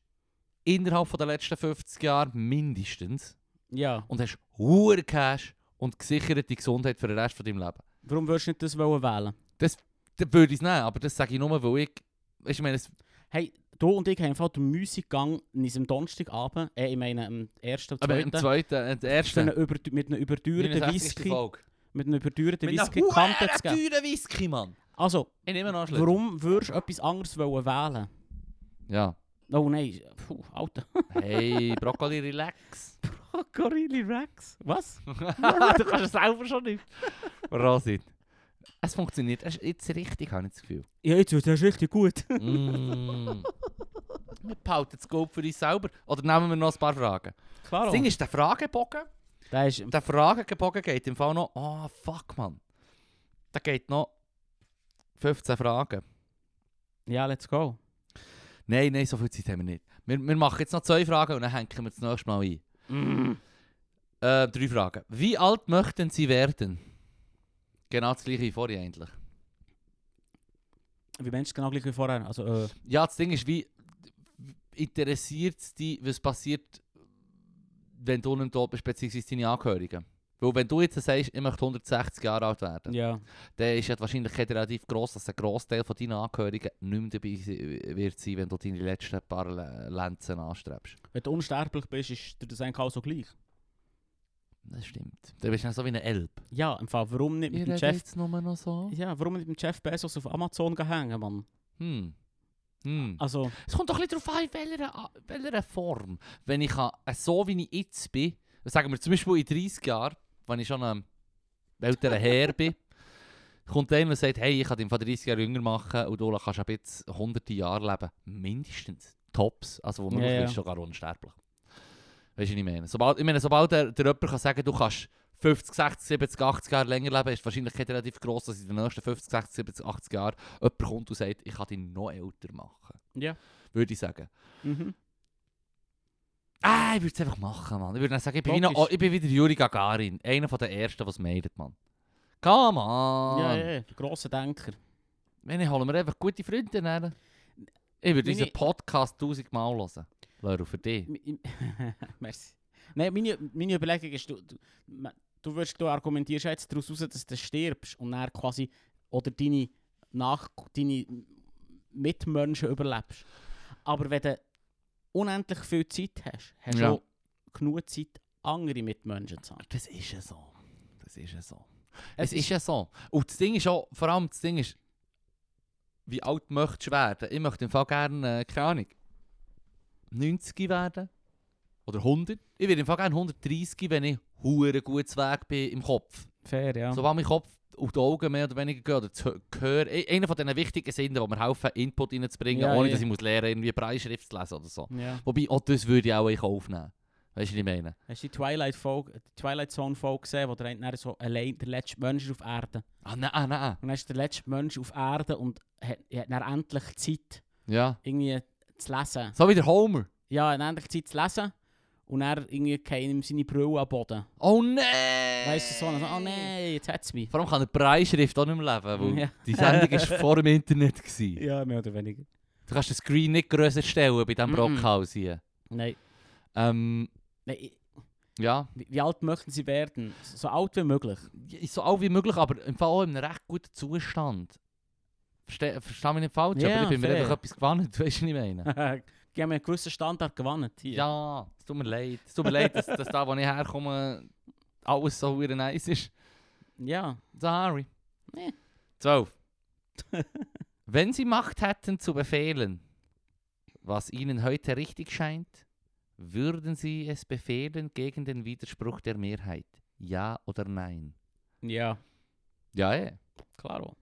B: innerhalb von der letzten 50 Jahre mindestens
A: ja,
B: und hast hoher Cash und gesicherte Gesundheit für den Rest von deinem Leben.
A: warum würdest du nicht das wollen wählen?
B: Dann würde ich es nehmen, aber das sage ich nur, weil ich, weißt, ich meine, es,
A: Hey, du und ich haben im Fall den Musikgang an unserem Donnerstagabend, äh, ich meine am ersten und
B: aber im
A: zweiten,
B: zweiten, äh, der
A: für eine
B: ersten,
A: übertü- mit einem überteuerten
B: 69.
A: Whisky,
B: Folge.
A: mit einem überteuerten
B: Mit einem
A: Whisky Kante zu geben.
B: teuren Whisky, Mann.
A: Also,
B: Ich nehme noch einen Schluck.
A: Warum würdest du etwas anderes wollen wählen?
B: Ja.
A: Oh nein, puh,
B: *laughs*
A: Alter.
B: Hey, Brokkoli, relax.
A: Gorilla Rex. Was?
B: *laughs* du kannst es selber schon nicht. Rosit. Es funktioniert. Es ist jetzt richtig, habe ich das Gefühl.
A: Ja, jetzt wird es richtig gut.
B: Mm. *laughs* Wir behalten das Gold für uns selber. Oder nehmen wir noch ein paar Fragen.
A: Klar.
B: Das Ding ist, der Fragebogen,
A: Da ist
B: der Fragebogen geht im Fall noch, ah fuck man. Da geht noch 15 Fragen.
A: ja, let's go.
B: Nein, nein, so viel Zeit haben wir nicht. Wir, wir machen jetzt noch zwei Fragen und dann hängen wir das nächste Mal ein. Äh, drei Fragen. Wie alt möchten Sie werden? Genau das gleiche wie vorher eigentlich.
A: Wie meinst du es genau gleich wie vorher? Also, äh,
B: Ja, das Ding ist, wie interessiert es dich, was passiert, wenn du nicht tot bist, beziehungsweise deine Angehörigen? Weil wenn du jetzt sagst, ich möchte 160 Jahre alt werden,
A: ja.
B: dann ist ja die Wahrscheinlichkeit relativ groß, dass ein Großteil von deinen Angehörigen nicht mehr dabei se- wird sein, wenn du deine letzten paar Le- Lenzen anstrebst.
A: Wenn du unsterblich bist, ist dir das eigentlich auch so gleich.
B: Das stimmt. Du bist ja so wie ein Elb.
A: Ja, im Fall, warum nicht mit
B: Ich
A: dem
B: rede
A: Chef...
B: jetzt nur noch so.
A: Ja, warum nicht mit dem Chef Bezos auf Amazon gehen hängen, Mann?
B: Hm. Hm.
A: Also,
B: Es kommt doch ein bisschen darauf an, in welcher, A- welcher Form. Wenn ich kann, äh, so wie ich jetzt bin, sagen wir zum Beispiel in 30 Jahren, wenn ich schon ein älterer
A: *laughs*
B: Herr bin, kommt einer und sagt, hey, ich kann dich vor 30 Jahren jünger machen und du kannst ab jetzt hunderte Jahre leben. Mindestens. Tops. Also wo man
A: Ja, ja.
B: ist sogar unsterblich. Weißt du, was ich meine? Sobald, ich meine, sobald der, der jemand kann sagen, du kannst 50, 60, 70, 80 Jahre länger leben, ist die Wahrscheinlichkeit relativ groß, dass in den nächsten 50, 60, 70, 80 Jahren jemand kommt und sagt, ich kann dich noch älter machen.
A: Ja.
B: Würde ich sagen.
A: mhm.
B: Ah, Nein, ich würde es einfach machen, Mann. Ich würde dann sagen, ich bin, wie
A: Logisch.
B: noch, ich bin wieder Juri Gagarin. Einer von den ersten, was mailt, Mann. Come on!
A: Ja, ja, ja, grosser Denker.
B: Wenn ich holen wir einfach gute Freunde her. Ich würde
A: Meine-
B: unseren Podcast tausendmal hören. Leru, für dich.
A: Mi- im- *laughs* Merci. Nein, meine, meine Überlegung ist, du, du, ma- du, würdest, du argumentierst ja jetzt daraus heraus, dass du stirbst und dann quasi oder deine, Nach deine Mitmenschen überlebst. Aber wenn du unendlich viel Zeit hast, hast du
B: Ja.
A: auch genug Zeit, andere Mitmenschen zu haben.
B: Das ist ja so. Das ist ja so. Es, ist ja so. Und das Ding ist auch, vor allem das Ding ist, wie alt möchtest du werden? Ich möchte im Fall gerne, äh, keine Ahnung, 90 werden. Oder 100. Ich würde im Fall gerne 130, wenn ich hure gutes Weg bin im Kopf.
A: fair, ja.
B: Sobald mein Kopf und die Augen mehr oder weniger gehen, oder das Hö- Gehör, e- einer von diesen wichtigen Sinnen, die mir helfen, Input reinzubringen,
A: Ja,
B: ohne
A: ja.
B: dass ich muss lernen irgendwie Preisschrift zu lesen oder so.
A: ja.
B: Wobei, auch das würde ich auch in Kauf nehmen. Weißt du, was ich meine?
A: Hast du die Twilight, Folge, die Twilight Zone Folge gesehen, wo der eine dann so allein der letzte Mensch ist auf Erde
B: Ah, nein, ah, nein.
A: Und dann ist der letzte Mensch auf Erde und hat, hat dann endlich Zeit.
B: Ja.
A: irgendwie zu lesen.
B: So wie der Homer.
A: Ja, dann endlich Zeit zu lesen. Und er irgendwie keinem ihm seine Brille am Boden.
B: Oh nein!
A: Weißt du, so, und so, oh nein, jetzt hat es mich.
B: Vor allem kann der Preisschrift auch nicht mehr leben, weil
A: *laughs* Ja.
B: die Sendung war vor dem Internet. Gewesen.
A: Ja, mehr oder weniger.
B: Du kannst den Screen nicht grösser stellen bei diesem
A: Mhm.
B: Brockhaus hier.
A: Nein.
B: Ähm,
A: nein ich-
B: ja.
A: wie, wie alt möchten sie werden? So alt wie *laughs* möglich.
B: So alt wie möglich, aber im Fall auch in einem recht guten Zustand. Verste Versteh mich nicht falsch,
A: Ja,
B: aber ich bin mir
A: fair.
B: einfach etwas gewandt, *laughs* du weißt, was ich meine.
A: Die haben einen gewissen Standard gewonnen hier.
B: Ja, es tut mir leid. Es tut mir leid, dass, dass da, wo ich herkomme, alles so wieder nice ist.
A: Ja. *laughs*
B: Sorry.
A: Nee.
B: Zwölf. Wenn sie Macht hätten zu befehlen, was ihnen heute richtig scheint, würden sie es befehlen gegen den Widerspruch der Mehrheit? Ja oder nein?
A: Ja.
B: Ja, eh. ja.
A: Klaro.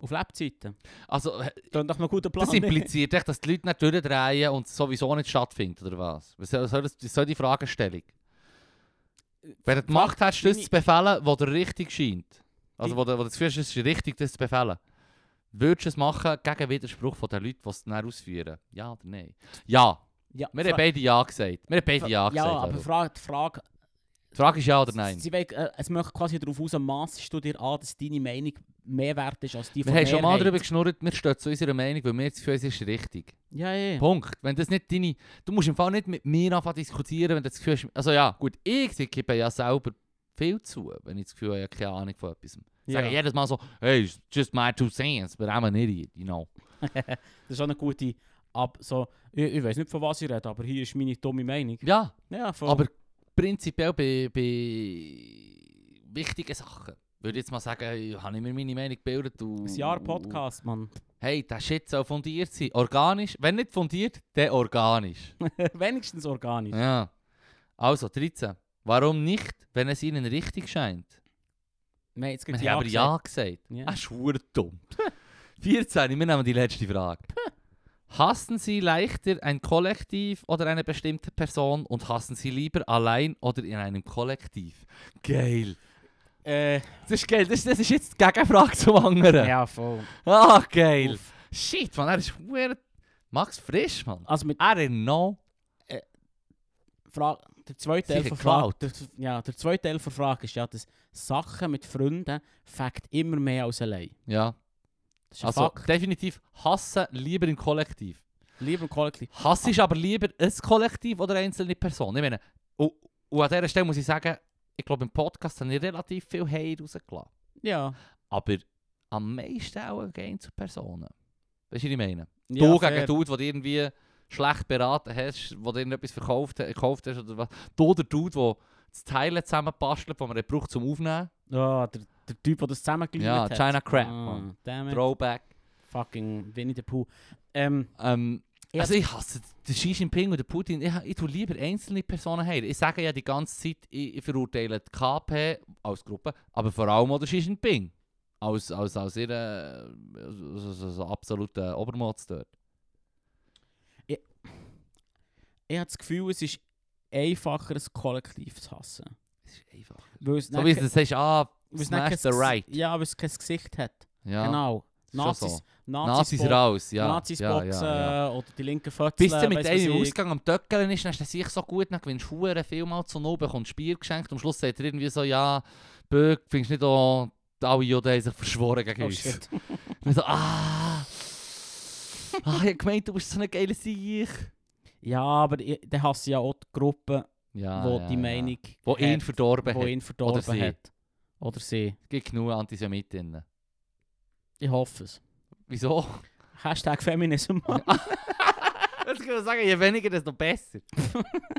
A: Auf Lebzeiten.
B: Also, äh,
A: Dann doch noch guter Plan.
B: das impliziert echt, dass die Leute nicht durchdrehen und es sowieso nicht stattfindet, oder was? Was soll, was soll, das, was soll die Fragestellung? Wenn du die Macht hast, das
A: meine-
B: zu befehlen, was dir richtig scheint. Also,
A: Die-
B: wo du, wo du das Gefühl hast, es ist richtig, das zu befehlen. Würdest du es machen gegen Widerspruch von den Leuten, die es dann ausführen? Ja oder nein? Ja.
A: *laughs* ja,
B: Wir
A: fra-
B: haben beide Ja gesagt. Wir haben beide Ja
A: Ja,
B: gesagt.
A: aber
B: also.
A: fra die Frage,
B: Die Frage ist Ja oder Nein.
A: Sie wollen, äh, es möchte quasi darauf aus, massest du dir an, dass deine Meinung mehr wert ist als die
B: Wir
A: von
B: haben schon mal
A: Mehrheit.
B: darüber geschnurrt, wir stehen zu unserer Meinung, weil wir jetzt für uns ist richtig.
A: Ja, ja, ja.
B: Punkt. Wenn das nicht deine... Du musst im Fall nicht mit mir anfangen zu diskutieren, wenn du das Gefühl hast... Also ja, gut, ich gebe ja selber viel zu, wenn ich das Gefühl habe, ich habe keine Ahnung von etwas. Ich sage
A: Ja.
B: jedes Mal so, hey, it's just my two cents, but I'm an idiot, you know.
A: Das ist auch eine gute Ab. So, ich, ich weiß nicht, von was ich rede, aber hier ist meine dumme Meinung.
B: Ja,
A: Ja, voll.
B: aber prinzipiell bei, bei wichtigen Sachen würde ich jetzt mal sagen, hey, habe ich mir meine Meinung gebildet. und-
A: ein Jahr Podcast, Mann. *laughs*
B: Hey, der Shit soll fundiert sein. Organisch. Wenn nicht fundiert, dann
A: *laughs*
B: organisch.
A: Wenigstens organisch.
B: ja. Also, 13. Warum nicht, wenn es ihnen richtig scheint?
A: Nein, jetzt
B: Wir
A: gibt
B: haben aber Ja gesagt.
A: Ja.
B: Das ist verdammt dumm. *laughs* 14. Wir nehmen die letzte
A: *laughs*
B: Frage. Hassen Sie leichter ein Kollektiv oder eine bestimmte Person und hassen Sie lieber allein oder in einem Kollektiv? Geil.
A: Äh,
B: Das ist geil. Das, das ist jetzt die Gegenfrage zum anderen.
A: ja, voll.
B: Ah, geil.
A: Uff.
B: Shit, man, er ist verdammt... Max Frisch, man.
A: Also mit
B: I don't know.
A: Frage, der zweite Teil
B: Sicher
A: von Frage, der, ja, der zweite Teil von Frage ist ja, dass Sachen mit Freunden fängt immer mehr als allein.
B: Ja,
A: Das ist ein
B: also
A: Fakt.
B: definitiv hassen lieber im Kollektiv.
A: Lieber Kollektiv.
B: Hass ist aber lieber ein Kollektiv oder eine einzelne Person. Ich meine, und, und an dieser Stelle muss ich sagen, ich glaube, im Podcast habe ich relativ viel Hate rausgelassen.
A: Ja.
B: Aber am meisten auch gehen zu Personen. Weißt du, was ich meine?
A: ja
B: du
A: fair.
B: gegen du, wo du irgendwie schlecht beraten hast, wo du irgendetwas verkauft, äh, gekauft hast oder was. Du der Dude, der das Teile zusammenbastelt, das man dann braucht um zum Aufnehmen.
A: Ja, der, der Typ, der das zusammengelegt
B: Ja,
A: hat.
B: China Crab,
A: Ah,
B: Mann.
A: damn it.
B: Throwback.
A: Fucking Winnie the Pooh. Ähm,
B: Ähm,
A: Ja.
B: Also ich hasse den Xi Jinping und den Putin. Ich, ich tue lieber einzelne Personen heilen. Ich sage ja die ganze Zeit, ich, ich verurteile die KP als Gruppe, aber vor allem auch den Xi Jinping. Als, als, als ihr als, als, als absoluter Obermotz dort.
A: ich habe das Gefühl, es ist einfacher, ein Kollektiv zu hassen.
B: Das ist einfach.
A: Weil es
B: So
A: dann
B: wie
A: ke-
B: du sagst, ah,
A: weil es dann
B: smash the
A: kein Ges-
B: right.
A: Ja, weil es kein Gesicht hat.
B: Ja.
A: Genau. Nazis,
B: so.
A: Nazis,
B: Nazis
A: bo
B: raus, ja.
A: Nazis
B: ja,
A: boxen
B: ja, ja.
A: äh, oder die linken Fötzeln.
B: Bis du mit
A: weiss
B: einem
A: was
B: im
A: ich.
B: Ausgang am Töckeln ist, dann ist er sich so gut, dann gewinnst du Huren viel mal zu null, bekommst Bier geschenkt. Am Schluss sagt er irgendwie so: Ja, Böck, findest du nicht auch, die alle Juden haben sich verschworen gegen
A: Oh
B: uns.
A: shit.
B: Und so, ah, ah, ich hab gemeint, du bist so ein geiler Sieg.
A: Ja, aber ich- dann hast du ja auch die Gruppe,
B: Ah, Ja,
A: wo
B: ja,
A: die
B: ja.
A: Meinung
B: Wo ihn
A: hat,
B: verdorben
A: wo
B: hat.
A: ihn verdorben
B: Oder sie.
A: hat. Oder sie.
B: Es gibt genug Antisemitinnen.
A: Ich hoffe es.
B: Wieso?
A: *laughs* Hashtag Feminism.
B: Jetzt kann man sagen, je weniger, desto besser.
A: *laughs*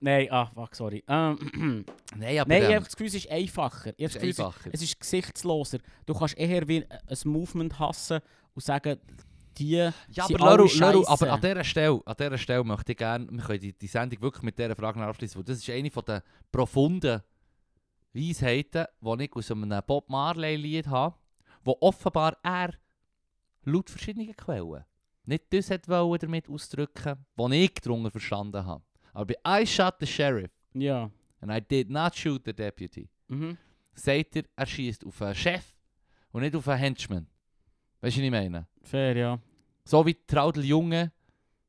A: Nein, ah, fuck, sorry. Ähm, *clears throat*
B: Nein, aber
A: Nein, ich
B: ähm,
A: habe das Gefühl, es ist einfacher. Ich
B: ist
A: habe das Gefühl,
B: einfacher.
A: es ist gesichtsloser. Du kannst eher wie ein Movement hassen und sagen, die
B: Ja,
A: sind
B: aber,
A: alle
B: Laru, Laru,
A: scheisse.
B: aber an dieser Stelle, an dieser Stelle möchte ich gerne, wir können die, die Sendung wirklich mit dieser Frage noch abschließen, weil das ist eine von der profunden Weisheiten, die ich aus einem Bob Marley-Lied habe, wo offenbar er laut verschiedenen Quellen nicht das hat wollen damit ausdrücken, was ich darunter verstanden habe. Aber bei I shot the sheriff
A: Ja.
B: and I did not shoot the deputy,
A: Mhm.
B: sagt er, er schießt auf einen Chef und nicht auf einen Henchman. Weißt du, was ich meine?
A: Fair, ja.
B: So wie Traudel Junge,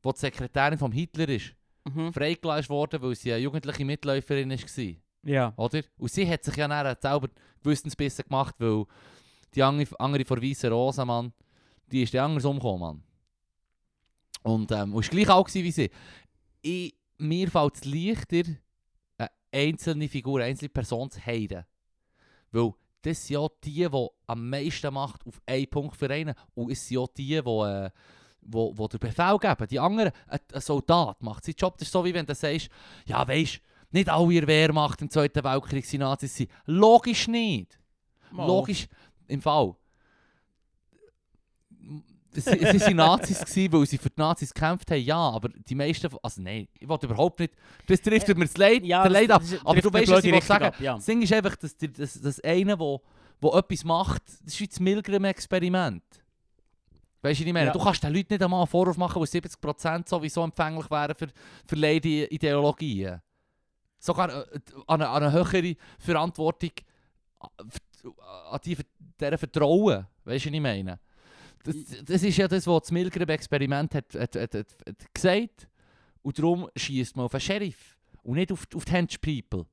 B: die die Sekretärin von Hitler ist,
A: Mhm.
B: freigelassen wurde, weil sie eine jugendliche Mitläuferin war.
A: Ja.
B: Oder? Und sie hat sich ja nachher selber gewissensbissen gemacht, weil die andere, andere von Weissen Rosa, Mann, die ist dann anders umgekommen, Mann. Und ähm, und ist gleich auch gewesen wie sie. Ich, mir fällt es leichter, eine einzelne Figur, eine einzelne Person zu heiden. Weil das sind ja die, die am meisten Macht auf einen Punkt vereinen. Und es sind ja die, die, äh, wo, wo den Befehl geben. Die anderen, ein, ein Soldat macht seinen Job. Das ist so, wie wenn du sagst, ja weisst, nicht alle in der Wehrmacht im Zweiten Weltkrieg sind Nazis. gewesen. Logisch nicht.
A: Mal.
B: Logisch, im Fall. Sie, sie waren Nazis, gewesen, weil sie für die Nazis gekämpft haben, ja, aber die meisten. von- Also nein, ich wollte überhaupt nicht. Das trifft mir das Leid,
A: Äh, Ja,
B: der
A: das-
B: Leid ab.
A: das trifft
B: aber du
A: eine
B: weißt, was ich
A: blöde
B: will sagen
A: Richtung ab, ja.
B: Das Ding ist einfach, dass, die- dass, dass einer, wo, wo etwas macht, das ist wie das Milgram-Experiment. Weißt du, was ich meine?
A: Ja.
B: Du kannst den Leuten nicht einmal einen Vorwurf machen, weil 70% sowieso empfänglich wären für, für leide Ideologien. Sogar äh, an eine, an eine höhere Verantwortung an die, deren Vertrauen. Weißt du, was ich meine? Das, das ist ja das, was das Milgram-Experiment hat, hat, hat, hat, hat gesagt. Und darum schießt man auf einen Sheriff und nicht auf, die- auf die Hench People.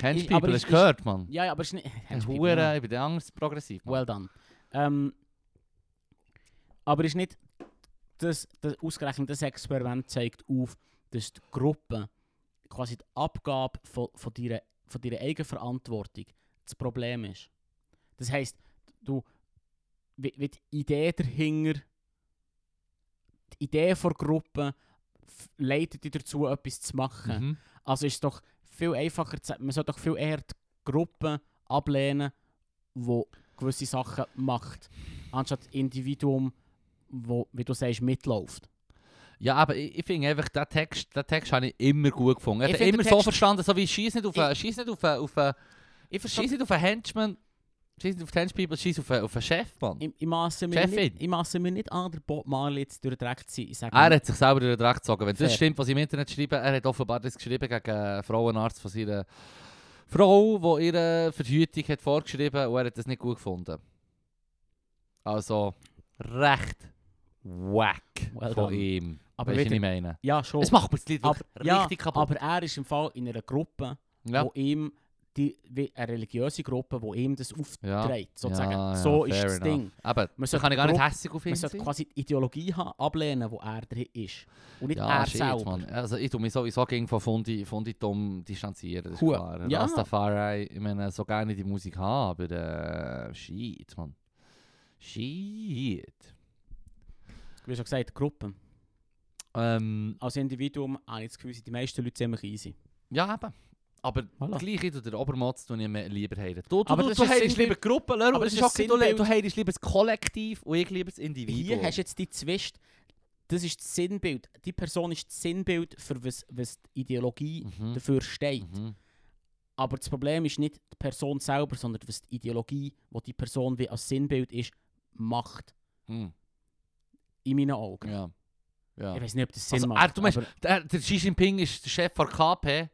B: Hench
A: Ich- aber
B: People,
A: ich-
B: hast du
A: ich-
B: gehört, Mann?
A: Ja, ja, aber es ist nicht...
B: Ich hure- ich bin der anders progressiv. Mann.
A: Well done. Ähm, aber ist nicht das, das ausgerechnet das Experiment zeigt auf, dass die Gruppe quasi die Abgabe von, von, deiner, von deiner eigenen Verantwortung das Problem ist. Das heisst, du wie, wie die Idee dahinter, die Idee der Gruppe f- leitet dich dazu, etwas zu machen.
B: Mhm.
A: Also ist es doch viel einfacher, zu, man sollte doch viel eher die Gruppen ablehnen, wo gewisse Sachen macht, anstatt Individuum, wo, wie du sagst, mitläuft.
B: Ja, aber ich, ich finde einfach, den Text, den Text habe ich immer gut gefunden. Ich
A: Ich
B: habe den immer
A: finde den
B: so
A: Text-
B: verstanden, so wie schieß nicht auf einen, schieß nicht auf einen, auf einen,
A: Ich
B: schieß nicht auf einen Henchman, schieß nicht auf die Hench People, schieß auf einen, auf einen Chef, Mann.
A: Ich, ich masse mir,
B: Chefin.
A: nicht- ich masse mir nicht an, der Bob Marley jetzt durch den Dreck zu sein. Ich sage
B: Er hat sich selber durch den Dreck gezogen. Wenn
A: Fair.
B: das stimmt, was im Internet schreiben, er hat offenbar das geschrieben gegen einen Frauenarzt von seiner Frau, die ihre Verhütung hat vorgeschrieben und er hat das nicht gut gefunden. Also, recht wack
A: Well
B: von
A: done.
B: ihm.
A: aber
B: weißt du, was
A: wieder-
B: ich meine?
A: ja, schon.
B: Es macht mir das Lied wirklich
A: aber, ja,
B: richtig kaputt.
A: aber er ist im Fall in einer Gruppe,
B: ja.
A: wo ihm die, wie eine religiöse Gruppe, wo ihm das
B: Ja.
A: aufträgt, sozusagen.
B: Ja, ja,
A: so ist
B: fair
A: das
B: enough.
A: Ding.
B: Aber
A: Man
B: da
A: sollte
B: kann ich gar nicht
A: grob-
B: hässig auf ihn
A: Man sollte
B: sein.
A: quasi die Ideologie ha- ablehnen, wo er drin ist. Und nicht
B: Ja,
A: er
B: shit,
A: selber.
B: Mann. Also ich tue mich sowieso gegen von Fondi, Fondi Tom distanzieren, das ist
A: Hu-
B: klar.
A: ja.
B: Rastafari, eh, ich meine, so gerne die Musik habe, aber äh, shit, Mann. Shit.
A: Wie schon gesagt, Gruppen.
B: Ähm,
A: Als Individuum habe ich das Gefühl, sind die meisten Leute ziemlich easy.
B: ja, eben. Aber
A: Voilà. Ah,
B: gleich, ich tue den Obermotz tue ich mir lieber heiden. Du, du,
A: Aber
B: du,
A: das
B: du
A: ist ein
B: heidest lieber
A: Sinnbild-
B: Gruppen, Leru,
A: aber
B: es ist
A: das ist
B: okay,
A: ein
B: du, le- du
A: Sinnbild-
B: heidest lieber das Kollektiv und ich lieber das Individuum.
A: Hier hast du jetzt die Zwist. Das ist das Sinnbild. Die Person ist das Sinnbild, für was, was die Ideologie
B: Mhm.
A: dafür steht.
B: Mhm.
A: Aber das Problem ist nicht die Person selber, sondern was die Ideologie, die die Person wie als Sinnbild ist, macht.
B: Hm.
A: In meinen Augen.
B: Ja. Ja.
A: Ich weiß nicht, ob das Sinn
B: Also, er,
A: macht.
B: du meinst,
A: aber
B: der, der Xi Jinping ist der Chef von KP,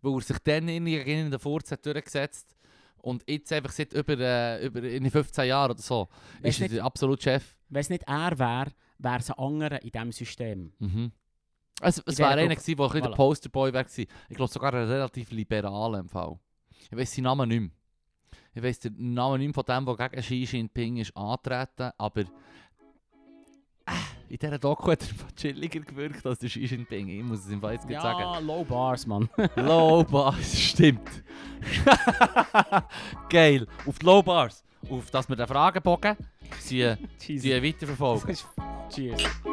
B: weil er sich dann irgendwie gegen ihn in den Furz hat durchgesetzt Und jetzt einfach seit über, äh, über in 15 Jahren oder so
A: Weißt
B: ist er
A: nicht-
B: der absolute Chef.
A: Wenn es nicht er wäre, wäre es ein anderer in diesem System.
B: Mhm. Es, es
A: der
B: wäre einer gewesen,
A: Gruppe.
B: der ein bisschen der
A: Voilà.
B: Posterboy wäre. gewesen. Ich glaube sogar ein relativ liberaler im Fall. Ich weiß seinen Namen nicht mehr. Ich weiß den Namen nicht mehr von dem, der gegen Xi Jinping ist antreten, aber äh, in dieser Doku hat er *laughs* viel chilliger gewirkt als der Xi Jinping. Ich muss es ihm jetzt ja. sagen.
A: Ja, Low Bars, Mann.
B: Low Bars, stimmt. *laughs* Geil. Auf die Low Bars. Auf dass wir den Fragenbogen sie,
A: *laughs* Jesus.
B: sie weiterverfolgen.
A: Cheers.